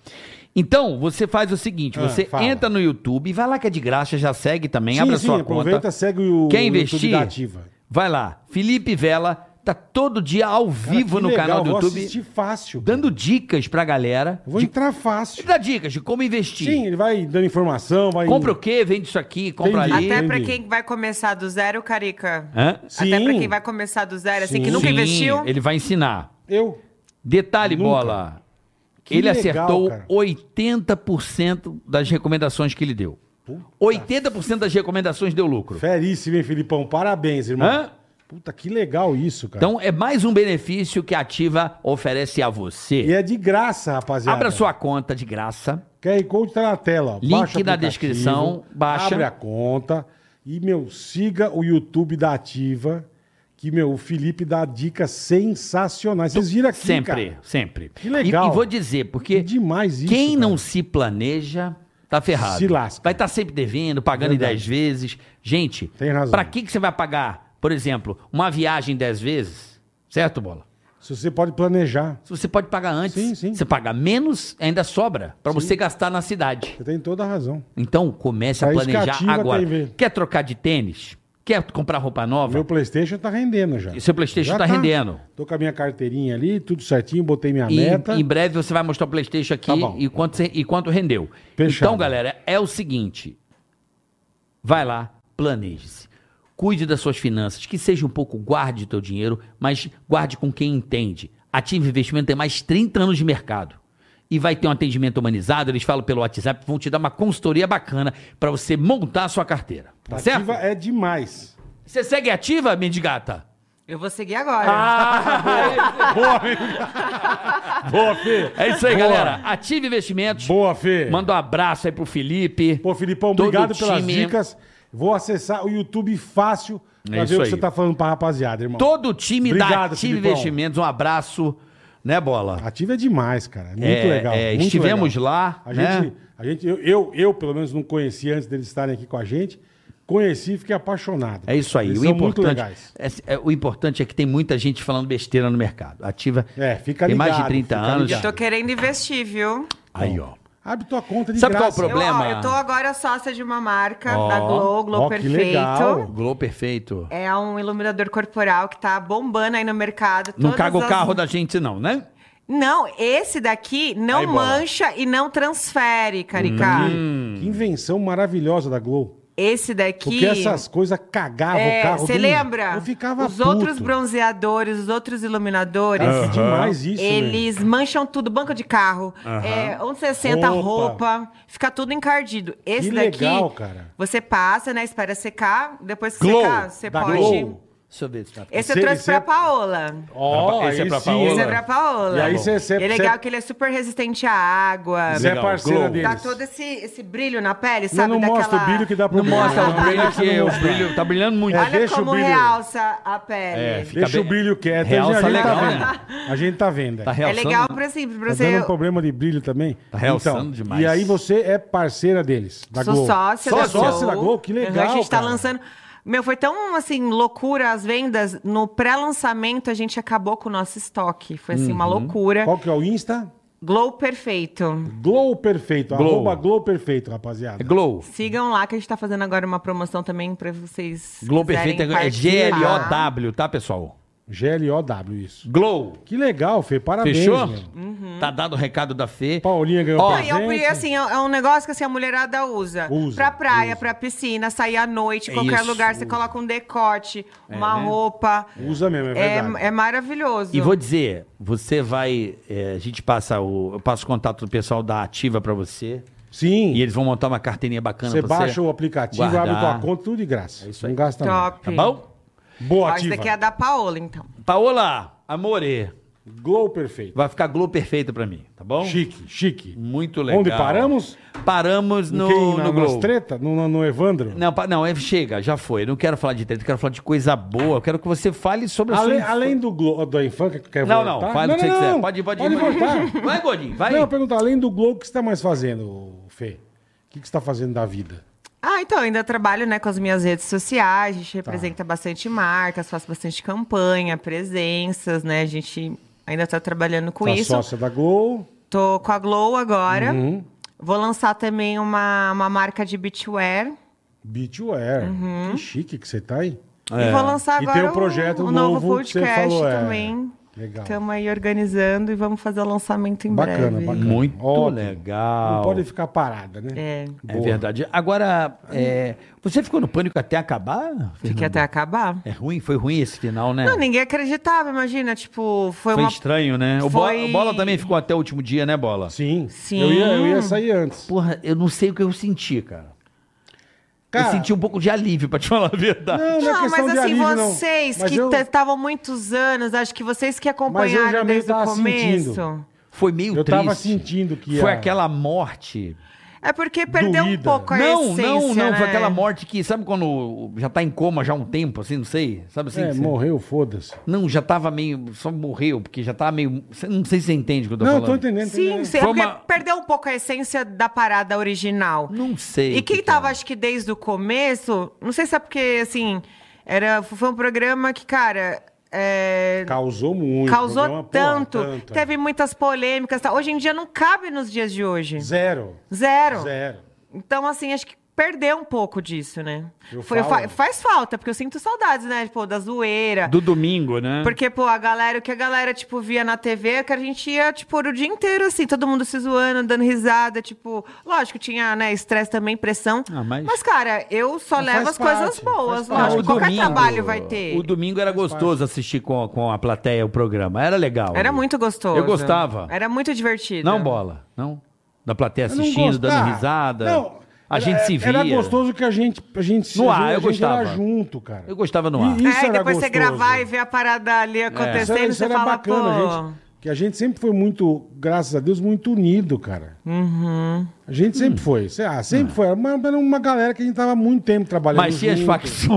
Então, você faz o seguinte, Ah, você fala. entra no YouTube, vai lá que é de graça, já segue também, Sim, abre a sim, sua aproveita, conta. segue o Quer o YouTube investir? da Ativa. Vai lá, Felipe Vela, tá todo dia ao Cara, vivo que no legal, canal do eu vou YouTube, assistir fácil. dando dicas pra galera. Eu Vou de- entrar fácil. Ele dá dicas de como investir. Sim, ele vai dando informação, vai... Compra o quê, vende isso aqui, compra Entendi. ali. Até pra Entendi. quem vai começar do zero, Carica. Hã? Até pra Sim. quem vai começar do zero, assim, Sim. que nunca Sim, investiu. ele vai ensinar. Eu. Detalhe, Nunca. bola. Que ele legal, acertou cara. 80% das recomendações que ele deu. 80% das recomendações deu lucro. Feríssimo, hein, Filipão? Parabéns, irmão. Hã? Puta, que legal isso, cara. Então é mais um benefício que a Ativa oferece a E você. é de graça, rapaziada. Abra sua conta de graça. QR Code tá na tela. ó. Link Baixa o na aplicativo, descrição, baixa. Abre a conta. E, meu, siga o YouTube da Ativa, que, meu, o Felipe dá dicas sensacionais. Vocês viram aqui, sempre, cara. sempre. Que legal. E, e vou dizer, porque Que demais isso, quem cara. não se planeja tá ferrado. Se lasca. Vai estar sempre devendo, pagando Verdade. em 10 vezes. Gente, Tem razão. pra que, que você vai pagar, por exemplo, uma viagem 10 vezes? Certo, Bola? Se você pode planejar. Se Você pode pagar antes. Sim, sim. Você paga menos, ainda sobra pra você gastar na cidade. Você tem toda a razão. Então comece É a isso que planejar ativa agora. tem ver. Quer trocar de tênis? Quer comprar roupa nova? Meu Playstation tá rendendo já. E seu PlayStation Já tá rendendo. Tô com a minha carteirinha ali, tudo certinho, botei minha E meta. em breve você vai mostrar o PlayStation aqui Tá bom. e, quanto, você- e quanto rendeu. Fechado. Então, galera, é o seguinte: vai lá, planeje-se. Cuide das suas finanças, que seja um pouco, guarde o teu dinheiro, mas guarde com quem entende. Ative Investimento tem mais 30 anos de mercado. E vai ter um atendimento humanizado, eles falam pelo WhatsApp, vão te dar uma consultoria bacana para você montar a sua carteira. Tá certo? Ativa é demais. Você segue ativa, mendigata? Eu vou seguir agora. Ah, Ah, Boa, amigo. Boa, Fê. É isso aí, Boa. galera. Ative Investimentos. Boa, Fê. Manda um abraço aí pro Felipe. Pô, Filipão, Todo obrigado o pelas time. dicas. Vou acessar o YouTube fácil pra É ver isso o que aí. você tá falando pra rapaziada, irmão. Todo o time da Obrigado, Ative Filipão. Investimentos, um abraço, né, Bola? Ativa é demais, cara. É Muito É, legal. é, muito estivemos legal. lá, A né? gente, a gente eu, eu, eu, pelo menos, não conhecia antes deles estarem aqui com a gente. Conheci e fiquei apaixonado. É isso aí. Eles o, são muito importante, legais. é- é- o importante é que tem muita gente falando besteira no mercado. Ativa É, fica tem mais de ligado, 30 fica anos. Eu ligado. tô querendo investir, viu? Aí, ó. Abre tua conta de Sabe qual é o graça. Eu, ó, Problema. eu tô agora sócia de uma marca Ó. da Glow, Glow Ó, que Perfeito. legal. Glow perfeito. É um iluminador corporal que tá bombando aí no mercado. Não Todas caga o as- carro da gente, não, né? Não, esse daqui não Aí, bola. mancha e não transfere, Carica. Hum. Que, que invenção maravilhosa da Glow. Esse Porque daqui. essas coisas cagavam o carro. Você do- É, lembra? Eu ficava os outros puto. bronzeadores, os outros iluminadores. É demais isso, velho. Eles mancham tudo, banco de carro, é, onde você senta, né? Roupa. roupa. fica tudo encardido. Esse Que daqui, legal, cara. você passa, né? Espera secar, depois que Glow, secar, você da pode. Glow. Deixa eu ver se tá. Esse Esse- eu trouxe esse pra é- Paola. Ó, Esse é aí pra sim, Paola? hein? Esse é pra Paola. E aí você- você- Ele é legal você- que ele é super resistente à água. Você é Legal, parceira Glow. deles. Dá todo esse, esse brilho na pele, Não, sabe? não Daquela... mostra o brilho que dá Não problema. mostra tá- o brilho Deixa Tá aqui, eu o mostrar. brilho tá brilhando muito. É, Olha deixa o como brilho. realça a pele. É, É, fica Deixa bem- o brilho quieto. Realça a gente legal, tá vendo. né? A gente tá vendo. Tá realçando. legal pra, assim, pra Tá você... dando um problema de brilho também? Então, Tá realçando demais. E aí você é parceira deles, da Sou Globo. sócia da Sócia Globo. da Globo? Uhum. Que legal, A gente tá cara. lançando... Meu, foi tão, assim, loucura as vendas. No pré-lançamento, a gente acabou com o nosso estoque. Foi, assim, uma loucura. Qual que é o Insta? Glow Perfeito. Glow Perfeito. Glow. Arroba Glow Perfeito, rapaziada. É Glow. Sigam lá, que a gente tá fazendo agora uma promoção também pra vocês Glow quiserem perfeito é participar. G-L-O-W, tá, pessoal? GLOW, isso. Glow. Que legal, Fê. Parabéns. Fechou? meu. Uhum. Tá dado o recado da Fê. Paulinha ganhou Ó, Não, e é um- presente. e assim, é é um negócio que assim, a mulherada usa. Usa, pra praia, usa. pra piscina, sair à noite, É qualquer isso, lugar, você usa. coloca um decote, uma né? roupa. É, Usa mesmo, é É, verdade. é maravilhoso. E vou dizer, você vai. é, a gente passa o. Eu passo o contato do pessoal da Ativa pra você. Sim. E eles vão montar uma carteirinha bacana Você pra baixa você. o aplicativo, guardar. abre tua conta, tudo de graça. É isso aí. Não gasta nada. Top. Tá bom? Boa, Ó, ativa. Esse daqui é a da Paola, então. Paola, amore. Glow perfeito. Vai ficar glow perfeita pra mim, tá bom? Chique, chique. Muito legal. Onde paramos? Paramos No, no, Quem, na, no nas Glow. treta? No, no- no Evandro? Não, pa- não, é- chega, já foi. Eu não quero falar de treta, eu quero falar de coisa boa. Eu quero que você fale sobre a sua além, infância. além do Glow, da infância que quer um Não, voltar? não, fala o que você quiser. Pode ir, pode ir. Pode pode ir. voltar. Vai, Gordinho, vai. Não, eu pergunto, além do Glow, o que você tá mais fazendo, Fê? O que que você tá fazendo da vida? Ah, então, eu ainda trabalho né, com as minhas redes sociais, a gente Tá. representa bastante marcas, faço bastante campanha, presenças, né? A gente ainda tá trabalhando com tá isso. sócia da Glow. Tô com a Glow agora. Uhum. Vou lançar também uma, uma marca de beachwear. Beachwear. Que chique que você tá aí. É. E vou lançar E Uhum. agora tem um projeto um, novo, novo que você podcast falou, é. também. Legal. Estamos aí organizando e vamos fazer o lançamento em Bacana, breve. bacana. Muito Ótimo. legal. Não pode ficar parada, né? É. É Boa. verdade. Agora, é, você ficou no pânico até acabar? Fiquei até acabar. É ruim? Foi ruim esse final, É. né? Não, ninguém acreditava, imagina, tipo, foi, foi uma estranho, né? O foi- Bola, o Bola também ficou até o último dia, né, Bola? Sim. Sim. Eu ia, eu ia sair antes. Porra, eu não sei o que eu senti, cara. Cara, Eu senti um pouco de alívio, pra te falar a verdade. Não, não é Não, questão mas de assim, alívio, não. vocês Mas que tá- eu- t- estavam muitos anos, acho que vocês que Mas eu já acompanharam meio desde o tava começo. sentindo. Foi meio Eu triste. tava sentindo que Foi a- aquela morte. É porque perdeu Doída. um pouco a não, essência, não, não. Foi né? aquela morte que, sabe quando já tá em coma já há um tempo, assim, não sei? Sabe assim? É, que você- morreu, foda-se. Não, já tava meio. Só morreu, porque já tava meio. Cê- Não sei se você entende o que eu tô Não, eu falando. tô entendendo. tô Sim, entendendo. sim, é Foi porque uma- perdeu um pouco a essência da parada original. Não sei. E o quem que que tava, é. acho que desde o começo, não sei se é porque, assim, era, foi um programa que, cara, é, Causou muito. causou programa, porra, tanto, tanto, é. teve muitas polêmicas. tá? Hoje em dia não cabe nos dias de hoje. Zero. Zero. Zero. Então, assim, acho que perdeu um pouco disso, né? Eu Foi- fa- falo. faz falta, porque eu sinto saudades, né? Pô, da zoeira. Do domingo, né? Porque, pô, a galera, o que a galera, tipo, via na TV é que a gente ia, tipo, o dia inteiro, assim, todo mundo se zoando, dando risada, tipo, lógico, tinha, né, estresse também, pressão. Ah, mas- mas... cara, eu só Mas levo faz as coisas parte, faz boas, parte. lógico. Ah, o Qualquer domingo- trabalho vai ter. O domingo era gostoso assistir com, com a plateia o programa. Era legal. Era muito gostoso. Eu gostava. Era muito divertido. Não, bola. Não. Da plateia Eu não assistindo, gosto- dando Ah, risada. não, A era- gente se via. Era gostoso que a gente, a gente se No ar, a eu gente gostava. Era junto, cara. Eu gostava no ar. É, e Isso era depois você gostoso. É. gravar e ver a parada ali acontecendo, Isso era, isso você era fala, bacana, pô... gente. Que a gente sempre foi muito, graças a Deus, muito unido, cara. uhum." A gente sempre Hum. foi. sei lá, sempre foi. Era uma, era uma galera que a gente tava há muito tempo trabalhando. Ah. Mas tinha as junto.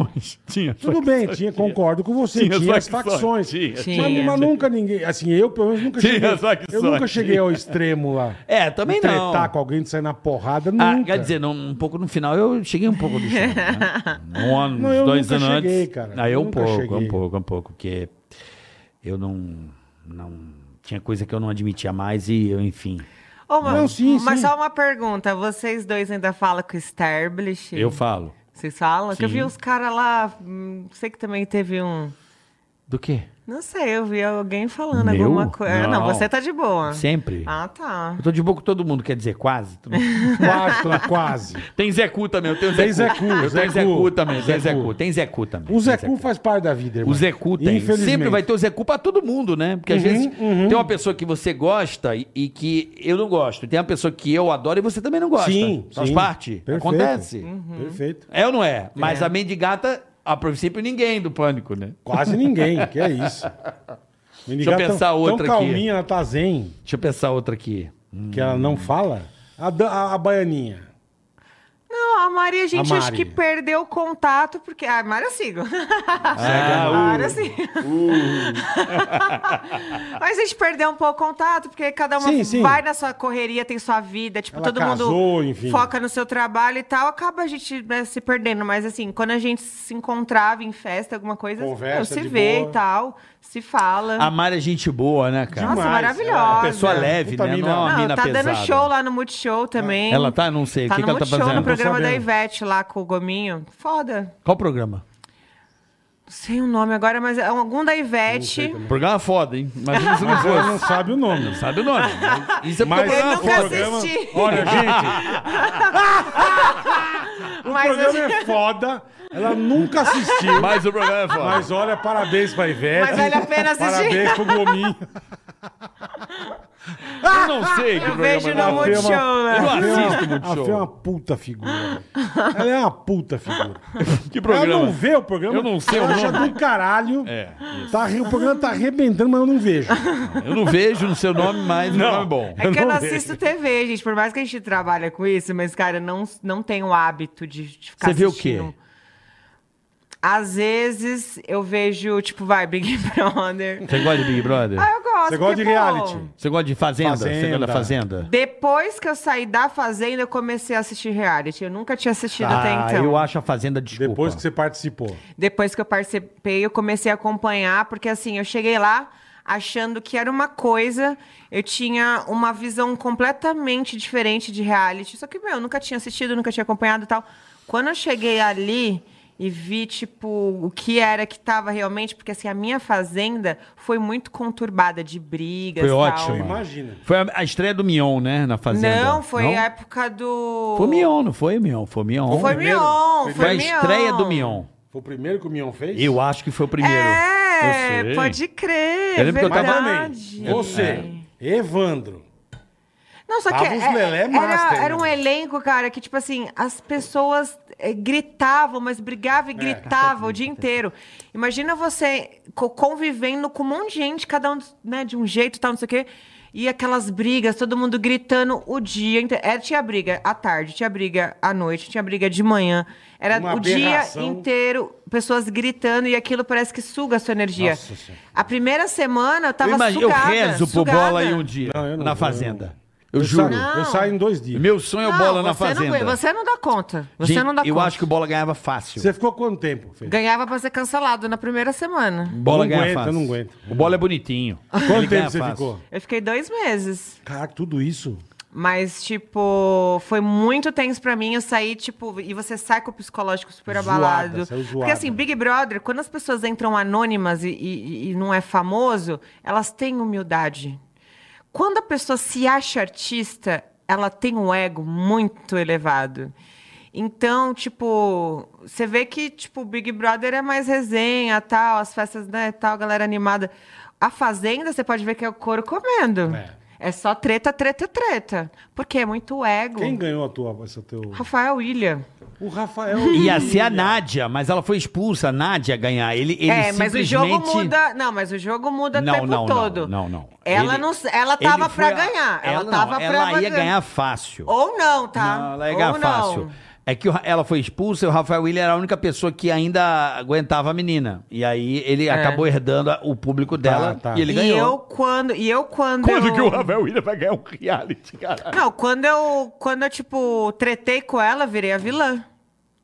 facções. Tinha. as Tudo bem, tinha, concordo com você. Tinha Tinha, as as facções, facções. tinha, Mas- tinha. Mas, nunca ninguém. Assim, eu pelo menos nunca Tinha cheguei. as facções, eu nunca cheguei tinha. ao extremo lá. É, também De tretar não. com alguém de sair na porrada, Ah, nunca. quer dizer, num- um pouco no final eu cheguei um pouco do chão, né? Um ano, Não, uns eu dois nunca anos cheguei, antes. cara. Aí Eu um nunca pouco, um cheguei. pouco, um pouco, porque eu não, não tinha coisa que eu não admitia mais e eu, enfim, Ô, mas- Não, sim, mas sim. só uma pergunta, vocês dois ainda falam com o Starblish? eu falo. Vocês falam? Que eu vi Sim. os caras lá. hum, Sei que também teve um. Do quê? Não sei, eu vi alguém falando Meu? alguma coisa. Não. Não. você tá de boa. Sempre. Ah, tá. Eu tô de boa com todo mundo, quer dizer, quase. todo mundo. Quase, tô- quase. Tem Zé Cu também, eu tenho Zé Tem Cu. Zé Cu, Eu Zé tenho Zé Cu. Cu também, Zé tem Zé Cu. Cu, tem Zé Cu também. O tem Zé Cu faz parte da vida, irmão. O Zé Cu tem. Infelizmente. Sempre vai ter o Zé Cu pra todo mundo, né? Porque às Uhum, vezes tem uma pessoa que você gosta e, e que eu não gosto. Tem uma pessoa que eu adoro e você também não gosta. Sim, Faz sim. parte. Perfeito. Uhum. Acontece. Perfeito. É ou não é? Mas a mendigata, a princípio, ninguém do pânico, né? Quase ninguém, que é isso. Deixa pensar outra tão aqui. calminha, ela tá zen, Deixa eu pensar outra aqui. que ela Hum. não fala. A, da- a, a baianinha. Não, a Maria, a gente A acho Mari. que perdeu o contato, porque. Ah, Mari eu sigo. Ah, a o- Mari é eu sigo. Mas a gente perdeu um pouco o contato, porque cada uma Sim, sim. vai na sua correria, tem sua vida, tipo, Ela todo casou, mundo enfim. foca no seu trabalho e tal, acaba a gente né, se perdendo. Mas assim, quando a gente se encontrava em festa, alguma coisa, Conversa se de vê boa. e tal, se fala. A Mari é gente boa, né, cara? Ah. Nossa, Demais, maravilhosa. ela é uma Pessoa leve, Puta né? mina. Não é uma Não, mina tá pesada. dando show lá no Multishow também. Ela tá? Não sei. O Tá que no que ela tá Multishow, fazendo? no programa da sabendo. Ivete lá com o Gominho. Foda. Qual programa? Não sei o nome agora, mas é algum da Não sei Ivete. também. Programa é foda, hein? Imagina se não Mas fosse. ela não sabe o nome. Sabe o nome? Isso é Mas- porque Eu programa nunca foda. assisti. Olha, gente, o mas eu- programa é foda. Ela nunca assistiu. Mas, Mas o programa é foda. olha, parabéns pra Ivete. Mas vale a pena assistir. Parabéns pro Gominho. eu não sei que Eu programa vejo é no foda. Fê é uma- Multishow, Eu né? não assisto A Fê é uma- A Fê é uma Multishow. puta figura. Ela é uma puta figura. Que Ela programa? não vê o programa. Eu não sei ela o acha nome. do caralho. É, isso. Tá, arre- o programa tá arrebentando, mas eu não vejo. Eu não vejo no seu nome, mas o nome é bom. É que eu não não vejo. assisto TV, gente. Por mais que a gente trabalhe com isso, mas, cara, eu não, não tenho o hábito de, de ficar Você vê o assistindo. quê? Às vezes eu vejo, tipo, vai, Big Brother. Você gosta de Big Brother? Ah, eu gosto. Você gosta porque de é bom. reality? Você gosta de Fazenda? Você gosta Fazenda. da Fazenda? Depois que eu saí da Fazenda, eu comecei a assistir reality. Eu nunca tinha assistido até Ah, então. eu acho a Fazenda desculpa. Depois que você participou. Depois que eu participei, eu comecei a acompanhar, porque assim, eu cheguei lá achando que era uma coisa, eu tinha uma visão completamente diferente de reality. Só que, meu, eu nunca tinha assistido, nunca tinha acompanhado e tal. Quando eu cheguei ali e vi, tipo, o que era que tava realmente, porque assim, a minha fazenda foi muito conturbada de brigas Foi tal. ótimo. Imagina. Foi a, a estreia do Mion, né? Na Fazenda. Não, foi a época do. Foi o Mion, não foi Mion? Foi Mion. Foi primeiro? Mion, foi, Foi a Mion. estreia do Mion. Foi o primeiro que o Mion fez? Eu acho que foi o primeiro. É, Eu sei. pode crer. Eu lembro que eu Mas tava- verdade. também, É. você, Evandro. Não, só que Tava os é- Lelé master, era, era um né? elenco, cara, que, tipo assim, as pessoas é, gritavam, mas brigavam e É. gritavam o dia inteiro. Imagina você co- convivendo com um monte de gente, cada um né, de um jeito e tal, não sei o quê. E aquelas brigas, todo mundo gritando o dia inteiro. É, tinha briga à tarde, tinha briga à noite, tinha briga de manhã. Era Uma o dia aberração. inteiro, pessoas gritando, e aquilo parece que suga a sua energia. Nossa Senhora. a primeira semana eu tava Eu, imagino- eu sugada, rezo por sugada. bola em um dia. Não, eu não na vou, eu Fazenda. não. Eu, saio- juro. eu saio em dois dias. Meu sonho é o bola na você não Fazenda. aguenta, você não dá conta. Você Gente, não dá eu conta. acho que o bola ganhava fácil. Você ficou quanto tempo? Fê? Ganhava pra ser cancelado na primeira semana. Bola Eu não ganha aguento, fácil. eu não aguento. O bola é bonitinho. Ele ganha Quanto tempo você fácil. ficou? Eu fiquei dois meses. Caraca, tudo isso? Mas, tipo, foi muito tenso pra mim. Eu saí, tipo, e você sai com o psicológico super Zoada, abalado. saiu Porque zoada. assim, Big Brother, quando as pessoas entram anônimas e, e- e não é famoso, elas têm humildade. Quando a pessoa se acha artista, ela tem um ego muito elevado. Então, tipo, você vê que, tipo, o Big Brother é mais resenha, tal, as festas, né, tal, galera animada. A Fazenda, você pode ver que é o couro comendo. É. É. só treta, treta, treta. Porque é muito ego. Quem ganhou a tua, essa teu... Rafael William. O Rafael. Ia ser a Nádia, mas ela foi expulsa, a Nádia ganhar. Ele, ele é, mas o jogo simplesmente- muda. Não, mas o jogo muda Não, o tempo não, não, todo. não, não. Ela Ele- não, ela tava Ele foi pra a- ganhar. Ela, não, tava pra Ela ia ganhar fácil. Ou não, tá? Não, ela ia Ou ganhar não. fácil. É que o Ra- ela foi expulsa e o Rafael Willian era a única pessoa que ainda aguentava a menina. E aí ele acabou herdando a- o público dela tá. e ele ganhou. É. E eu quando, e eu quando, eu... Rafael Willian vai ganhar um reality, cara? Não, quando eu, quando eu tipo tretei com ela, virei a vilã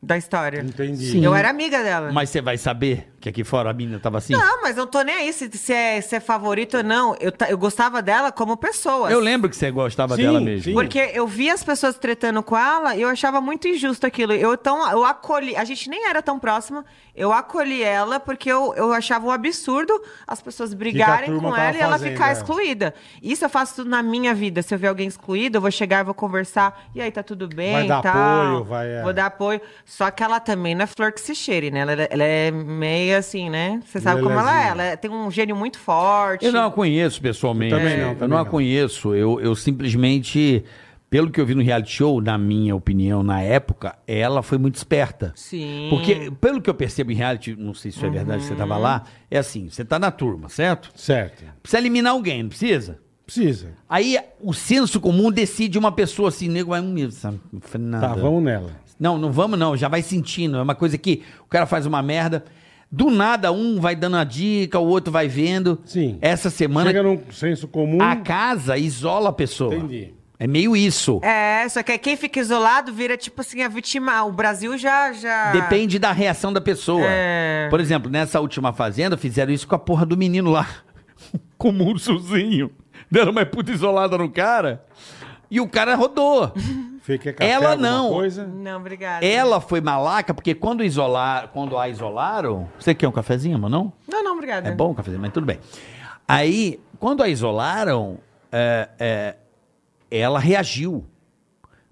da história. Entendi. Sim. Eu era amiga dela. Mas você vai saber que aqui fora a menina tava assim? Não, mas eu não tô nem aí se, se, é, se é favorito ou não. Eu, ta- eu gostava dela como pessoa. assim. Eu lembro que você gostava Sim, dela mesmo. sim. Porque eu vi as pessoas tretando com ela e eu achava muito injusto aquilo. Eu, tão, eu acolhi, a gente nem era tão próxima, eu acolhi ela porque eu, eu achava um absurdo as pessoas brigarem turma com tava ela e ela fazendo, ficar é. excluída. Isso eu faço tudo na minha vida. Se eu ver alguém excluído, eu vou chegar, eu vou conversar. E aí, tá tudo bem? Vai dar tal. apoio, vai, é. Vou dar apoio. Só que ela também não é flor que se cheire, né? Ela, ela é meio assim, né? Você sabe como ela é. Lelezinha. Ela tem um gênio muito forte. Eu não a conheço pessoalmente. Eu também não, Eu também não a não. conheço. Eu, eu simplesmente, pelo que eu vi no reality show, na minha opinião, na época, ela foi muito esperta. Sim. Porque, pelo que eu percebo em reality, não sei se isso é verdade, você tava lá, é assim, você tá na turma, certo? Certo. Precisa eliminar alguém, não precisa? Precisa. Aí o senso comum decide uma pessoa assim, nego, vai um Tá, vamos nela. Não, não vamos não, já vai sentindo. É uma coisa que o cara faz uma merda. Do nada, um vai dando a dica, o outro vai vendo. Sim. Essa semana Chega num senso comum. a casa isola a pessoa. Hum. Entendi. É meio isso. É, só que aí quem fica isolado vira tipo assim a vítima. O Brasil já. já... Depende da reação da pessoa. É. Por exemplo, nessa última fazenda, fizeram isso com a porra do menino lá. com um o ursozinho. Deram uma puta isolada no cara. E o cara rodou. Fê, quer café, Ela alguma não. Coisa? Não, obrigada. Ela foi malaca porque quando, isolar, quando a isolaram. Você quer um cafezinho, mano? Não? Não, não, obrigada. É bom o cafezinho, mas tudo bem. Aí, quando a isolaram, é, é, ela reagiu.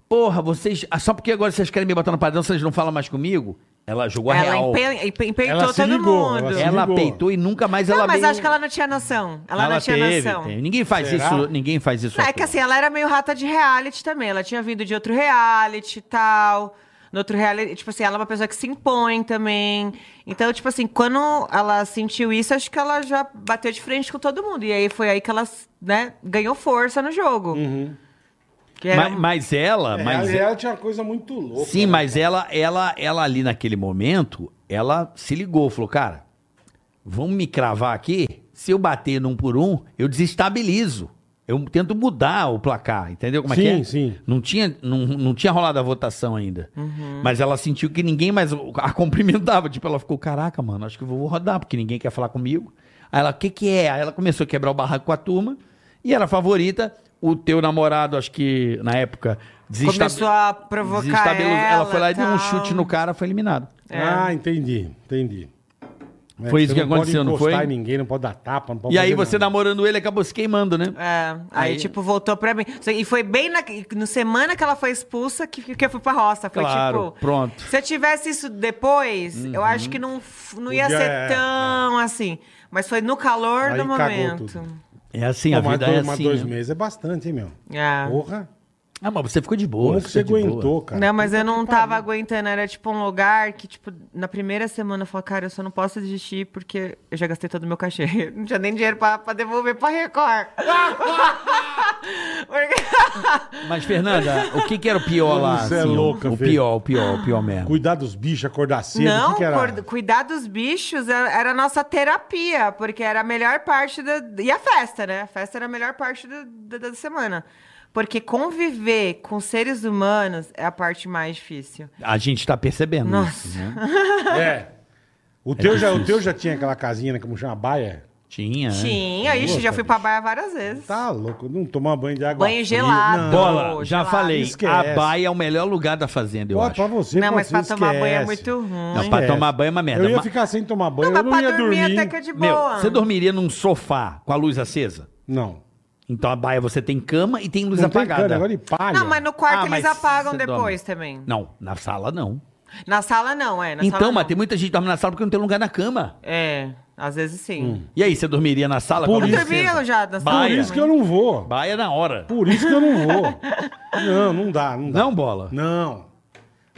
Porra, vocês. ah, Só porque agora vocês querem me botar no padrão, vocês não falam mais comigo? Ela jogou a Ela real. empe- empe- empeitou Ela se todo ligou, mundo. ela se Ela ligou. peitou e nunca mais Não, ela mas veio- acho que ela não tinha noção. Ela, não tinha teve, noção. teve. Ninguém faz Será? isso, ninguém faz isso. Não, à é que toa. assim, ela era meio rata de reality também. Ela tinha vindo de outro reality e tal. No outro reality, tipo assim, ela é uma pessoa que se impõe também. Então, tipo assim, quando ela sentiu isso, acho que ela já bateu de frente com todo mundo. E aí foi aí que ela, né, ganhou força no jogo. Uhum. Que era mas, mas ela, É, mas mas ela tinha uma coisa muito louca. Sim, né? mas é- ela, ela, ela ali naquele momento, ela se ligou, falou, cara, vamos me cravar aqui. Se eu bater num por um, eu desestabilizo. Eu tento mudar o placar, entendeu como Sim, é que é? sim. Não tinha, não, não tinha rolado a votação ainda. Uhum. Mas ela sentiu que ninguém mais a cumprimentava. Tipo, ela ficou, caraca, mano, acho que eu vou rodar, porque ninguém quer falar comigo. Aí ela, o que que é? Aí ela começou a quebrar o barraco com a turma. E era a favorita. O teu namorado, acho que na época... desestabi- Começou a provocar desestabilizou. ela, foi lá e deu tal. um É. chute no cara, foi eliminado. Ah, entendi, entendi. É, Foi isso você que aconteceu, não Não foi? pode encostar em ninguém, não pode dar tapa, não pode E aí fazer você nada. namorando ele acabou se queimando, né? É, aí, Aí- tipo, voltou pra mim. E foi bem na no semana que ela foi expulsa que, que eu fui pra roça. Foi Claro, tipo. pronto. Uhum. Se eu tivesse isso depois, eu acho que não, f- não ia Podia- ser tão assim. Mas foi no calor Aí do cagou momento. tudo. É assim, Pô, a mas vida dois, é mas assim. dois né? meses é bastante, hein, meu? É. Porra, Ah, mas você ficou de boa. como que você ficou de boa. aguentou, cara? não, mas eu não tava aguentando. Era tipo um lugar que, tipo, na primeira semana eu falei, cara, eu só não posso desistir porque eu já gastei todo o meu cachê. Não tinha nem dinheiro pra, pra devolver pra Record. Porque- Mas, Fernanda, o que que era o pior lá? Você é assim, o- louca, o, Fê. pior, o pior, o pior mesmo. Cuidar dos bichos, acordar cedo, o Não, que que era? cuid- cuidar dos bichos era, era a nossa terapia, porque era a melhor parte da. E a festa, né? A festa era a melhor parte do- da, da semana. Porque conviver com seres humanos é a parte mais difícil. A gente tá percebendo Nossa. isso, né? É. O teu, já, o teu já tinha aquela casinha, né, como chama, baia? Tinha, né? Tinha, ixi, Nossa, já fui pra baia várias vezes. É. Tá louco, não tomar banho de água Banho fria, gelado. não. Bola, já gelado. falei, Esquece. a baia é o melhor lugar da fazenda, eu Ó, acho. pra você, Não, pra mas você, pra tomar banho é esquece. muito ruim. Não, pra Esquece. tomar banho é uma merda, Eu ia mas- ficar sem tomar Não, banho, mas eu não pra ia dormir, dormir. até que é de Meu, boa. você dormiria num sofá com a luz acesa? Não, Então a baia você tem cama e tem luz não tem apagada. cana, agora de palha. Não, mas no quarto Ah, mas eles apagam você depois dorme. também. Não, na sala não. Na sala não, é. Na então, sala mas não. tem muita gente que dorme na sala porque não tem lugar na cama. É, às vezes sim. E aí, você dormiria na sala? Hum. Por com a luz isso- acesa? Eu dormia já na sala Por Baia. isso que eu não vou. Baia na hora. Por isso que eu não vou. Não, não dá, não dá. Não, bola. Não.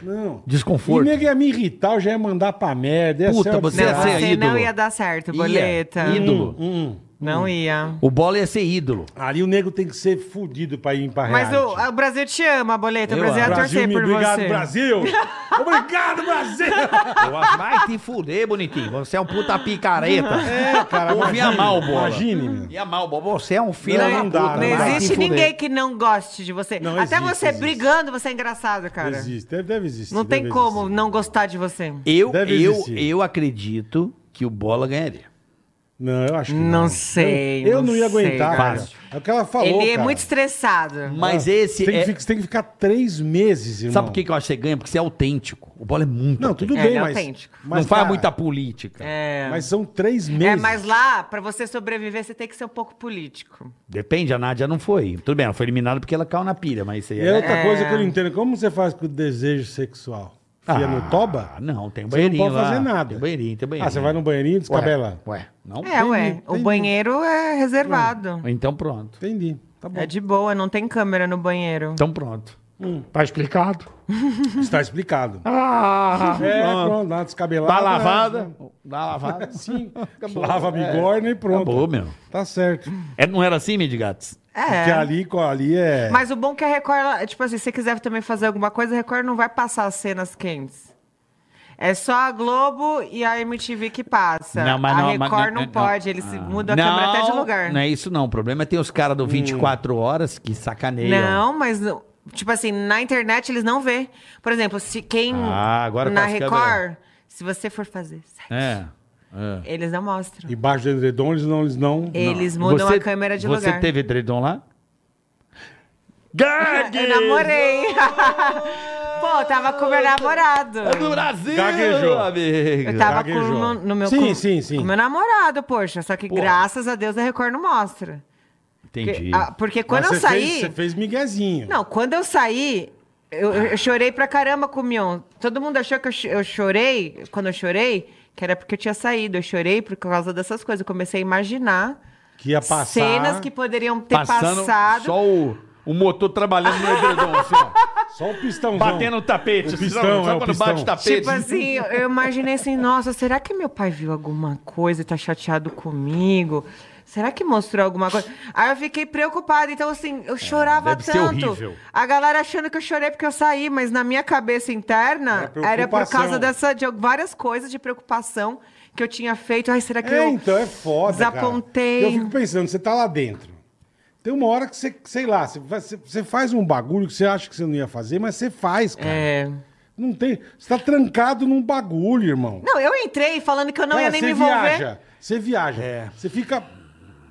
Não. Desconforto. E nego ia me irritar, eu já ia mandar pra merda. ia Puta, ser uma você Não, ia desgraça. ser você não ídolo. ia dar certo, Ia. boleta. Ídolo. Hum, hum. Não ia. O bola ia ser ídolo. Ali o nego tem que ser fudido pra ir pra Mas reality. o, o Brasil te ama, boleta. O Eu Brasil ia acho. torcer me- por Obrigado, você. Brasil! Obrigado, Brasil! Eu acho, vai te fuder, bonitinho. Você é um puta picareta. É, cara, Ouvi a imagine, mal, bola. imagine, meu. Ia mal, bola. Você é um filho Não, da não dá, puta. não Não vai te existe fuder. ninguém que não goste de você. Não Até existe, você existe. brigando, você é engraçado, cara. Existe, deve, deve existir. Não tem deve como existir. não gostar de você. Eu, Deve eu, existir. eu acredito que o bola ganharia. Não, eu acho que Não sei, Eu, eu não, não ia sei, aguentar, cara. cara. É o que ela falou, Ele é cara. Ah, muito estressado. Mas esse Tem, é... que, fi- tem que ficar três meses, irmão. Sabe por que que eu acho que você ganha? Porque você é autêntico. O bola é muito Não, autêntico. tudo É, ele bem, é mas... autêntico. Não faz cara, muita política. É. Mas são três meses. É, mas lá, pra você sobreviver, você tem que ser um pouco político. Depende, a Nádia não foi. Tudo bem, ela foi eliminada porque ela caiu na pilha, mas isso aí E é é... outra coisa que eu não entendo. Como você faz com o desejo sexual? Ah. Fia no toba? Não, tem um Você não banheirinho pode lá. fazer nada. Tem um banheirinho, tem banheirinho. Ah, você vai no banheirinho e descabela? Ué, ué, não? É, ué. O entendi. banheiro é reservado. Então pronto. Entendi. Tá bom. É de boa, não tem câmera no banheiro. Então pronto. Hum. Tá explicado? Está explicado. Ah, É, pronto, dá uma descabelada. né? Dá Tá lavada. Dá lavada. Sim. Lava a bigorna e pronto. Acabou, meu. Tá certo. É, não era assim, Medigatos? É. Porque ali, co- ali é. Mas o bom que a Record, ela- tipo assim, se você quiser também fazer alguma coisa, a Record não vai passar as cenas quentes. É só a Globo e a MTV que passa. Não, mas Tá. a não, mas Record não- não, não- Ah. pode, eles se- mudam a câmera até de lugar. Não é isso, não. O problema é tem os caras Hum. do 24 horas que sacaneiam. Não, mas não- tipo assim, na internet eles não vê. Por exemplo, se quem Ah, agora com na as Record, câmeras. se você for fazer, sexo, É. é. eles não mostram. Embaixo do edredom, eles não. Eles não... Eles mudam Você- a câmera de você lugar. Você teve edredom lá? Gag! Ah, Eu namorei. Pô, tava com meu namorado. É do Brasil, Gaguejou. amigo. Eu tava com Gaguejou. o meu- no meu Sim, com- sim, sim. com meu namorado, poxa. Só que graças a Deus a Record não mostra. Entendi. Porque, ah, porque quando Mas eu você saí. Fez, você fez miguezinho. Não, quando eu saí, eu, eu chorei pra caramba com o Mion. Todo mundo achou que eu, cho- eu chorei, quando eu chorei, que era porque eu tinha saído. Eu chorei por causa dessas coisas. Eu comecei a imaginar Que ia passar. cenas que poderiam ter Passando passado. só o, o motor trabalhando no edredom, assim, ó. Só o pistãozão. Batendo o tapete. assim, O pistão, sabe é, o quando bate pistão. o tapete? Tipo assim, eu- eu imaginei assim, nossa, será que meu pai viu alguma coisa e tá chateado comigo? Será que mostrou alguma coisa? Aí eu fiquei preocupada, então assim, É, eu chorava deve ser tanto. horrível. A galera achando que eu chorei porque eu saí, mas na minha cabeça interna era Era por É preocupação. causa dessa de várias coisas de preocupação que eu tinha feito. Ai, será que É, eu então é foda. cara. desapontei. Eu fico pensando, você tá lá dentro. Tem uma hora que você, sei lá, você, vai- você- você faz um bagulho que você acha que você não ia fazer, mas você faz, cara. É. Não tem. Você tá trancado num bagulho, irmão. Não, eu entrei falando que eu não Cara, ia nem você me envolver. É. Viaja, você viaja. Você fica,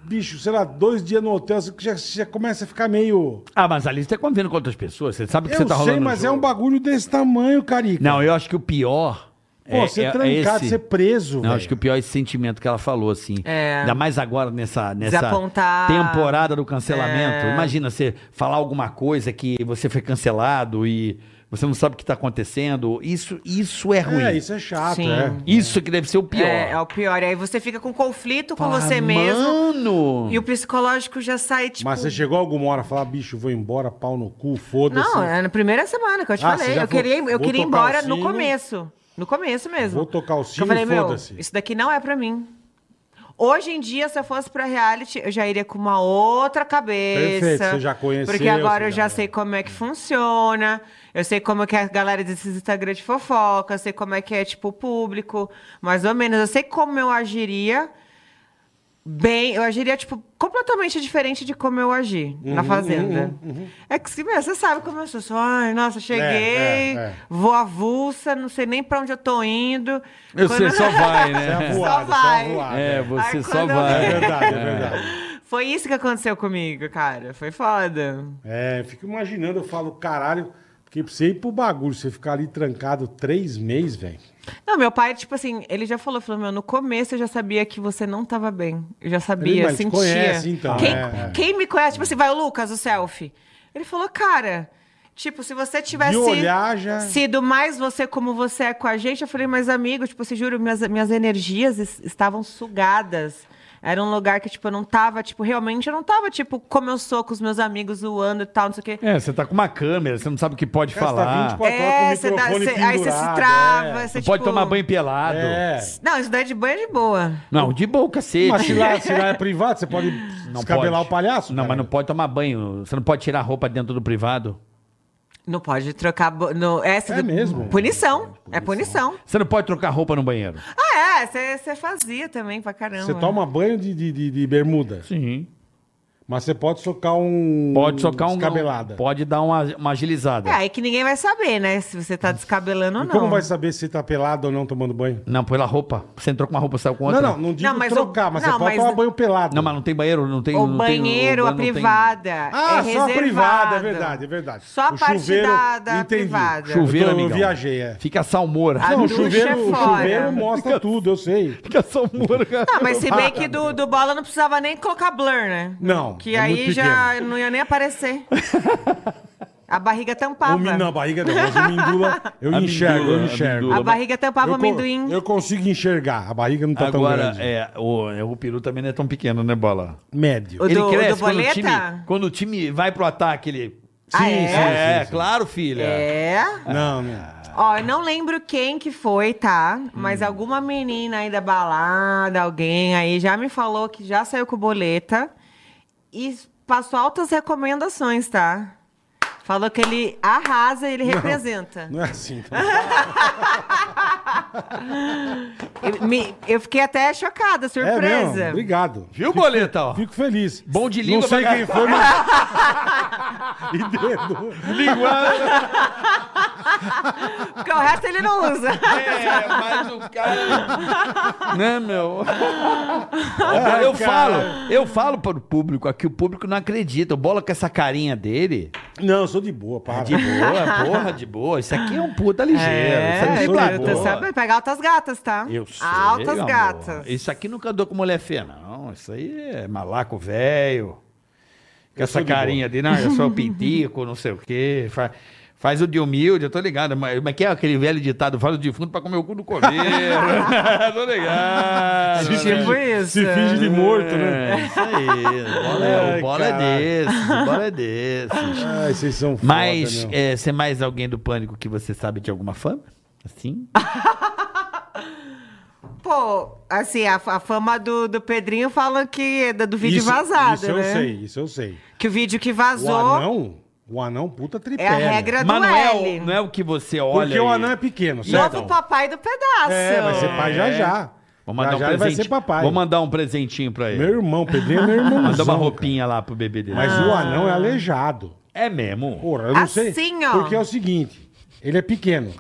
bicho, sei lá, dois dias no hotel, você já, já começa a ficar meio. Ah, mas ali você tá convivendo com outras pessoas. Você sabe o que você Eu tá rolando sei, no mas é jogo. um bagulho desse tamanho, Carica. Não, eu acho que o pior. Pô, é, você é- é trancado, esse. você preso. Não, velho. acho que o pior é esse sentimento que ela falou, assim. É. Ainda mais agora nessa, nessa Desapontar. temporada do cancelamento. É. Imagina você falar alguma coisa que você foi cancelado e você não sabe o que tá acontecendo. Isso, isso é ruim. É, isso... isso é chato, Sim. é. que deve ser o pior. É, é o pior. E aí você fica com conflito com Fala, você mesmo. Mano! E o psicológico já sai, tipo. Mas você chegou alguma hora a falar, bicho, vou embora, pau no cu, foda-se. Não, é na primeira semana que eu te Ah, você falei. já Eu queria, falou, eu vou queria ir tocar embora o no sino. começo. No começo mesmo. Vou tocar o sino Eu falei, e meu, foda-se." isso daqui não é pra mim. Hoje em dia, se eu fosse pra reality, eu já iria com uma outra cabeça. Perfeito, você já conheceu, Porque agora você eu já- já sei como é que funciona. Eu sei como é que é a galera desses Instagram de fofoca. Eu sei como é que é, tipo, o público. Mais ou menos. Eu sei como eu agiria. Bem, eu agiria, tipo, completamente diferente de como eu agi Uhum, na Fazenda. É que, se- meu, você sabe como eu sou. sou ai, nossa, cheguei, É, é, é. vou avulsa, não sei nem pra onde eu tô indo. Eu sei, só vai, Você é né? Só voado, você vai. é voado. É, É, você Ai, só quando eu- vai. é verdade, é verdade. Foi isso que aconteceu comigo, cara. Foi foda. É, eu fico imaginando, eu falo, caralho, porque pra você ir pro bagulho, você ficar ali trancado três meses, velho. Não, meu pai, tipo assim, ele já falou, falou, meu, no começo eu já sabia que você não tava bem. Eu já sabia, Ele, mas te sentia. conhece, então, Quem, é. quem me conhece, tipo assim, vai o Lucas, o selfie. Ele falou, cara, tipo, se você tivesse De olhar já. sido mais você como você é com a gente, eu falei, mas amigo, tipo, se juro, minhas, minhas energias es- estavam sugadas. Era um lugar que, tipo, eu não tava, tipo, realmente eu não tava, tipo, como eu sou com os meus amigos, zoando e tal, não sei o quê. É, você tá com uma câmera, você não sabe o que pode Cara, você tá falar. 24 horas com o É, cê dá- microfone cê- aí você se pendurado, trava, é. você, Não pode tipo, tomar banho pelado. É. Não, isso daí de banho é de boa. Não, de boa, cacete. Mas se lá, se lá é privado, você pode Não descabelar pode. o palhaço? Não, cara? mas não pode tomar banho. Você não pode tirar a roupa dentro do privado. Não pode trocar. bo- No, essa É mesmo? Punição. É punição. Você não pode trocar roupa no banheiro. Ah, é. Você fazia também pra caramba. Você toma banho de, de, de- de bermuda, Sim. mas você pode socar um. Pode socar um. Descabelada. Pode dar uma, uma agilizada. É, aí que ninguém vai saber, né? Se você tá descabelando ou E não. como vai saber se tá pelado ou não tomando banho? Não, pela roupa. Você entrou com uma roupa, saiu com outra. Não, não, não digo Não, mas o- trocar, mas não, você pode mas- tomar banho pelado. Não, mas não tem banheiro, não tem. O não tem- banheiro, o a banho não tem- privada. Ah, é só a privada, é reservado. verdade, é verdade. Só a O parte chuveiro, da, da entendi. privada. Chuveiro, Eu tô- eu amigão. viajei, é. Fica salmoura. Ah, Não, o Ducha é chuveiro, o fora. chuveiro mostra tudo, eu sei. Fica salmoura, cara. Ah, mas se bem que do, do bola não precisava nem colocar blur, né? Não, Que é aí muito já não ia nem aparecer. a barriga tampava. O mi- não, a barriga não, mas o mindula, eu A enxergo, eu mindula, enxergo. mindula. A barriga tampava né? eu, o co- amendoim. eu consigo enxergar, a barriga não tá tão Agora, grande. é, o, é, o peru também não é tão pequeno, né, bola? Médio. O Ele do- cresce do quando o, boleta? time, quando o time vai pro ataque, ele. Ah, é, é? claro, filha. É. Não, não. Ó, eu não lembro quem que foi, tá? Mas Hum. alguma menina aí da balada, alguém aí já me falou que já saiu com boleta e passou altas recomendações, tá? Falou que ele arrasa e ele representa. Não é assim. Então. Eu, me- eu fiquei até chocada, É surpresa. mesmo, obrigado. Viu, boleta? Ó? Fico feliz. Bom de língua Não sei pra quem foi, mas... e dedo. Língua. Porque o resto ele não usa. É, mas o cara. Né, meu? eu falo, eu falo para o público aqui, o público não acredita. O bola com essa carinha dele. Não, eu sou de boa, para. De boa, porra, de boa. Isso aqui é um puta ligeiro. isso É, aqui eu tá tô- tu, tu boa. sabe pegar altas gatas, tá? Eu sei, Altas amor. gatas. Isso aqui nunca andou com mulher feia, não. Isso aí é malaco velho. Com Eu sou essa de boa. carinha de, não, eu sou pintico, não sei o quê. Fa- Faz, o de humilde, eu tô ligado. Mas mas que é aquele velho ditado, faz o defunto pra comer o cu do coveiro. tô ligado. Tipo isso. é Se finge de morto, né? É, isso aí. O bola é, Ai, o bola é caralho. desses, o bola é desses. Ai, vocês são foda, Mas, meu. é, você é mais alguém do pânico que você sabe de alguma fama? Assim? Pô, assim, a, a fama do, do Pedrinho falam que é do do vídeo Isso- vazado, isso né? eu sei, isso eu sei. Que o vídeo que O vazou anão, o anão puta tripé. é a né? regra Mas do não é, o, L. não é o que você olha. Porque o e- anão é pequeno, né? certo? Novo papai do pedaço. É, vai ser pai já já. Vou mandar já um já ele vai presente. ser papai. Vou mandar um presentinho pra ele. Meu irmão, Pedrinho é meu irmão. Mandar uma roupinha lá pro bebê dele. Mas o anão é aleijado. É mesmo? Porra, eu não Ah. Assim, sei. ó. Porque é o seguinte, ele é pequeno.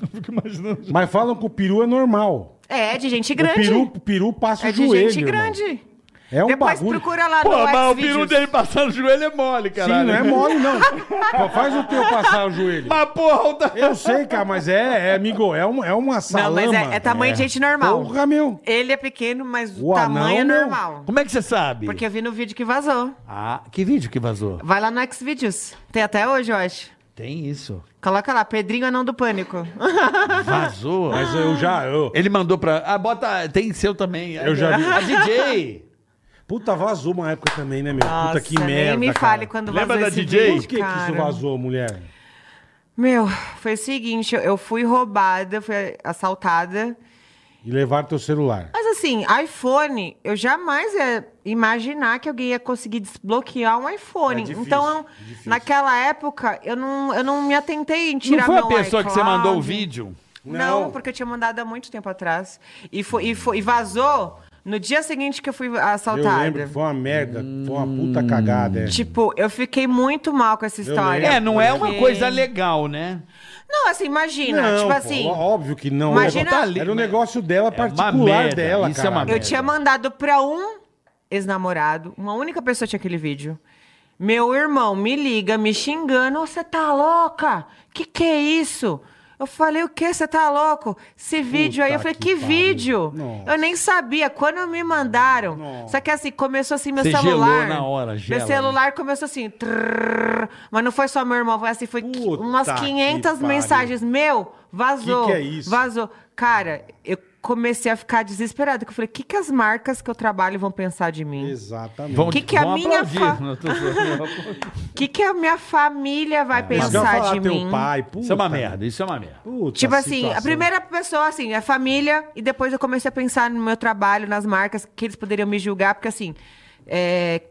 Mas falam que o peru é normal. É, de gente O grande. peru, o peru passa é o de joelho, gente irmão. grande. É um Depois bagulho. procura lá no Xvideos. passando o joelho é mole, Sim, não é mole, não. Pô, Faz o teu passar o joelho. Mas porra, o da... Eu sei, cara, mas é, é amigo, é, um, é uma Não, salama. mas é, é tamanho de gente normal. Porra, meu. Ele é pequeno, mas o, O tamanho é anão, não. normal. Como é que você sabe? Porque eu vi no vídeo que vazou. Ah, que vídeo que vazou? Vai lá no Xvideos. Tem até hoje, eu acho. Tem isso. Coloca lá, Pedrinho Anão do Pânico. Vazou. Mas eu já... eu- Ele mandou pra... Ah, bota... Tem seu também. Ah, Eu já vi. A DJ. Puta, vazou uma época também, né, meu? Nossa, Puta, que merda, nem me cara. fale quando Lembra vazou da esse DJ? vídeo, Por que, que cara. isso vazou, mulher? Meu, foi o seguinte, eu- eu fui roubada, fui assaltada. E levaram teu celular. Mas assim, iPhone, eu jamais ia imaginar que alguém ia conseguir desbloquear um iPhone. É difícil, então, difícil. naquela época, eu não, eu não me atentei em Não tirar foi a meu pessoa que você iCloud. mandou o vídeo? Não, Não. porque eu tinha mandado há muito tempo atrás. E, foi, e, foi, e vazou no dia seguinte que eu fui assaltada. Eu lembro que foi uma merda, foi uma puta cagada, é. Hum. Tipo, eu fiquei muito mal com essa história. É, não é uma Porque- coisa legal, né? Não, assim, imagina. Não, tipo pô, assim, óbvio que não. Imagina- Tá Era o- Era o negócio dela, é uma particular merda, dela, isso é cara. uma eu merda. tinha mandado pra um ex-namorado, uma única pessoa tinha aquele vídeo. Meu irmão me liga me xingando, "Ô, você tá louca? Que que é isso? Eu falei, o que? Você tá louco? Esse vídeo aí. Eu falei, que que, pariu. vídeo? Nossa. Eu nem sabia. Quando me mandaram. Nossa. Só que assim, começou assim meu Você celular. gelou na hora, gela, Meu né? celular começou assim. trrr, mas não foi só meu irmão, foi assim, foi qui- Puta umas que 500 pariu. mensagens. Meu, vazou. Que que é isso? Vazou vazou. Cara, eu comecei a ficar desesperada. que Eu falei, o que, que as marcas que eu trabalho vão pensar de mim? Exatamente. Vão- Que que é a vão minha aplaudir. fa- Não, tô zoando. O que, que a minha família É. vai Isso que eu ia pensar falar, de teu mim? pai, puta, Isso é uma merda, isso é uma merda. Puta Tipo assim, a situação. primeira pessoa, assim, é família, e depois eu comecei a pensar no meu trabalho, nas marcas, que eles poderiam me julgar, porque assim, é,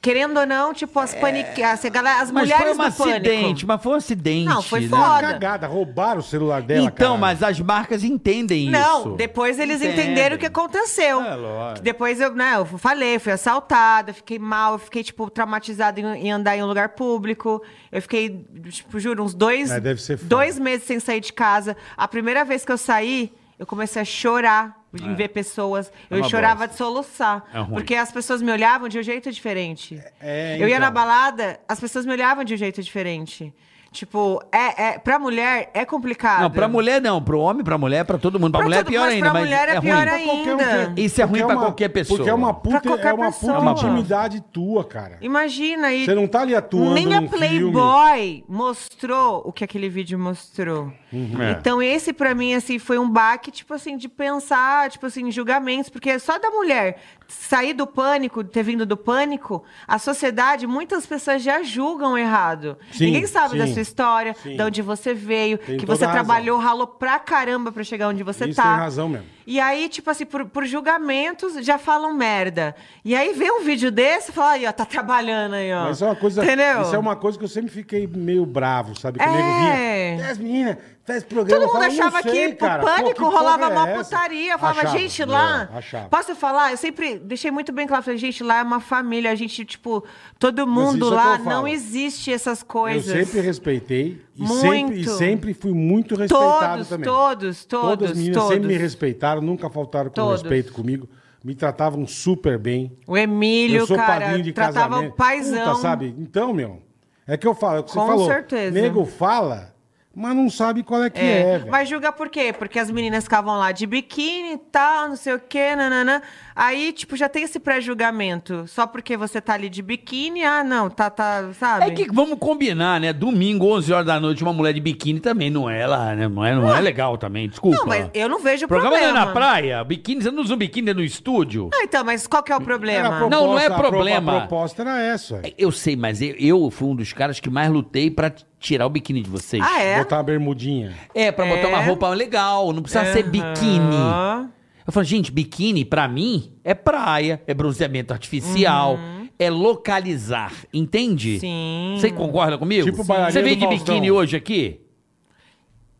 querendo ou não, tipo, as panic... as, a galera- as É. Mas foi mulheres um do pânico. acidente, mas foi um acidente. Não, foi né? foda. cagada, roubaram o celular dela, Então, cara. mas as marcas entendem Não, isso. depois eles Entendem. entenderam o que aconteceu. É, lógico. depois eu, né, eu falei, fui assaltada, fiquei mal, eu fiquei, tipo, traumatizada em, em andar em um lugar público. Eu fiquei, tipo, juro, uns dois, É, deve ser foda. dois meses sem sair de casa. A primeira vez que eu saí, eu comecei a chorar em ver pessoas. É eu uma chorava bosta. de soluçar. É ruim. porque as pessoas me olhavam de um jeito diferente. É, eu ia então. na balada, as pessoas me olhavam de um jeito diferente. Tipo, é, é, pra mulher é complicado. Não, pra mulher não, pro homem, pra mulher, pra todo mundo. Pra, Pra mulher todo- é pior mas ainda, pra mas mulher é, é pior ruim. ainda. um ainda. Isso é ruim Porque pra uma- qualquer pessoa. Porque é uma puta, Pra qualquer é uma pessoa. puta intimidade tua, cara. Imagina aí. Você não tá ali atuando Nem a num Playboy mostrou o que aquele vídeo mostrou. Uhum. É. Então esse pra mim assim foi um baque, tipo assim, de pensar, tipo assim, em julgamentos, porque só da mulher sair do pânico, ter vindo do pânico, a sociedade, muitas pessoas já julgam errado. Sim, Ninguém sabe da sim, sua história, sim. de onde você veio, Tem que toda você a razão. trabalhou, ralou pra caramba pra chegar onde você Isso tá. tem razão mesmo. E aí, tipo assim, por, por julgamentos, já falam merda. E aí vê um vídeo desse e fala, aí, ó, tá trabalhando aí, ó. Mas isso é uma coisa. Entendeu? Isso é uma coisa que eu sempre fiquei meio bravo, sabe? Que o É. nego vinha. "Tem As meninas, faz programa. Todo mundo eu falo, "Não achava sei, que o cara. Pô, pânico que porra rolava é uma essa?" putaria. Eu falava, Achava, gente, lá. é, achava. Posso falar? Eu sempre deixei muito bem claro. Falei, gente, lá é uma família. A gente, tipo, todo Mas mundo isso é o que lá. eu falo. não existe essas Eu coisas. sempre respeitei. E sempre, e Muito. sempre fui muito respeitado Todos, também. todos, Todas todos, as meninas todos. sempre me respeitaram, nunca faltaram com Todos. respeito comigo. Me tratavam super bem. O Emílio, eu sou cara, padrinho de tratava casamento. o paizão. Puta, sabe? Então, meu, é que eu falo, é o que você Com falou. certeza. Nego fala, mas não sabe qual é que é, É, velho. mas julga por quê? Porque as meninas ficavam lá de biquíni e tal, não sei o quê, nananã. Aí, tipo, já tem esse pré-julgamento. Só porque você tá ali de biquíni, ah, não, tá, tá, sabe? É que vamos combinar, né? Domingo, 11 horas da noite, uma mulher de biquíni também não é lá, né? Não é, não é legal também, desculpa. Não, mas eu não vejo O programa problema. não é na praia, biquíni, você não usa um biquíni é no estúdio. Ah, então, mas qual que é o Era a problema? proposta, Não, não é a pro- problema. A proposta era essa. velho. Eu sei, mas eu, eu fui um dos caras que mais lutei pra tirar o biquíni de vocês. Ah, é? Botar uma bermudinha. É, pra É. botar uma roupa legal, não precisa ser biquíni. Aham. Eu falo, gente, biquíni pra mim é praia, é bronzeamento artificial, é localizar, entende? Uhum. Sim. Você concorda comigo? Tipo bailarina Você veio do de Faustão. biquíni hoje aqui?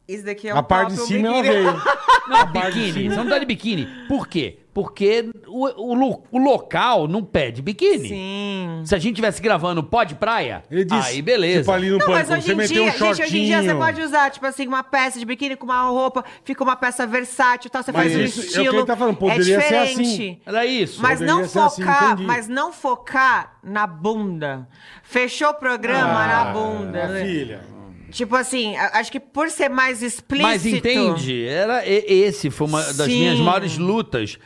Isso daqui é um a parte de papo cima ela biquíni. veio. Não, biquíni. Você não tá de biquíni. Por quê? Porque o, o lo- o local não pede biquíni. Sim. Se a gente tivesse gravando pode praia, Ele disse. aí beleza. Tipo ali no Não, mas pânico, hoje você em meteu um dia, shortinho. gente, hoje em dia você pode usar, tipo assim, uma peça de biquíni com uma roupa, fica uma peça versátil e tal, você Mas faz um isso é o que estilo. ele tá falando, poderia é ser diferente. assim. Era isso. Mas Poderia não ser assim, focar, entendi. mas não focar na bunda. Fechou o programa na bunda. Ah, né? Filha. Tipo assim, a- acho que por ser mais explícito. Mas entende? Era e- esse foi uma das Sim. minhas maiores lutas.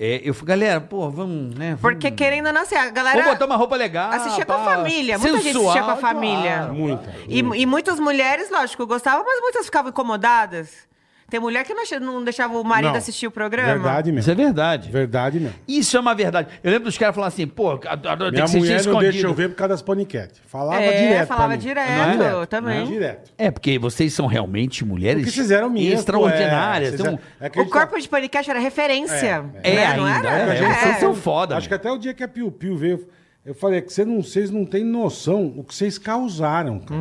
É, eu falei, galera, pô, vamos, né? Vamos, Hum. Porque querendo ou não, assim, a galera. vamos botar uma roupa legal. assistia com a pá, família, muita gente assistia com a família. claro. Muita. E, e muitas mulheres, lógico, gostavam, mas muitas ficavam incomodadas. Tem mulher que não, acha- não deixava o marido Não. assistir o programa. Verdade Isso mesmo. é verdade. Verdade mesmo. Isso é uma verdade. Eu lembro dos caras falarem assim, pô, adoro ter Minha que sentir mulher não escondido. deixa eu ver por causa das paniquete. Falava É, direto. pra falava mim. direto, Não é? eu também. não é Direto. É, porque vocês são realmente mulheres Porque vocês eram minhas. extraordinárias. pô, Tem um- É, é que a O gente corpo de podcast era referência. É, né? Não ainda. era? é, É. Vocês são foda. Acho que meu. até o dia que a Piu Piu veio, eu falei é que vocês não, vocês não têm noção o que vocês causaram, cara.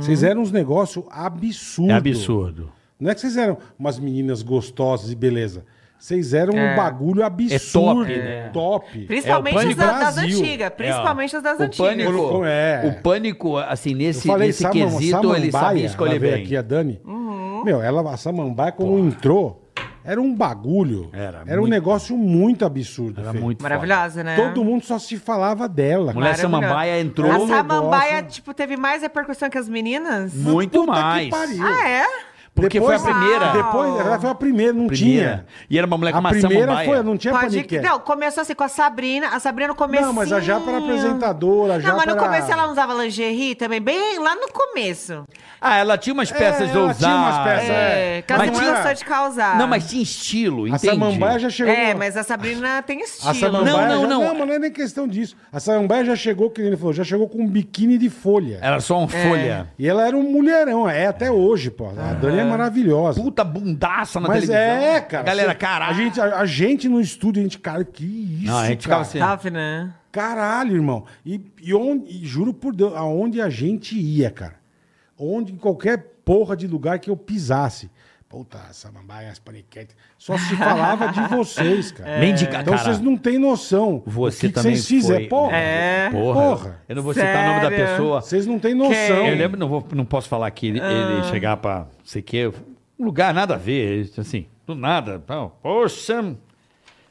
Vocês eram uns negócios absurdos. Uhum. É absurdo. Não é que vocês eram umas meninas gostosas e beleza. Vocês eram um bagulho absurdo. É. top, né? top. Principalmente É, o as Pânico da- das Brasil. antigas. Principalmente as das o antigas. pânico, É. o pânico, assim, nesse, Eu falei, nesse Samam- quesito, ele sabia escolher ela veio bem. aqui a Dani. Uhum. Meu, ela, a Samambaia, quando entrou, era um bagulho. Era um muito. negócio muito absurdo. Era Fê. muito foda. Maravilhosa, né? Todo mundo só se falava dela. Mulher cara. Samambaia entrou A no Samambaia, negócio. tipo, teve mais repercussão que as meninas? Muito Puta que mais. pariu. Ah, é? Porque foi a primeira. Depois, ela foi a primeira, não Primeira. tinha. E era uma mulher com A uma primeira samambaia. foi, não tinha Pode paniquete. Não, começou assim com a Sabrina. A Sabrina no começo. é? Não, mas a Japa era apresentadora, a Não, mas no Japa era- começo ela usava lingerie também, bem lá no começo. Ah, ela tinha umas peças É, ela ousadas. tinha umas peças, É, É, que ela mas não tinha- gostou de causar. Não, mas tinha estilo, A entendi. Samambaia já chegou. É, mas a Sabrina tem estilo. A Samambaia Não, não, já... não. mas não é nem questão disso. A Samambaia já chegou, que nem ele falou, já chegou com um biquíni de folha. Era só um É. folha. E ela era um mulherão, é até hoje, pô. A Ah. Dani é maravilhosa. Puta bundaça na Mas televisão. né? é, cara. Galera, você- caralho. A gente, a, a gente no estúdio, a gente, cara, que isso. Não, a gente ficava cara. assim. Sabe, né? Caralho, irmão. E, e, onde, e juro por Deus, aonde a gente ia, cara. Onde, em qualquer porra de lugar que eu pisasse. Puta, samambaia, as paniquetes. Só se falava de vocês, cara. É. Mendiga, Então cara. vocês não têm noção. do Você que que também vocês fizeram. foi- um Porra. É. Porra. Porra. Eu não vou citar o nome da Sério? pessoa. Vocês não têm noção. Eu lembro, não, vou, não posso falar que ele, ele Ah. chegar pra sei que um lugar nada a ver, assim, do nada. Não. Poxa,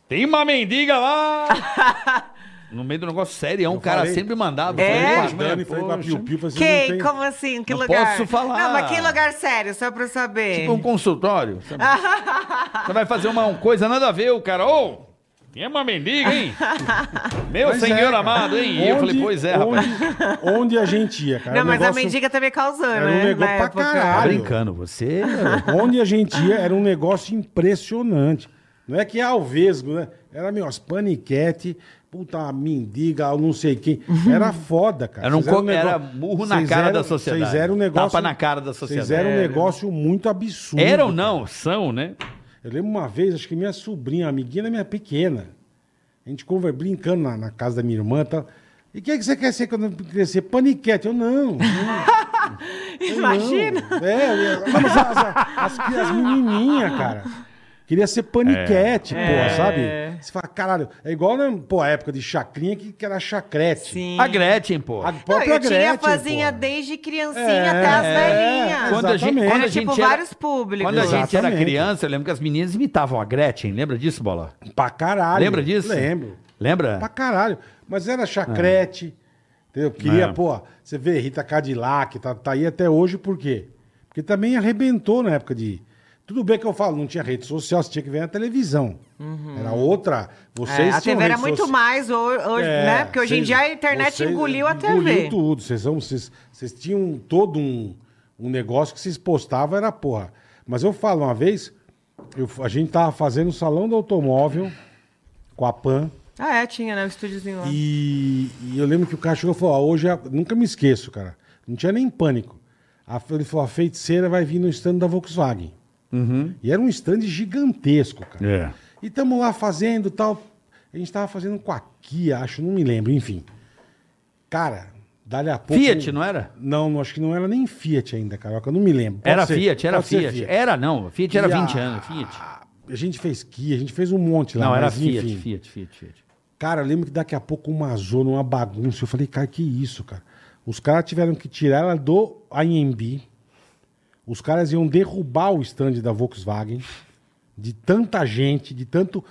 tem uma mendiga lá. no meio do negócio sério, é um cara falei- sempre mandava. Eu falei É? com a Dani, falei com a Piu Piu, falei, vocês não Quem? têm- Como assim? Que Não lugar? posso falar. Não, mas que lugar sério, só pra eu saber. Tipo um consultório. sabe? Você vai fazer uma, uma coisa nada a ver, o cara. Ô, tem uma mendiga, hein? Meu Mas é, senhor cara. amado, hein? E eu falei, pois é, rapaz. Onde, onde a gente ia, cara? não, O mas a um negócio- mendiga também causou, era um né? negócio na pra época. Tá caralho. brincando, você. É, Onde a gente ia era um negócio impressionante. Não é que é alvesgo, né? Era, meu, as paniquete, puta, a mendiga, eu não sei quem. Era foda, cara. Era um Vocês co- era negócio- murro na Vocês cara eram- da sociedade. Vocês eram um negócio... Tapa na cara da sociedade. Vocês eram um Era. negócio muito absurdo. Era ou não, são, né? Eu lembro uma vez, acho que minha sobrinha, a amiguinha da minha pequena, a gente conver, brincando na, na casa da minha irmã e tal. E o que, é que você quer ser quando eu crescer? Paniquete. Eu, não. Eu, Imagina. Não. É, eu- não, mas as, as, as, as menininhas, cara. Que Queria ser paniquete, porra, sabe? Você fala, caralho, é igual, né, pô, a época de chacrinha que, que era chacrete. Sim. A Gretchen, pô. A Não, própria eu tinha Gretchen, fãzinha porra. desde criancinha É, até as é, velhinhas. Quando a gente- Era quando a tipo gente era- vários públicos. Quando a gente era Exatamente. criança, eu lembro que as meninas imitavam a Gretchen. Lembra disso, Bola? Pra caralho. Lembra disso? Lembro. Lembra? Pra caralho. Mas era chacrete. Entendeu? Queria, É. É. pô, você vê Rita Cadillac, tá, tá aí até hoje, por quê? Porque também arrebentou na época de. Tudo bem que eu falo, não tinha rede social, você tinha que ver na televisão. Era outra. Vocês Uhum. É, a tinham TV era rede muito soci- mais, ho- hoje, É, né? Porque hoje em vocês- dia a internet vocês engoliu a TV. Engoliu tudo. Vocês, são, vocês, vocês tinham todo um, um negócio que vocês postavam, era porra. Mas eu falo, uma vez, eu- a gente tava fazendo o salão do automóvel com a PAN. Ah, é, tinha, né? O estúdiozinho lá. E, e eu lembro que o cara chegou e falou: "Ó, hoje é a- nunca me esqueço, cara. Não tinha nem pânico. A- ele falou: a feiticeira vai vir no stand da Volkswagen. E era um stand gigantesco, cara. Uhum. É. E estamos lá fazendo tal. A gente tava fazendo com a Kia, acho, não me lembro, enfim. Cara, dali a pouco. Fiat, não era? Não, não, acho que não era nem Fiat ainda, Carioca, eu não me lembro. Pode Era ser, Fiat, era pode ser Fiat. Era não, Fiat era E a- 20 anos, Fiat. A gente fez Kia, a gente fez um monte lá. Não, era mas Fiat, enfim. Fiat, Fiat, Fiat. Cara, eu lembro que daqui a pouco uma zona, uma bagunça. Eu falei, cara, que isso, cara? Os caras tiveram que tirar ela do IMB. Os caras iam derrubar o stand da Volkswagen. De tanta gente, de tanto.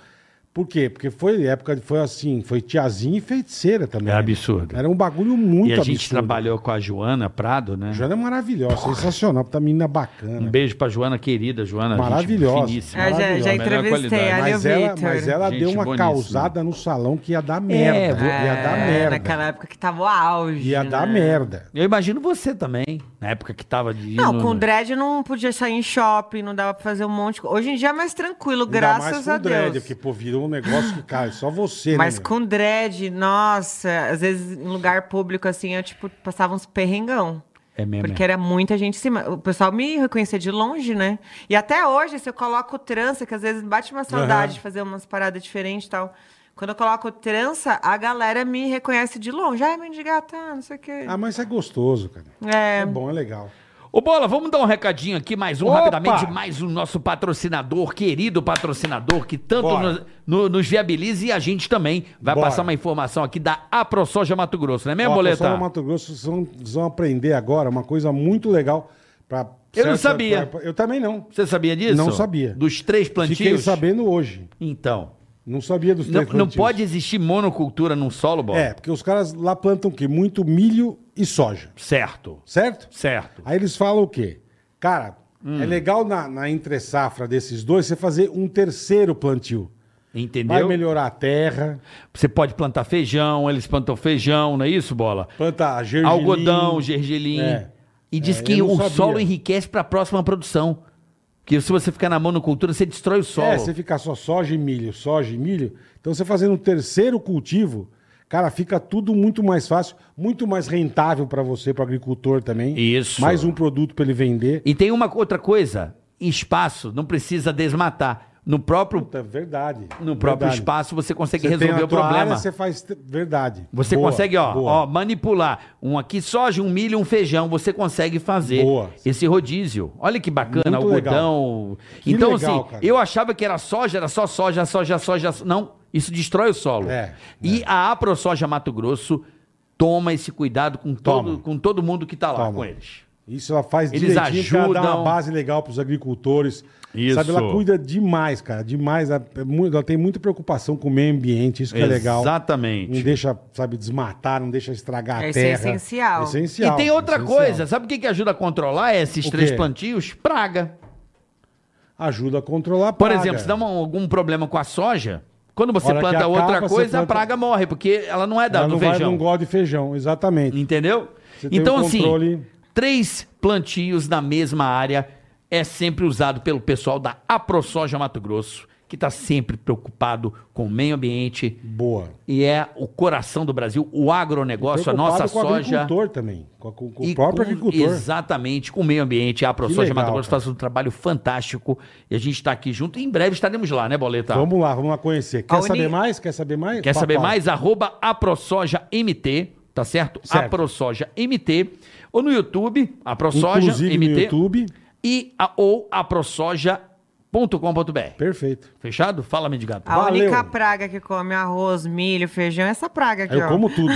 Por quê? Porque foi época, foi assim, foi tiazinha e feiticeira também. Era É absurdo. Era um bagulho muito e a absurdo. gente trabalhou com a Joana Prado, né? Joana é maravilhosa, sensacional, puta menina Um Hum. bacana. beijo pra Joana, querida Joana. gente né? Maravilhosa. finíssima. É, já, maravilhosa. já Melhor entrevistei qualidade. a Ana Mas ela, Vitor. mas ela Gente deu uma boníssima. causada no salão que ia dar merda. vo- ia dar merda. É, Naquela época que tava o auge. Ia né? dar merda. Eu imagino você também, na época que tava de. Não, no- com dread não podia sair em shopping, não dava pra fazer um monte de coisa. Hoje em dia é mais tranquilo, Ainda graças mais com a dread, Deus. Porque, pô, virou um negócio que, cara, só você, Mas né? meu? com dread, nossa, às vezes em lugar público, assim, eu, tipo, passava uns perrengão. É mesmo. né? Porque era muita gente em cima. O pessoal me reconhecia de longe, né? E até hoje, se eu coloco trança, que às vezes bate uma saudade Aham. de fazer umas paradas diferentes e tal. Quando eu coloco trança, a galera me reconhece de longe. Ah, mendigata, não sei o quê. Ah, mas isso é gostoso, cara. É, é, bom, é legal. Ô Bola, vamos dar um recadinho aqui, mais um Opa! rapidamente, mais um nosso patrocinador, querido patrocinador, que tanto Bora. nos, no- nos viabiliza e a gente também vai Bora. passar uma informação aqui da AproSoja Mato Grosso, não é mesmo, Ó, Boleta? pessoal do Mato Grosso, vocês vão, vocês vão aprender agora uma coisa muito legal. Pra, Eu não certo- sabia. pra- eu também não. Você sabia disso? Não sabia. Dos três plantios? Fiquei sabendo hoje. Então, Não sabia dos não, três não plantios. pode existir monocultura num solo, Bola? É, porque os caras lá plantam o quê? Muito milho e soja, Certo, certo? certo. Hum. Aí eles falam o quê? Cara, é legal na, na entre-safra desses dois você fazer um terceiro plantio. Vai Entendeu? melhorar a terra, Você pode plantar feijão, eles plantam feijão, não é isso, Bola? planta gergelim. Algodão, gergelim. É. E diz É, que eu não o sabia. solo enriquece para a próxima produção. Porque se você ficar na monocultura, você destrói o solo. É, você ficar só soja e milho, soja e milho. Então você fazendo um terceiro cultivo, cara, fica tudo muito mais fácil, muito mais rentável pra você, pro agricultor também. Isso. Mais um produto pra ele vender. E tem uma outra coisa: espaço, não precisa desmatar. No próprio, Puta, verdade. no próprio Verdade. espaço, você consegue Você tem resolver a o tua problema. área, você faz te- verdade. Você Boa, consegue, ó, boa. ó, manipular um aqui soja, um milho, um feijão. Você consegue fazer Boa. esse rodízio. Olha que bacana, Muito algodão. Que então, legal, assim, cara. eu achava que era soja, era só soja, soja, soja. so- Não, isso destrói o solo. É, e a AproSoja Mato Grosso toma esse cuidado com todo, Toma. com todo mundo que tá lá Toma. com eles. Isso ela faz Eles direitinho pra dar ajudam. uma base legal pros agricultores. Isso. Sabe, ela cuida demais, cara, demais. Ela, é mu- ela tem muita preocupação com o meio ambiente, isso que é legal. Não Exatamente. deixa, sabe, desmatar, não deixa estragar a Isso é terra. essencial. E Essencial. tem outra essencial. coisa, sabe o que, que ajuda a controlar esses O três quê? plantios? Praga. Ajuda a controlar a Por praga. exemplo, se dá uma- algum problema com a soja, quando você Hora que planta acaba, outra você coisa, a planta- praga morre, porque ela não é da Ela do não, vai, feijão. não gosta de feijão, exatamente. Entendeu? Você tem então, um assim, controle- três plantios na mesma área é sempre usado pelo pessoal da AproSoja Mato Grosso, que está sempre preocupado com o meio ambiente Boa. e é o coração do Brasil, o agronegócio, a Preocupado nossa com o soja. agricultor também, com, a- com- com E o próprio com- agricultor. Exatamente, com o meio ambiente. A AproSoja legal, Mato Grosso cara. faz um trabalho fantástico e a gente está aqui junto. Em breve estaremos lá, né, Boleta? Vamos lá, vamos lá conhecer. Quer A Uni- saber mais? Quer saber mais? Quer Papai. saber mais? Arroba AproSojaMT, tá certo? Certo. AproSojaMT. Ou no YouTube, AproSoja Inclusive MT. no YouTube. E, a- ou AproSoja mendigato.com.br. Perfeito. Fechado? Fala, mendigato. A Valeu. única praga que come arroz, milho, feijão é essa praga aqui, Aí eu ó. como tudo.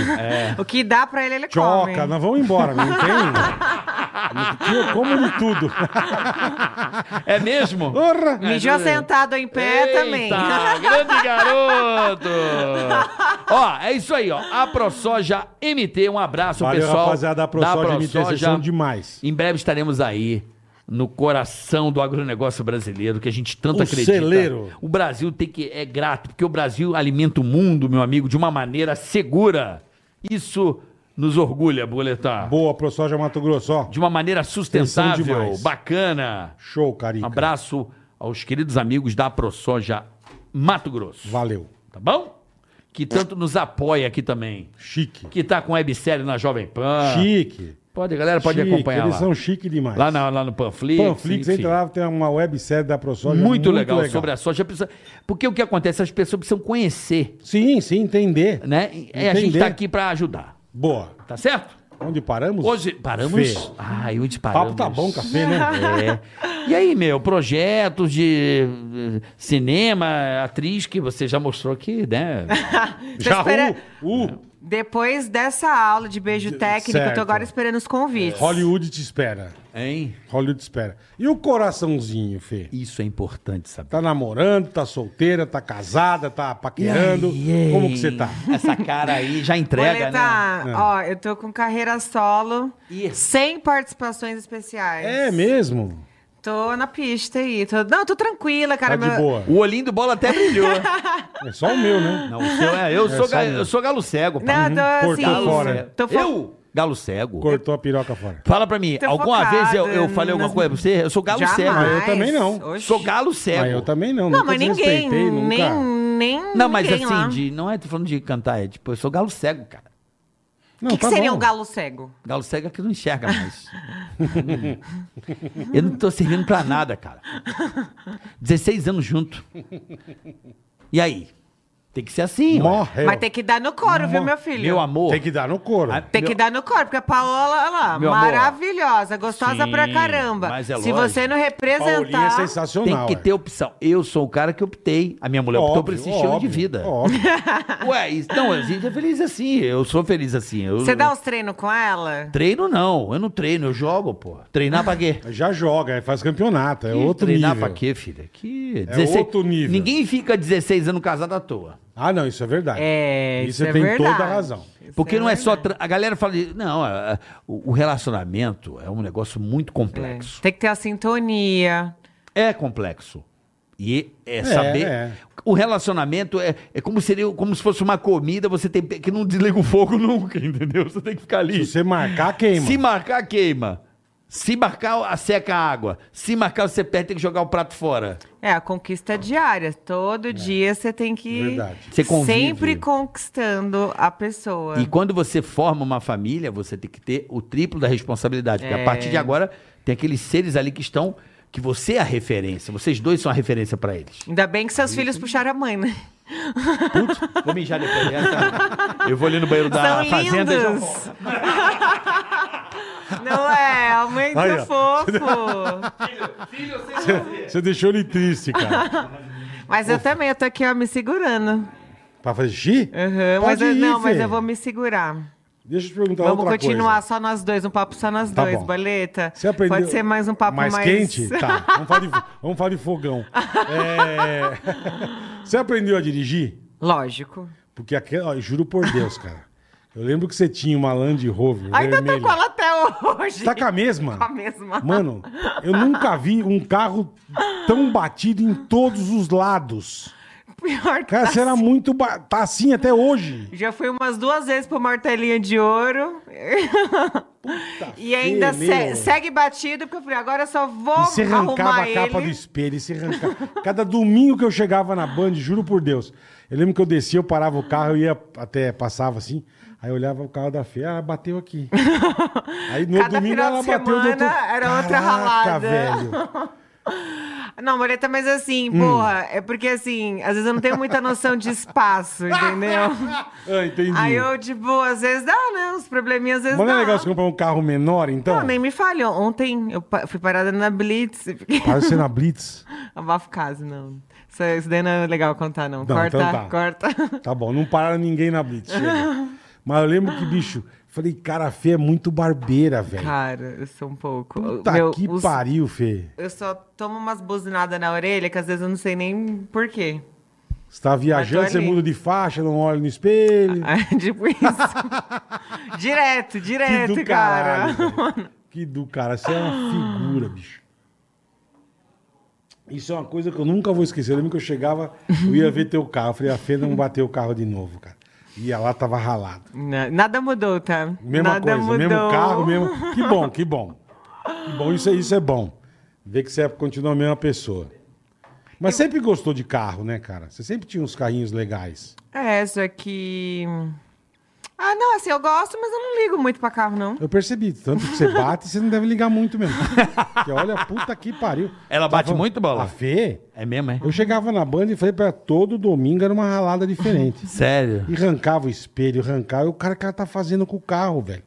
O que dá pra ele, ele come. Choca, nós vamos embora, não tem? Eu como de tudo. É mesmo? Porra! Mijou sentado em pé Eita, também. Grande garoto! ó, é isso aí, ó. A ProSoja MT, um abraço, Valeu, pessoal. rapaziada, a ProSoja MT, vocês são demais. Em breve estaremos aí. No coração do agronegócio brasileiro, que a gente tanto O acredita. celeiro. O Brasil tem que. É grato, porque o Brasil alimenta o mundo, meu amigo, de uma maneira segura. Isso nos orgulha, Boletar. Boa, ProSoja Mato Grosso, ó. De uma maneira sustentável, demais. bacana. Show, Carica. Abraço aos queridos amigos da ProSoja Mato Grosso. Valeu. Tá bom? Que tanto nos apoia aqui também. Chique. Que tá com websérie na Jovem Pan. Ah. Chique. Pode, galera, pode Chique, acompanhar Eles lá. são chique demais. Lá, na- lá no Panflix. Panflix, enfim. entra lá, tem uma websérie da ProSoja. Muito, legal, sobre a soja. Precisa- Porque o que acontece? As pessoas precisam conhecer, Sim, sim, entender. né? E a gente Entender. tá aqui pra ajudar. Boa. Tá certo? Onde paramos? Hoje paramos. Fê. Ai, hoje O paramos. papo tá bom, café, né? É. E aí, meu, projetos de eh, cinema, atriz que você já mostrou que, né? Tô Já espera- o, o Depois dessa aula de beijo técnico, eu certo. É. tô agora esperando os convites. Hollywood te espera. Hein? Hollywood te espera. E o coraçãozinho, Fê? Isso é importante saber. Tá namorando, tá solteira, tá casada, tá paquerando. E aí, Como que você tá? Essa cara aí já entrega, né? Boleta, ó, eu tô com carreira solo, Ih. sem participações especiais. É mesmo? Tô na pista aí. Tô... Não, tô tranquila, Tá cara. de meu- boa. O olhinho do bola até brilhou. É só o meu, né? Não, o seu é. Eu, sou, só ga- meu. eu sou galo cego, Não, pá. eu tô assim. Cortou Tá fora. Cego. Tô fo- Eu? Galo cego. Cortou a piroca fora. Fala pra mim, Tô alguma focada vez eu, eu falei alguma nas- coisa pra você? Eu sou galo Jamais. cego. eu também não. Oxi. Sou galo cego. Mas eu também não. Não, nunca mas ninguém. desrespeitei, nunca. Nem, nem. Não, mas ninguém lá. assim, de, não é tô falando de cantar, é tipo, eu sou galo cego, cara. Não, O que, que tá seria bom. um galo cego? Galo cego é que não enxerga mais. eu não tô servindo pra nada, cara. 16 anos junto. E aí? Tem que ser assim, ó. Morreu. Mas tem que dar no couro, viu, meu filho? Meu amor. Tem que dar no couro. Ah, Tem meu- que dar no corpo, porque a Paola, olha lá, Meu amor. maravilhosa, gostosa Sim, pra caramba. mas é Se lógico. você não Paulinha é representar. Tem sensacional. que é. ter opção. Eu sou o cara que optei. A minha mulher optou por Óbvio, esse estilo de óbvio, vida. Óbvio. Ué, isso- não, a gente é feliz assim. Eu sou feliz assim. Eu, Você dá um uns treinos com ela? Treino não. Eu não treino, eu jogo, pô. Treinar pra quê? Já joga, é, faz campeonato, é Ih, outro treinar nível. pra quê, filha? Que É outro nível. Ninguém fica 16 anos casado à toa. Ah, não, isso é verdade. É, Isso isso, você é tem verdade. toda a razão. Isso Porque não é só. verdade. tra- A galera fala. de- Não, a- a- o o relacionamento é um negócio muito complexo. É, Tem que ter a sintonia. É, complexo. E é saber. é. O relacionamento é, é como, seria, como se fosse uma comida, você tem que não desliga o fogo nunca, entendeu? Você tem que ficar ali. Se você marcar, queima. Se marcar, queima. Se marcar, a seca a água. Se marcar, você perde, tem que jogar o prato fora. É, a conquista diária. É. Todo dia você tem que ir Verdade. Você convive. sempre conquistando a pessoa. E quando você forma uma família, você tem que ter o triplo da responsabilidade. É. Porque a partir de agora, tem aqueles seres ali que estão. Que você é a referência. Vocês dois são a referência pra eles. Ainda bem que seus filhos puxaram a mãe, né? Vou mijar depois. Essa- Eu vou ali no banheiro da São fazenda. e já lindos. volto. Não é, a mãe Aí, ó. tá fofo. Você deixou ele triste, cara. Mas eu também, eu tô aqui, ó, me segurando. pra fazer xixi? Aham, mas Pode eu, ir, não, mas Fê. eu vou me segurar. Deixa eu te perguntar Vamos outra continuar coisa. só nós dois, um papo só nós Tá dois, bom. boleta. Você aprendeu... Pode ser mais um papo mais, Mais quente? Tá, vamos falar de, vamos falar de fogão. É... Você aprendeu a dirigir? Lógico. Porque, aqui, ó, eu juro por Deus, cara. Eu lembro que você tinha uma Land Rover Ainda tá vermelha. com ela até hoje. Tá com a mesma? Com a mesma. Mano, eu nunca vi um carro tão batido em todos os lados. Pior que Cara, tá você era muito. Ba... Tá assim até hoje. Já fui umas duas vezes pro Martelinha de Ouro. e ainda se- Fê, Tá meu. segue batido, porque eu falei, agora eu só vou E você arrancava arrumar a capa do ele. espelho, e você arrancava. Cada domingo que eu chegava na Band, juro por Deus. Eu lembro que eu descia, eu parava o carro, eu ia até, passava assim. Aí eu olhava o carro da Fê, ela bateu aqui. Aí no Cada domingo final ela de bateu do outro. semana era outra Caraca, ralada. velho. Não, Moreta, mas assim, Hum. porra, é porque assim, às vezes eu não tenho muita noção de espaço, entendeu? Ah, entendi. Aí eu, tipo, às vezes dá, né? Os probleminhas às vezes Mas não é dá. legal você comprar um carro menor, então? Não, nem me falhou. Ontem eu pa- fui parada na Blitz. e fiquei- Parece ser na Blitz. Abafo caso, não. Isso, isso daí não é legal contar, não. Não, corta, então tá. corta. Tá bom, não pararam ninguém na Blitz. chega. Mas eu lembro que, bicho, falei, cara, a Fê é muito barbeira, velho. Cara, eu sou um pouco. Puta Meu, que os- pariu, Fê. Eu só tomo umas buzinadas na orelha que às vezes eu não sei nem por quê. Você tá viajando, Mas você tô ali. muda de faixa, não olha no espelho. tipo isso. direto, direto, que do É, cara. caralho. velho. que do cara. Você é uma figura, bicho. Isso é uma coisa que eu nunca vou esquecer. Eu lembro que eu chegava, eu ia ver teu carro. Eu falei, "Ah, a Fê não bateu o carro de novo, cara. Ia lá, tava ralado. Na- Nada mudou, tá? Mesma Nada coisa, mudou. mesmo carro, mesmo. Que bom, que bom. Que bom, isso, é- isso é bom. Ver que você continua a mesma pessoa. Mas sempre gostou de carro, né, cara? Você sempre tinha uns carrinhos legais. É, só que. Ah, não, assim, eu gosto, mas eu não ligo muito pra carro, não. Eu percebi, tanto que você bate, você não deve ligar muito mesmo. Porque olha, puta que pariu. Ela bate muito, Bola? A Fê, É mesmo, é? eu chegava na banda e falei pra ela, todo domingo era uma ralada diferente. Sério. E arrancava o espelho, arrancava. E o cara, o cara tá fazendo com o carro, velho.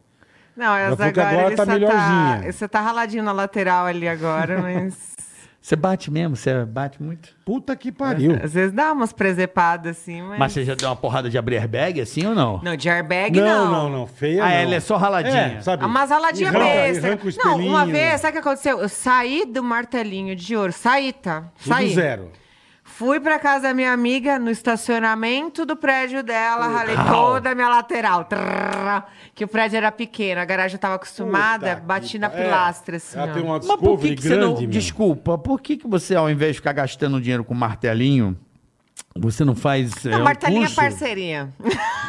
Não, Ela essa falou que agora, agora ele tá só melhorzinha. Você tá raladinho na lateral ali agora, mas. Você bate mesmo, você bate muito. Puta que pariu. às vezes dá umas presepadas assim, mas. Mas você já deu uma porrada de abrir airbag assim ou não? Não, de airbag Não, não. não, não, feia Ah, não. ela é só raladinha. É, sabe? Ah, Mas raladinha Arranca- besta. arranca o Não, uma espelhinho. vez, sabe o que aconteceu? Eu saí do martelinho de ouro. Saí, tá? Tudo Saí. zero. Fui pra casa da minha amiga, no estacionamento do prédio dela, ralei Uau. toda a minha lateral. Trrr, que o prédio era pequeno, a garagem eu tava acostumada, Puta bati que na pa- pilastra, é. assim. Ela ó. tem uma Mas por que, Discovery que você não. grande, meu. Desculpa, por que, que você, ao invés de ficar gastando dinheiro com martelinho, você não faz. Não, é, um martelinho é curso? parceria.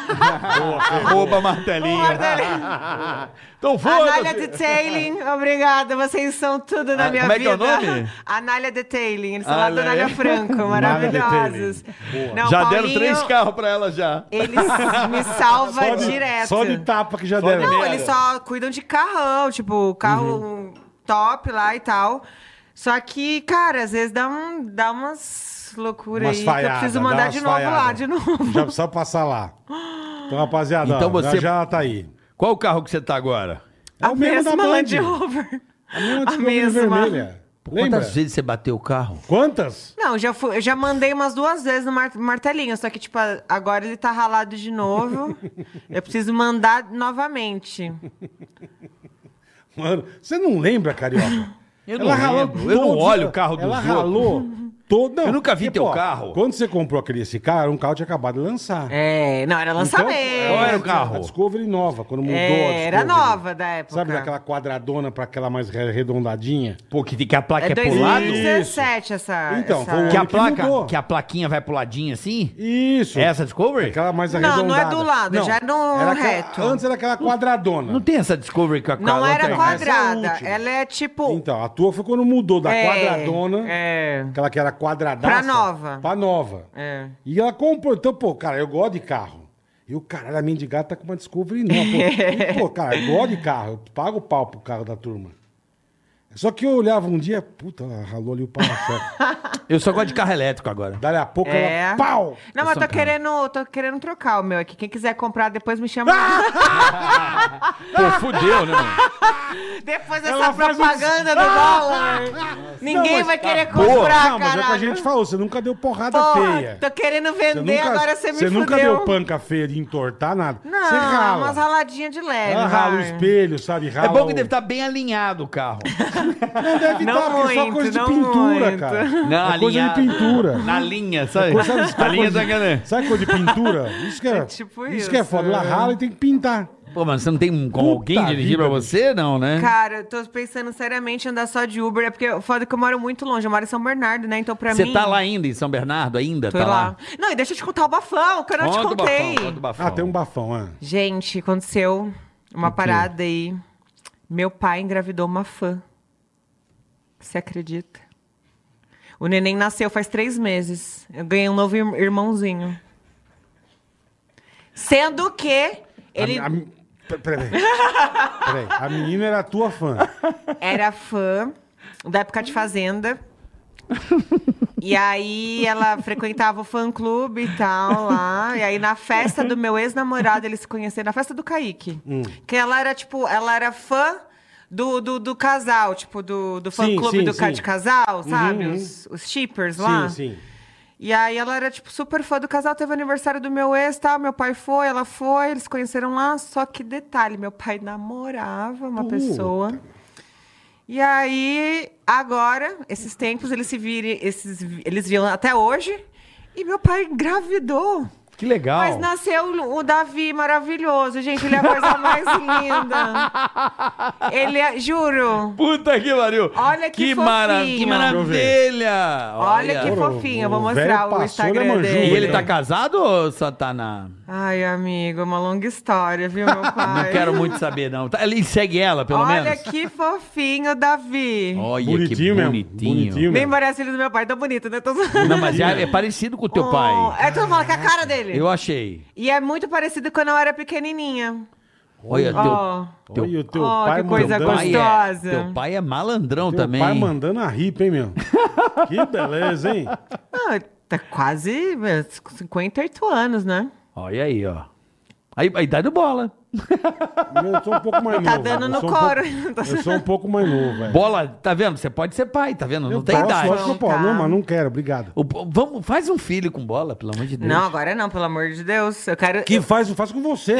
Rouba martelinho. então Anália foda-se. Detailing, obrigada. Vocês são tudo na Ah, minha como é que é vida. o nome? Anália Detailing, eles são lá do Anália. Anália Franco, maravilhosos. Detailing. Não, Já Paulinho, deram três carros pra ela já. Eles me salva Só de- direto. Só de tapa que já Só de deram. Não, merda. eles só cuidam de carrão, tipo, carro Uhum. top lá e tal. Só que, cara, às vezes dá, um, dá umas loucuras aí que eu falhadas, preciso dá mandar umas de novo lá, falhadas. de novo. Já precisa passar lá. Então, rapaziada, Então ó, você- já já tá aí. Qual o carro que você tá agora? É a o mesmo da mesma Band. Land Rover. A mesma Discovery vermelha. Lembra? Quantas vezes você bateu o carro? Quantas? Não, já fui, eu já mandei umas duas vezes no mar- martelinho, só que, tipo, a- agora ele tá ralado de novo. eu preciso mandar novamente. Mano, você não lembra, Carioca? Eu não lembro, eu não todo- olho o carro Ela dos ralou toda... Eu nunca vi Porque, teu carro. Quando você comprou aquele, esse carro, era um carro que tinha acabado de lançar. É, não, era lançamento. Então, Qual era o carro? A Discovery nova, quando mudou a É, era Discovery. nova da época. Sabe daquela quadradona pra aquela mais re- arredondadinha? Pô, que, que a placa É é pro lado? 2017 essa. Então, essa... foi um Que a Ele que placa, mudou. que a plaquinha vai pro ladinho assim? Isso. É essa Discovery? Aquela mais Não, não é arredondada. do lado, já é no era aquela- reto. antes era aquela quadradona. Não tem essa Discovery com a com a Não era lanterna? quadra- quadrada, essa é a última. ela é tipo. Então, a tua foi quando mudou da é, quadradona, É. aquela que era quadradaça. Pra nova. Pra nova. É. E ela comprou. Então, pô, cara, eu gosto de carro. E o caralho, a mendigata tá com uma Discovery nova. Pô, E, pô, cara, eu gosto de carro. Eu pago o pau pro carro da turma. Só que eu olhava um dia, puta, ela ralou ali o para-choque. Eu só gosto de carro elétrico agora. Dali a pouco É. ela, pau! Não, mas eu sou um tô cara. querendo, tô querendo trocar o meu aqui. Quem quiser comprar, depois me chama. Ah! Pô, fudeu, né, mano? depois Ela dessa faz uns- Ah! propaganda do dólar. Ninguém vai querer comprar, Não, mas é o que a caralho. gente falou, você nunca deu porrada Porra, feia. tô querendo vender, agora você me Você fudeu. nunca deu panca feia de entortar nada. Não, você rala. umas raladinhas de leve. Ela rala o vai. espelho, sabe? Rala É bom que o- deve estar bem alinhado o carro. Não deve Não estar, porque é só muito, coisa de não pintura, muito. cara. Não, é coisa de alinhado. pintura. É Na linha, sabe? Coisa- sabe, A linha tá né? coisa- da galera. Sabe coisa de pintura? Isso que é, É tipo isso. que é isso, foda. Ela é. rala e tem que pintar. Pô, mas você não tem um- com Puta alguém dirigir vida, pra você, não, né? Cara, eu tô pensando seriamente em andar só de Uber. É porque o foda é que eu moro muito longe. Eu moro em São Bernardo, né? Então, pra Você mim. tá lá ainda, em São Bernardo, ainda? Tô tá lá. Não, e deixa eu te contar o bafão, que eu não Conta te o bafão, contei. conta o bafão. Ah, tem um bafão, ah. Gente, aconteceu uma parada aí. Meu pai engravidou uma fã. Você acredita? O neném nasceu faz três meses. Eu ganhei um novo ir- irmãozinho. Sendo que ele A, a, pera- peraí. Peraí, A menina era tua fã. era fã da época de Fazenda. E aí ela frequentava o fã-clube e tal lá. E aí na festa do meu ex-namorado eles se conheceram, na festa do Kaique. Hum. Que ela era, tipo, ela era fã do, do, do casal, tipo, do, do Sim, fã-clube sim, do ca- sim. de casal, sabe? Uhum, Os, os shippers lá. Sim, sim. E aí ela era, tipo, super fã do casal, teve aniversário do meu ex, tal, meu pai foi, ela foi, eles conheceram lá, só que detalhe, meu pai namorava uma Puta. pessoa. E aí, agora, esses tempos, eles se virem, esses, eles viam até hoje, e meu pai engravidou. Que legal. Mas nasceu o Davi maravilhoso, gente. Ele é a coisa mais linda. Ele é, juro. Puta que pariu. Olha que fofinho. que maravilha. Olha, que Porra, fofinho. Eu o vou velho mostrar passou né, o na Instagram manjula, E dele. ele tá casado ou só tá na... Ai, amigo, é uma longa história, viu, meu pai? Não quero muito saber, não. Tá- Ele segue ela, pelo Ah, é? Olha menos. que fofinho, Davi. Olha Bonitinho que mesmo. bonitinho. Bonitinho Nem mesmo. parece filho do meu pai, tão bonito, né? Tô... Não, mas é, é parecido com o teu pai. É, todo mundo fala que é a cara dele. Eu achei. E é muito parecido quando eu era pequenininha. Olha, É teu, Ó, teu- Olha o teu Oh, pai que coisa teu mandando... pai é, gostosa. teu pai é malandrão Teu também. pai é mandando a ripa, hein, meu? que beleza, hein? ah, tá quase é, meu, 58 anos, né? Olha aí, ó. Aí, a idade do bola. Eu sou um pouco mais Tá novo. dando eu no sou um couro. pouco- eu sou um pouco mais novo, É. velho. Bola, tá vendo? Você pode ser pai, tá vendo? Não tem posso, idade. Lógico que eu posso. Tá. Não, mas não quero, obrigado. O- vamos, faz um filho com bola, pelo amor de Deus. Não, agora não, pelo amor de Deus. Eu quero. Que faz, eu faço com você.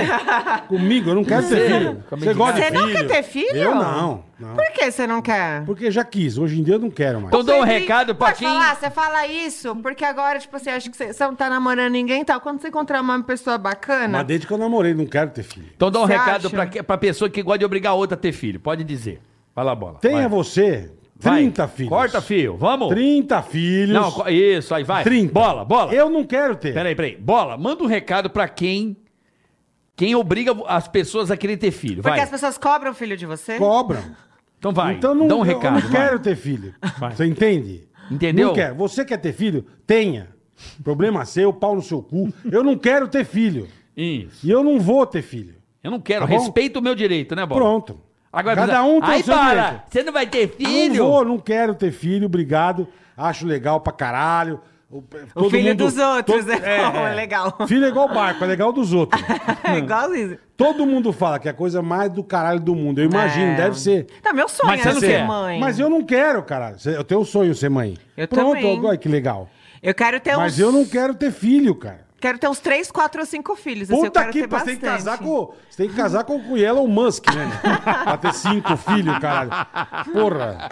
Comigo, eu não quero ter filho. Como é Você que gosta de Você filho? não quer ter filho? Eu não, não. Por que você não quer? Porque já quis, hoje em dia eu não quero mais. Então dou um Sempre- recado pra Pode quem. falar, você fala isso, porque agora, tipo assim, acho que você, você não tá namorando ninguém e tal. Quando você encontrar uma pessoa bacana. né? Mas desde que eu namorei, não quero ter filho. Então dá um Você recado acha? pra, que- pra pessoa que gosta de obrigar a outra a ter filho. Pode dizer. Vai lá, bola. vai. Tenha você Vai. 30 filhos. Corta, fio. Vamos. 30 filhos. Não, co- isso, aí vai. 30. Bola, bola. Eu não quero ter. Peraí, peraí. Bola, manda um recado pra quem. Quem obriga as pessoas a querer ter filho. Porque Vai. as pessoas cobram filho de você? Cobram. Então vai. Então não, dá um eu- recado. eu não vai. quero ter filho. Você entende? Entendeu? Não quero. Você quer ter filho? Tenha. Problema seu, pau no seu cu. Eu não quero ter filho. Isso. E eu não vou ter filho. Eu não quero. Tá bom? Respeita o meu direito, né, bola? Pronto. Agora, Cada um tem Aí, o seu bola, direito. você não vai ter filho? Não vou, não quero ter filho, obrigado. Acho legal pra caralho. O, eh, O todo filho mundo- dos outros, to- é, bom, é legal. Filho é igual barco, é legal dos outros. É igual isso. todo mundo fala que é a coisa mais do caralho do mundo. Eu imagino, É. deve ser. Não, meu sonho Mas você é não ser quer. mãe. Mas eu não quero, cara. Cê- Eu tenho um sonho ser mãe. Eu Pronto, também. Então olha que legal. Eu quero ter Mas uns. eu não quero ter filho, cara. Quero ter uns 3, 4 ou 5 filhos. assim, eu Puta quero que ter pariu, você tem que bastante. casar com. Você tem que casar com o Elon Musk, né? meu? pra ter cinco filhos, caralho. Porra.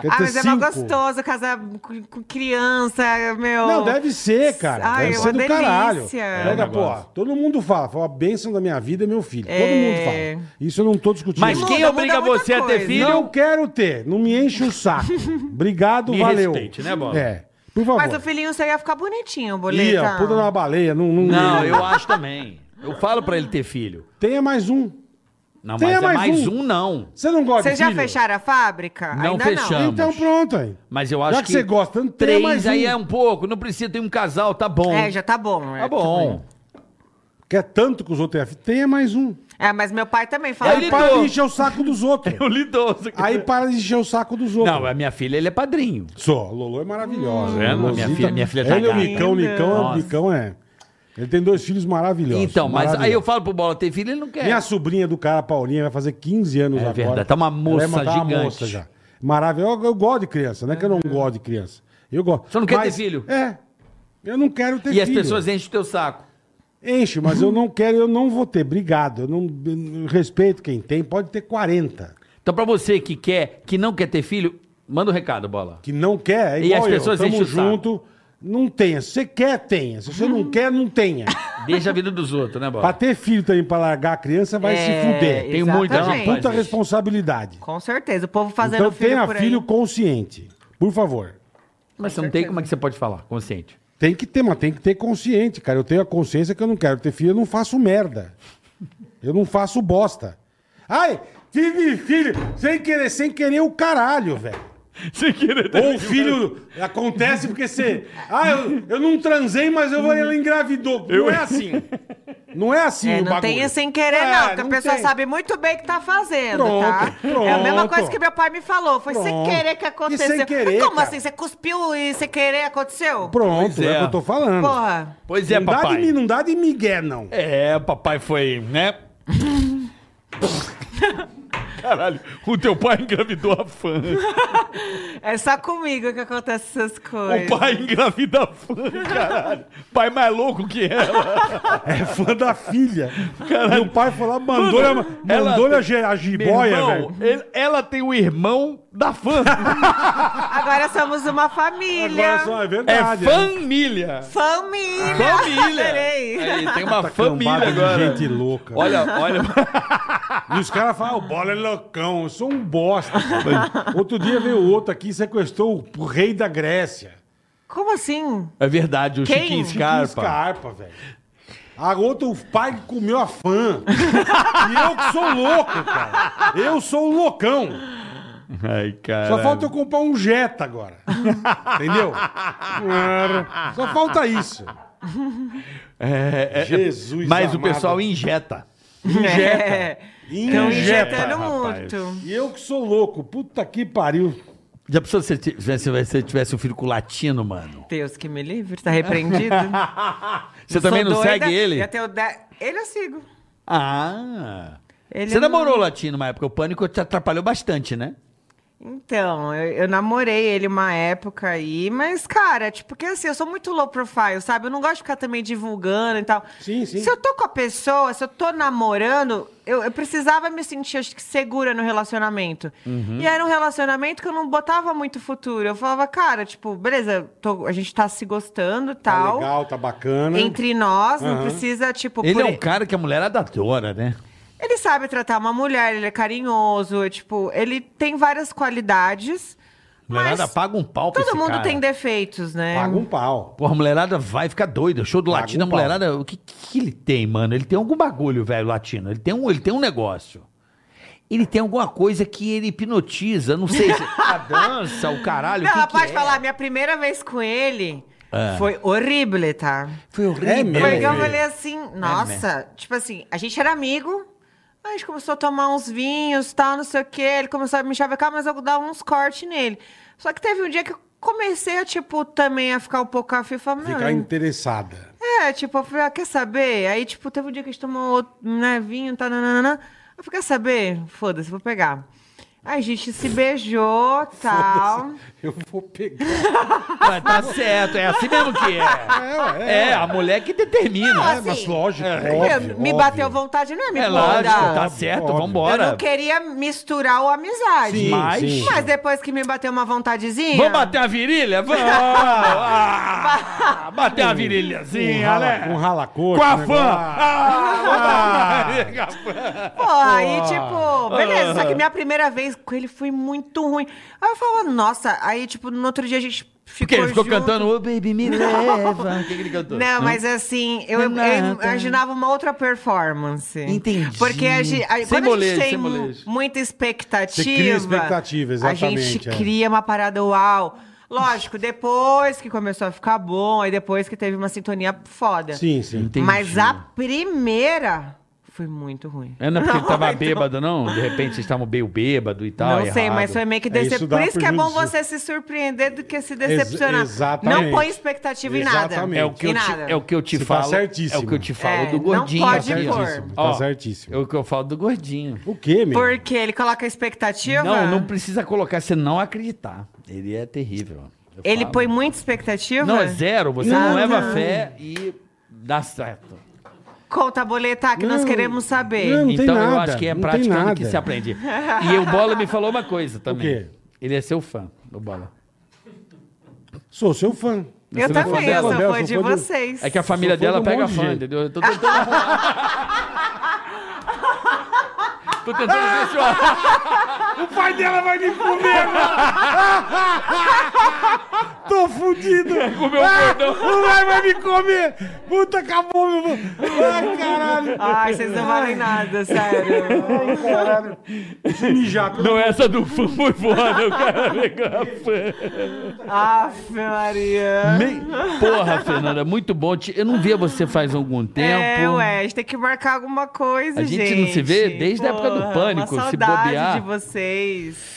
Quer Ah, ter mas é mó gostoso casar com, com criança, meu. Não, deve ser, cara. Ai, deve é ser uma do delícia. caralho. É Pega, um pô, negócio. todo mundo fala. Fala, a bênção da minha vida é meu filho. Todo É. mundo fala. Isso eu não tô discutindo. Mas Muda, quem muda obriga muita você a ter coisa. filho? Não quero ter. Não me enche o saco. Obrigado, Me valeu. respeite, né, Bola? É. Por favor. Mas o filhinho você ia ficar bonitinho, boleta. Ih, ó, puta na baleia. Não, não, Não, eu acho também. Eu falo pra ele ter filho. Tenha mais um. Não, Tenha mas é mais mais um. um, não. Você não gosta Vocês de já filho? fecharam a fábrica? Não Ainda fechamos. Então pronto aí. Mas eu Já acho que você gosta, não tem três mais um. aí é um pouco, não precisa ter um casal, tá bom. não. É, já tá bom. é. Tá bom. Quer tanto que os outros tenham filho? Tenha mais um. É, mas meu pai também fala. Aí Ele para dou. de encher o saco dos outros. Eu lidoso. É. Aí para de encher o saco dos outros. Não, a minha filha, ele é padrinho. Só, a Lolo é maravilhosa. Tá vendo? Lolosita- Minha filha- minha filha tá Ele é o gata. Nicão, Linda. Nicão, é- Nossa. Nicão é. Ele tem dois filhos maravilhosos. então, mas aí eu maravilhosos. falo pro Bola ter filho, ele não quer. Minha sobrinha do cara, Paulinha, vai fazer 15 anos É agora. verdade, tá uma moça Ela é uma- tá uma gigante. Uhum. moça já. Maravilhosa. Eu, eu gosto de criança, não é que eu não gosto de criança. Eu gosto. Você não quer Mas- ter filho? É. Eu não quero ter e filho. as pessoas enchem o teu saco. Enche, mas eu não quero, eu não vou ter. Obrigado. Eu não eu respeito quem tem, pode ter 40. Então, pra você que quer, que não quer ter filho, manda um recado, Bola. que não quer, é E igual as pessoas eu. enchem Tamo o saco. Uhum. junto, não tenha. Se você quer, tenha. Se você não quer, não tenha. Deixa a vida dos outros, né, pra Bola? ter filho também, pra largar a criança, É, vai se fuder. Tem muito, É uma exatamente. puta Faz isso. responsabilidade. Com certeza. O povo fazendo Então filho tenha por aí. filho consciente, por favor. Mas você não tem, como é que você pode falar? Consciente. Tem que ter, mas tem que ter consciente, cara. Eu tenho a consciência que eu não quero ter filho, eu não faço merda. Eu não faço bosta. Ai, tive filho sem querer, sem querer o caralho, velho. Você querer Ou o filho acontece porque você. Ah, eu, eu não transei, mas eu, ela engravidou. Não é assim. Não é assim É, o não bagulho. tenha sem querer, É, não, porque não a pessoa tem. sabe muito bem o que tá fazendo, Pronto, tá? É a mesma pronto. coisa que meu pai me falou. Foi sem Pronto. querer que E sem aconteceu. querer, Mas como cara? assim? Você cuspiu e sem querer aconteceu? Pronto, Pois é. é o que eu tô falando. Porra. Pois é, não, dá de, mi- papai. não dá de migué, não. É, papai foi, né? Caralho, o teu pai engravidou a fã. É só comigo que acontecem essas coisas. O pai engravida a fã, caralho. Pai mais louco que ela. É fã da filha. Meu pai foi lá, mandou-lhe a, Ela- mandou a, ge- a jiboia, Meu velho. irmão, ele- ela tem o irmão da fã. Agora somos uma Agora família. só é É verdade. né? família. Família! Família. Adorei. Aí, tem uma Tá família cambada de agora. gente louca. Olha, olha. E os caras falam, "Ah, o bola é loucão, eu sou um bosta. Outro dia veio outro aqui e sequestrou o- o rei da Grécia. Como assim? É verdade, o Quem? Chiquinho Chiquinho Scarpa. Escarpa, velho. A outro o pai comeu a fã. e eu que sou louco, cara. Eu sou o loucão. Ai, cara. Só falta eu comprar um Jetta agora. Entendeu? Só falta isso. É, é, Jesus Mas o amado. pessoal injeta. É. Estão Injeta. injetando rapaz. muito. um E eu que sou louco. Puta que pariu. Já pensou se você tivesse, se você tivesse um filho com latino, mano? Deus que me livre, tá repreendido. Você também Sou não doida, segue ele? já tenho dez- Ele eu sigo. Ah. Ele é um você eu não- namorou latino na época. O pânico te atrapalhou bastante, né? Então, eu, eu namorei ele uma época aí, mas, cara, tipo, porque assim, eu sou muito low profile, sabe? Eu não gosto de ficar também divulgando e tal. Sim, sim. Se eu tô com a pessoa, se eu tô namorando, eu, eu precisava me sentir, acho que, segura no relacionamento. Uhum. E era um relacionamento que eu não botava muito futuro. Eu falava, cara, tipo, beleza, tô- a gente tá se gostando e Tá tal. legal, Uhum. tá bacana. entre nós, Aham. não precisa, tipo. ele por- é um cara que a mulher adora, né? ele sabe tratar uma mulher, ele é carinhoso, é, tipo, ele tem várias qualidades. A é mulherada mas paga um pau pra todo esse mundo cara. tem defeitos, né? Paga um pau. Porra, a mulherada vai ficar doida. Show do Paga latino, a um pau. mulherada. O que, que ele tem, mano? Ele tem algum bagulho, velho, latino. Ele tem um, ele tem um negócio. Ele tem alguma coisa que ele hipnotiza, não sei se a dança, o caralho. Não, o que ela que pode é? falar, minha primeira vez com ele É. foi horrível, tá? Foi horrível. É mesmo? Porque eu vi. falei assim, É, né? nossa, tipo assim, a gente era amigo, a gente começou a tomar uns vinhos, tal, não sei o quê, ele começou a me chavecar, mas eu dava uns cortes nele. Só que teve um dia que eu comecei a, tipo, também a ficar um pouco afim, falei, meu, Ficar interessada. É, tipo, eu falei, ah, quer saber? Aí, tipo, teve um dia que a gente tomou outro, né, vinho, tá, nananana. Eu falei, quer saber? Foda-se, vou pegar. Aí a gente se beijou, tal. Eu vou pegar. Ah, tá certo, é assim mesmo que é. É, Ah, ué, É, a mulher que determina. Não, É, assim, Mas lógico, Meu, óbvio, me óbvio. bateu vontade, não é me é mandar. lógico, tá Óbvio, certo, óbvio. Eu não vambora. queria misturar o amizade. Sim, Mas- sim. Mas depois que me bateu uma vontadezinha. Vamos bater uma virilha? Vamos! Ah, bater uma virilhazinha, né? um ralacote. Com a um fã! negócio. Ah, com a fã. Porra, aí, tipo, beleza, só que minha primeira vez com ele foi muito ruim. Aí eu falava, nossa, aí, tipo, no outro dia a gente Porque ficou. ele ficou junto. cantando Oh Baby Me Leva. O que que ele cantou? Não, mas assim, eu, eu Renata. imaginava uma outra performance. Entendi. Porque a gente, a- Sem quando a molejo, gente sem tem molejo. mu- muita expectativa. Você cria expectativa, A exatamente, gente é. cria uma parada uau. Lógico, depois que começou a ficar bom, aí depois que teve uma sintonia foda. Sim, sim. Entendi. Mas a primeira foi muito ruim. É, não é porque ele tava Muito bêbado, não? De repente vocês estavam meio bêbado e tal. então. não sei, errado. mas foi meio que É, isso decepcionante. dá Por isso que é bom prejuízo. você se surpreender do que se decepcionar. exatamente. Não põe expectativa em nada. Exatamente. É o que em eu te, nada. é o que eu te Você tá falo. é certíssimo. o que eu te falo É, do não gordinho. assim, pode Tá certíssimo, pôr. tá Ó, certíssimo. É o que eu falo do gordinho. O quê, meu? Porque ele coloca a expectativa. Não, não precisa colocar, você não acreditar. Ele é terrível. Eu Ele falo. põe muita expectativa? Não, é zero. Você não, Não, leva não. fé e dá certo. Conta a boleta que nós Não. queremos saber. Não. tem então eu nada, acho que é não tem praticando nada. que se aprende. E o Bola me falou uma coisa também. quê? Ele é seu fã, o Bola. Sou seu fã. Eu Você não é fã também, eu dela? sou Bel, fã sou de fã de- vocês. É que a família Sou fã dela de um pega monte de fã, gente. entendeu? Eu tô tentando. tô tentando ver se eu. O pai dela vai me comer, mano! Tô O fudido. meu um gordão. Não vai, vai me comer. Puta, acabou meu... Ai, caralho. Ai, vocês não valem nada, sério. Ai, caralho. Deixa eu mijar. pelo- Não, essa do fã foi foda, o cara legal. Aff, Maria. Me- Porra, Fernanda, muito bom. Te- Eu não via você faz algum tempo. É, ué, a gente tem que marcar alguma coisa, A gente. gente não se vê desde a época do Pânico, se Uma saudade bobear. de vocês.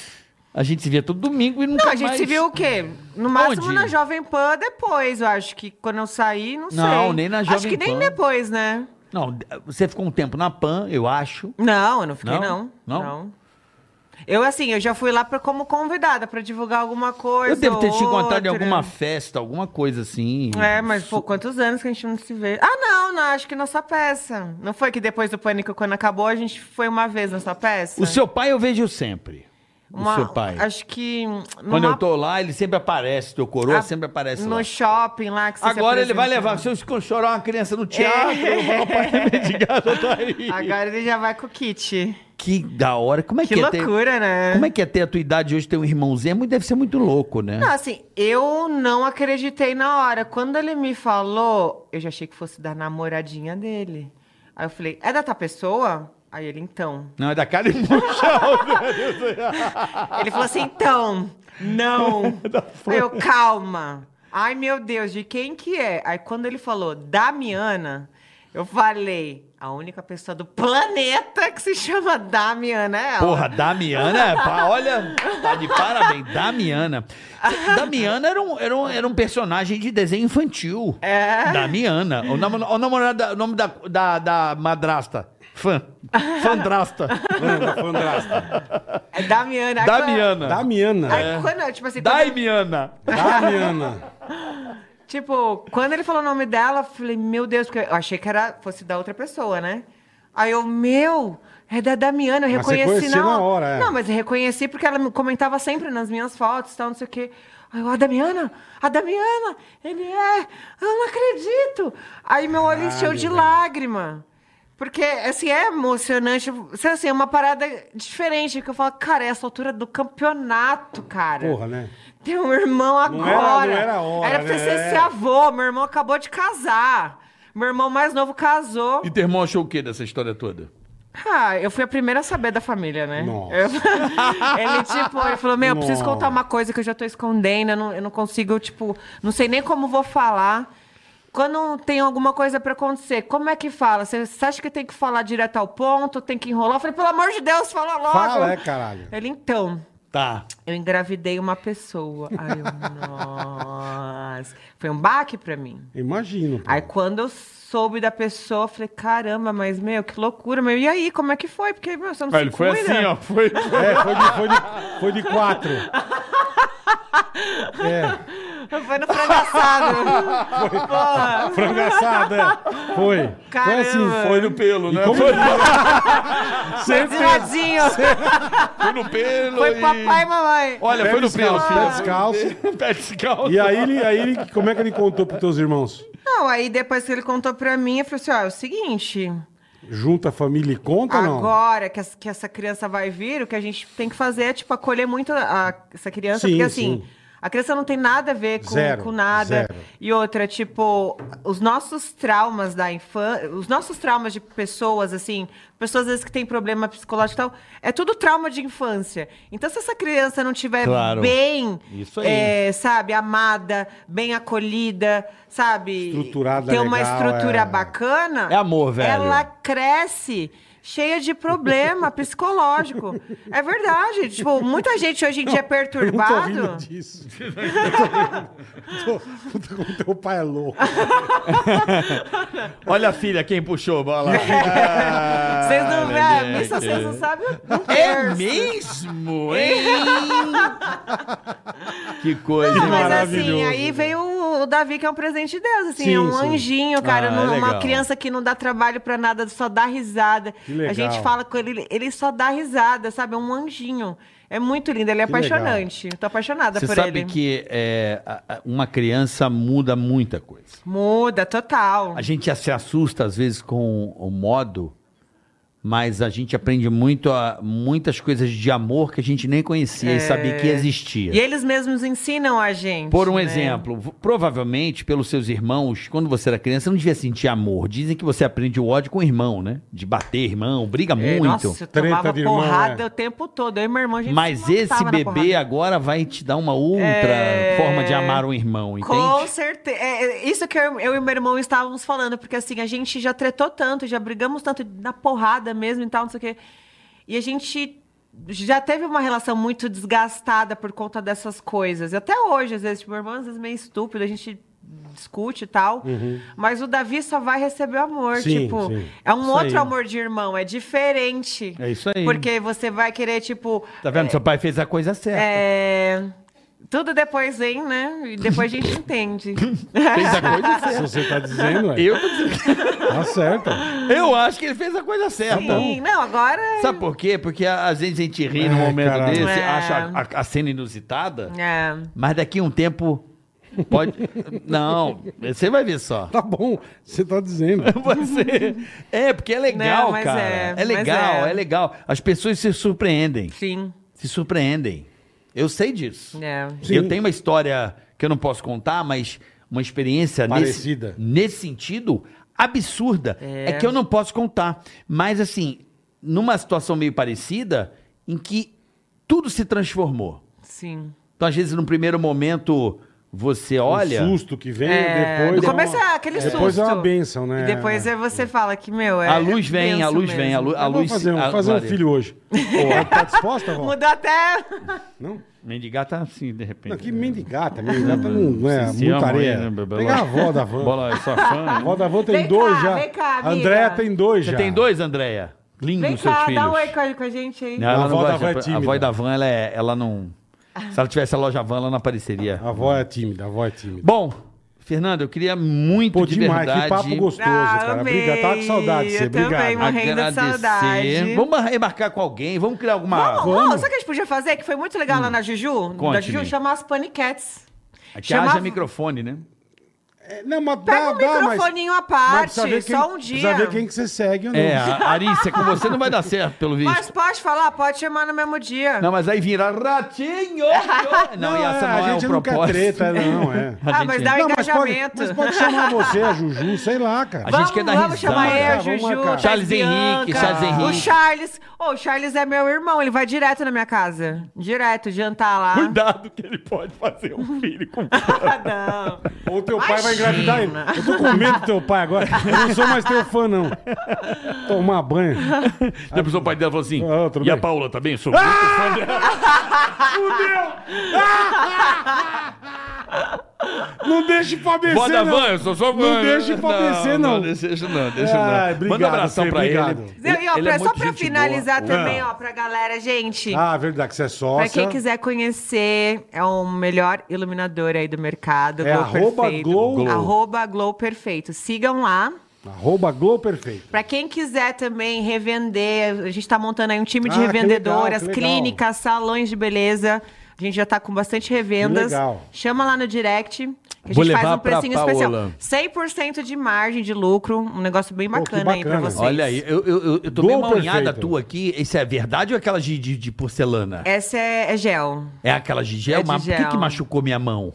A gente se via todo domingo e nunca Não, mais... a gente se viu o quê? No máximo Onde? na Jovem Pan depois, eu acho que quando eu saí, não, sei. Não, nem na Acho Jovem que nem Pan. depois, né? Não, você ficou um tempo na PAN, eu acho. Não, eu não fiquei, Não? não. Não? Eu, assim, eu já fui lá pra, como convidada pra divulgar alguma coisa. Eu devo ter te encontrado em outra. alguma festa, alguma coisa assim. É, mas pô, quantos anos que a gente não se vê? Ah, não, não, acho que nossa peça. Não foi que depois do pânico, quando acabou, a gente foi uma vez nessa peça? O seu pai eu vejo sempre. é. Uma- o seu pai. Acho que. hum, Quando numa- eu tô lá, ele sempre aparece, teu coroa a- sempre aparece No lá. shopping lá que você se Agora ele vai apresenta. né? levar, se eu chorar uma criança no teatro, É. eu vou falar, pai mendigado, tá aí. Agora ele já vai com o kit. Que da hora, como é que, Que é ter... loucura, né? Como é que é ter a tua idade hoje, ter um irmãozinho? É muito- Deve ser muito louco, né? Não, assim, eu não acreditei na hora. Quando ele me falou, eu já achei que fosse da namoradinha dele. Aí eu falei, é da tua pessoa? Aí ele, então. Não, é da cara de puxar. Ele falou assim, então, não. Aí eu, calma. Ai, meu Deus, de quem que é? Aí quando ele falou, Damiana, eu falei, a única pessoa do planeta que se chama Damiana é ela. Porra, Damiana, é pa- olha, tá de parabéns, Damiana. Damiana era um, era, um, era um personagem de desenho infantil. É. Damiana. O, namo, o namorado, o nome da, da, da madrasta. Fã. Fandrasta. Manda, fandrasta. É Damiana. Aí quando- Damiana. Damiana. Aí quando, eu, tipo assim, quando eu- Daimiana. Damiana. Tipo, quando ele falou o nome dela, eu falei, meu Deus, porque eu achei que era, fosse da outra pessoa, né? Aí eu, meu, é da Damiana, eu Mas você reconheci conhecia na hora, é. Não, mas eu reconheci porque ela me comentava sempre nas minhas fotos, tal, não sei o quê. Aí eu, a Damiana, a Damiana, ele é, eu não acredito. Aí meu olho encheu de velho. lágrima. Porque, assim, é emocionante. Assim, é uma parada diferente, que eu falo, cara, é essa altura do campeonato, cara. Porra, né? Tem um irmão Não agora. era- não era a hora, Era pra né? você ser avô. Meu irmão acabou de casar. Meu irmão mais novo casou. E teu irmão achou o quê dessa história toda? Ah, eu fui a primeira a saber da família, né? Nossa. Eu- ele, tipo, ele falou, meu, eu preciso Nossa. contar uma coisa que eu já tô escondendo. Eu não, eu não consigo, tipo, não sei nem como vou falar. Quando tem alguma coisa pra acontecer, como é que fala? Você você acha que tem que falar direto ao ponto? Tem que enrolar? Eu falei, pelo amor de Deus, fala logo. Fala, é, caralho. Ele, então... Tá. Eu engravidei uma pessoa. Aí eu, nossa. Foi um baque pra mim. Imagino. pô. Aí quando eu soube da pessoa, eu falei, caramba, mas, meu, que loucura, meu. E aí, como é que foi? Porque, meu, você não Ah, se Ele foi cuida. assim, ó. Foi. É, foi de, foi de, foi de quatro. É, Foi no frango assado. Porra. frango assado, é. Foi. Foi Caramba. assim, foi no... pelo, E como... Foi desenhadinho. Foi no pelo. Foi papai e mamãe. Olha, foi no pelo, descalço, filho. pé descalço. Pé descalço. E aí, ele, aí ele, como é que ele contou pros teus irmãos? Não, aí depois que ele contou pra mim, eu falei assim, ó, é o seguinte... Junta a família e conta ou não? Agora que, as- que essa criança vai vir, o que a gente tem que fazer é, tipo, acolher muito a- a- essa criança, Sim, porque assim. sim. A criança não tem nada a ver com, Zero, com nada. zero. E outra, tipo, os nossos traumas da infância, os nossos traumas de pessoas, assim, pessoas às vezes que têm problema psicológico e tal, é tudo trauma de infância. Então, se essa criança não tiver Claro. bem, Isso aí. é, sabe, amada, bem acolhida, sabe? Estruturada ter uma legal, estrutura é. bacana. É amor, velho. Ela cresce cheia de problema psicológico. É verdade. Tipo, muita gente hoje em dia é Eu não tô rindo perturbado. disso. Eu tô rindo. Tô- Puta, como teu pai é louco. Olha a filha, quem puxou, bola. Vocês Ah, não Olha, veem, né, isso moleque. vocês não sabem. um É terço. mesmo, hein? que coisa. Não, mas assim, Maravilhoso, aí né? veio o Davi, que é um presente de Deus, assim, Sim, é um sim. anjinho, cara, Ah, não- é uma legal. criança que não dá trabalho pra nada, só dá risada. Que legal. A gente fala com ele, ele só dá risada, sabe? É um anjinho. É muito lindo, ele é Que legal. apaixonante. Eu tô apaixonada Você por sabe ele. que é, a- a- uma criança muda muita coisa. Muda, total. A gente já se assusta, às vezes, com o modo Mas a gente aprende muito a, muitas coisas de amor que a gente nem conhecia e sabia É. que existia. E eles mesmos ensinam a gente. Por um né? exemplo, v- provavelmente pelos seus irmãos, quando você era criança, você não devia sentir amor. Dizem que você aprende o ódio com o irmão, né? De bater irmão, briga É, Nossa, muito. eu Treta tomava de irmão, porrada é. o tempo todo. Eu e meu irmão, a gente Mas se matava esse na bebê é porrada. agora vai te dar uma outra É. forma de amar um irmão, entende? Com certeza. É, é, isso que eu, eu e meu irmão estávamos falando, porque assim, a gente já tretou tanto, já brigamos tanto na porrada mesmo e tal, não sei o quê. E a gente já teve uma relação muito desgastada por conta dessas coisas. Até hoje, às vezes, tipo, meu irmão às vezes meio estúpido, a gente discute e tal. Mas o Davi só vai receber amor, Uhum. Sim, tipo, sim. é um Isso outro aí. amor de irmão, é diferente. É isso aí. Porque você vai querer, tipo, Tá vendo? Seu pai fez a coisa certa. é... Tudo depois vem, né? E depois a gente entende. Fez a coisa Se certa. você tá dizendo, é. Eu, Tá certo. eu acho que ele fez a coisa certa. Sim, não, agora. Sabe por quê? Porque às vezes a gente ri num Ai, momento caralho. desse, É. acha a, a cena inusitada, É. mas daqui a um tempo pode. Não, você vai ver só. Tá bom, você tá dizendo. Você... É, porque é legal, Não, mas cara. é, É, mas legal, é. é legal. As pessoas se surpreendem. Sim. Se surpreendem. Eu sei disso. É. Sim. Eu tenho uma história que eu não posso contar, mas uma experiência nesse, Parecida. nesse sentido absurda. É. É. que eu não posso contar. Mas, assim, numa situação meio parecida, em que tudo se transformou. Sim. Então, às vezes, num primeiro momento, você olha. O susto que vem, É, depois. no é começo uma- é aquele Depois é susto. uma bênção, né? E depois é você fala que, meu, é. a luz vem, a benção luz vem, a mesmo. luz. A Eu vou luz fazer um, a- fazer um varia. filho hoje. Ó, tá disposta, vó? Mudou até. Não? Mendigar tá assim, de repente. Não, que mendigata. Mendigata não, não é muita areia. Pega a avó da van. né, Bola, é sua fã. A né? avó da van tem Vem cá, dois já. vem cá, amiga. Andréa tem dois já. Você tem dois, Andréia? Lindos Vem seus cá, filhos. dá um oi com a- com a gente aí. Não, ela A não avó da gosta, van é a tímida. Ah. voz da van, ela, é- ela não. Se ela tivesse a loja van, ela não apareceria. A avó é tímida, a avó é tímida. Bom, Fernando, eu queria muito Pô, de demais, verdade. que papo gostoso, cara. amei. Obrigado, tava com saudade de você. Eu também, Obrigado. mano. Morrendo de saudade. Agradecer. Vamos remarcar com alguém, vamos criar alguma. ah, Vamos, vamos. Sabe o que a gente podia fazer? Que foi muito legal lá na Juju. Da Hum. Conte-me. Juju chamar as paniquetes. Que Chamava- haja microfone, né? É, Não, mas Pega dá, um dá, mas... microfoninho à mas parte, precisa ver quem- só um dia. Precisa ver quem que você segue ou não. É, a Arícia, com você não vai dar certo, pelo visto. Mas pode falar, pode chamar no mesmo dia. Não, mas aí vira ratinho! Não, e essa é, não a é gente um não quer propósito. treta, não, é. A ah, gente- mas dá um Não, mas pode, engajamento. mas pode chamar você, a Juju, sei lá, cara. A gente Vamos, quer dar vamos risada. chamar eu, Vamos marcar, vamos Juju, marcar. Charles Bianca, Henrique, Charles O Henrique. Charles, Ô, o Charles é meu irmão, ele vai direto na minha casa. Direto, jantar lá. Cuidado que ele pode fazer um filho com Cuidado. Ou teu pai vai engravidar ele. Imagina. Eu tô com medo do teu pai agora. Eu não sou mais teu fã, não. Tomar banho. Depois o pai dela falou assim: Ah, tudo E a bem." Ah, Paula também? Sou muito fã dela. Não deixe pra BC, Vó da é não. van, eu sou só Não deixa pra descer, não. Não deixa, não. Deixa, não. Ai, obrigado, Manda um abração Fê, pra ele. obrigado. ele. E, ó, ele pra- é só muito pra gente finalizar boa. também, ó, pra galera, gente. Ah, verdade, que você é sócia. Pra quem quiser conhecer, é o melhor iluminador aí do mercado. É Glow arroba Perfeito. Glow. Arroba Glow Perfeito. Sigam lá. Arroba Glow Perfeito. Pra quem quiser também revender, a gente tá montando aí um time de Ah, que revendedoras, legal, que legal. clínicas, salões de beleza. A gente já tá com bastante revendas. Que legal. Chama lá no direct. Que a Vou gente faz levar um precinho pra Paola. especial. 100% de margem de lucro. Um negócio bem Pô, que bacana, aí pra bacana. vocês. Olha aí, eu, eu, eu, eu tomei Gol uma unhada perfeito. tua aqui. Isso é verdade ou é aquela de, de, de porcelana? É. Essa é, é gel. aquela de gel? É de mas por gel. que, que machucou minha mão?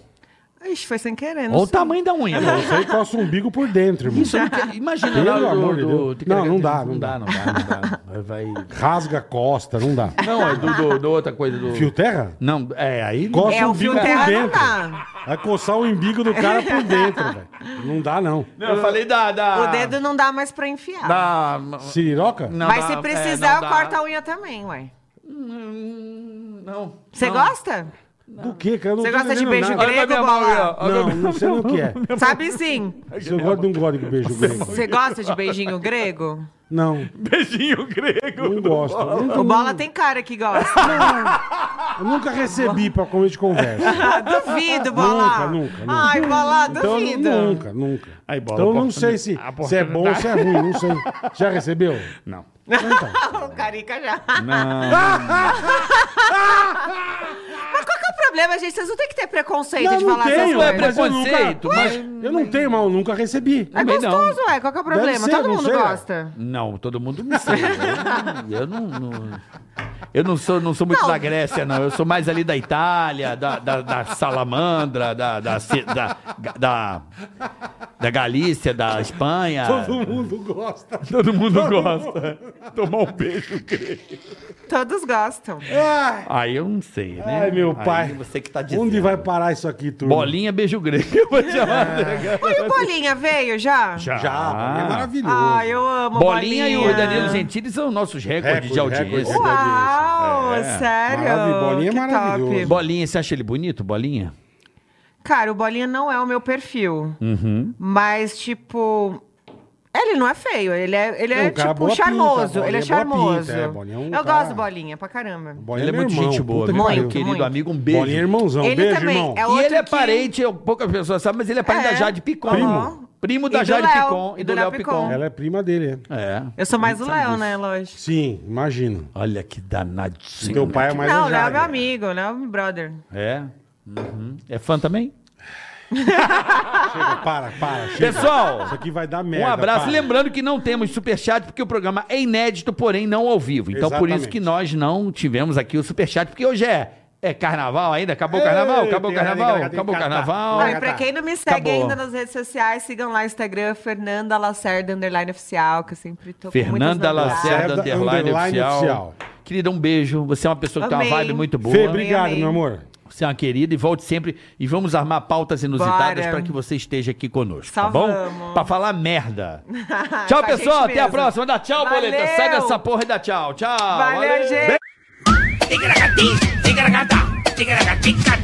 Ixi, foi sem querer. não Olha o sei. tamanho da unha. né? Eu sei qual é o seu umbigo por dentro, irmão. Isso eu não quero- Imagina. Pelo lá do- amor de do- Deus. do- Não, não dá, não dá. não dá, não dá. Vai- Vai. Rasga a costa, não dá. Não, é do, do- do outra coisa do. Fio terra? Não, é aí. não- Coça É, o o umbigo fio por terra não dentro. dá. Vai coçar o umbigo do cara por dentro, velho. Não dá, não. Não, eu falei da. da O dedo não dá mais pra enfiar. Da. Siriroca? Não Mas dá, se é, precisar, não eu dá. corto a unha também, ué. Hum, Não. Você Não. gosta? Do que, cara? Eu não Você tô gosta de entendendo beijo nada. grego? Olha pra minha mão aí, ó. Olha Não, pra minha- não sei nem o que é. Sabe sim. Se eu gosto, não gosto de beijo grego. Você gosta de beijinho grego? Não, Beijinho grego. não gosto. Eu nunca, O Bola tem cara que gosta. eu nunca recebi pra comer de conversa. duvido, Bola. Nunca, nunca, nunca. Ai, Bola, Então, duvido. nunca, nunca. Aí, bola, Então, eu não oportuni- sei se, a se é bom ou se é ruim, não sei. Já recebeu? Não. Então, o Carica já. Não. Qual que é o problema, gente? Vocês não têm que ter preconceito Não, de não falar tenho, essas Não é coisas. mas eu nunca- preconceito, mas. eu não tenho, mas eu nunca recebi. É Também não. gostoso, é. Qual que é o problema? ser, Todo não mundo sei, ué. gosta. Não, todo mundo me sabe. Eu não. Eu não, eu não sou, não sou muito Não. da Grécia, não. Eu sou mais ali da Itália, da, da, da salamandra, da da, ce- da, da. da Galícia, da Espanha. Todo mundo gosta. Todo mundo gosta. Tomar um beijo, creio. Todos gostam. Ai, Aí eu não sei, né? ai, meu Aí pai. você que tá dizendo. Onde vai parar isso aqui, turma? Bolinha, beijo grego. Eu vou chamar. E o Bolinha veio já? Já. É. Já, pra mim é maravilhoso. Ah, eu amo o Bolinha, Bolinha. e o Danilo Gentili são nossos recordes Recorde, de audiência. recorde. Uau, É. sério? Maravilha, Bolinha é Que maravilhoso. top. Bolinha, você acha ele bonito, Bolinha? Cara, o Bolinha não é o meu perfil. Uhum. Mas, tipo. Ele não é feio, ele é, ele é, É um cara tipo, boa pinta, charmoso. Bolinha ele é é boa charmoso. pinta, é, Bolinha é um Eu cara- gosto do Bolinha pra caramba. ele Bolinha é meu muito irmão, gente boa, puta que meu Muito, amigo, pariu. querido muito. amigo. Um beijo. Bolinha é irmãozão. Ele Beijo, também irmão. é E outro ele é que- parente, eu- poucas pessoas sabem, mas ele é parente É. da Jade Picon. Primo. Primo E da do Jade Léo. Picon e do Léo Picon. Ela é prima dele, é. É. Eu sou mais o Léo, né, lógico. Sim, imagino. Olha que danadinho. Teu pai é mais não, o Léo é anjado. meu amigo, o Léo é meu brother. É. Uhum. É fã também? Chega, para, para. Chega. Pessoal, Isso aqui vai dar merda. um abraço. para. Lembrando que não temos superchat, porque o programa é inédito, porém não ao vivo. Então, por isso Exatamente. que nós não tivemos aqui o superchat, porque hoje é, é carnaval ainda. Acabou o Ei, carnaval, acabou o É, tem carnaval, que- acabou o tem que catar. carnaval. Ah, e tá. pra quem não me segue Acabou. ainda nas redes sociais, sigam lá o Instagram, Fernanda Lacerda Underline Oficial, que eu sempre tô com muitas Fernanda novidades. Lacerda, Lacerda, underline, underline oficial. oficial. Querida, um beijo. Você é uma pessoa que tem uma Amei. vibe muito boa. Fê, obrigado, Amei, amei. meu amor. Você é uma querida e volte sempre. E vamos armar pautas inusitadas Bora. para que você esteja aqui conosco, Só tá bom? vamos. Pra falar merda. Tchau, Com a pessoal. gente Até a mesmo. próxima. Dá tchau, Valeu. boleta. Sai dessa porra e dá tchau. Tchau. Valeu, gente. Tigra-gatim, tigra-gatá, tigra-gatica,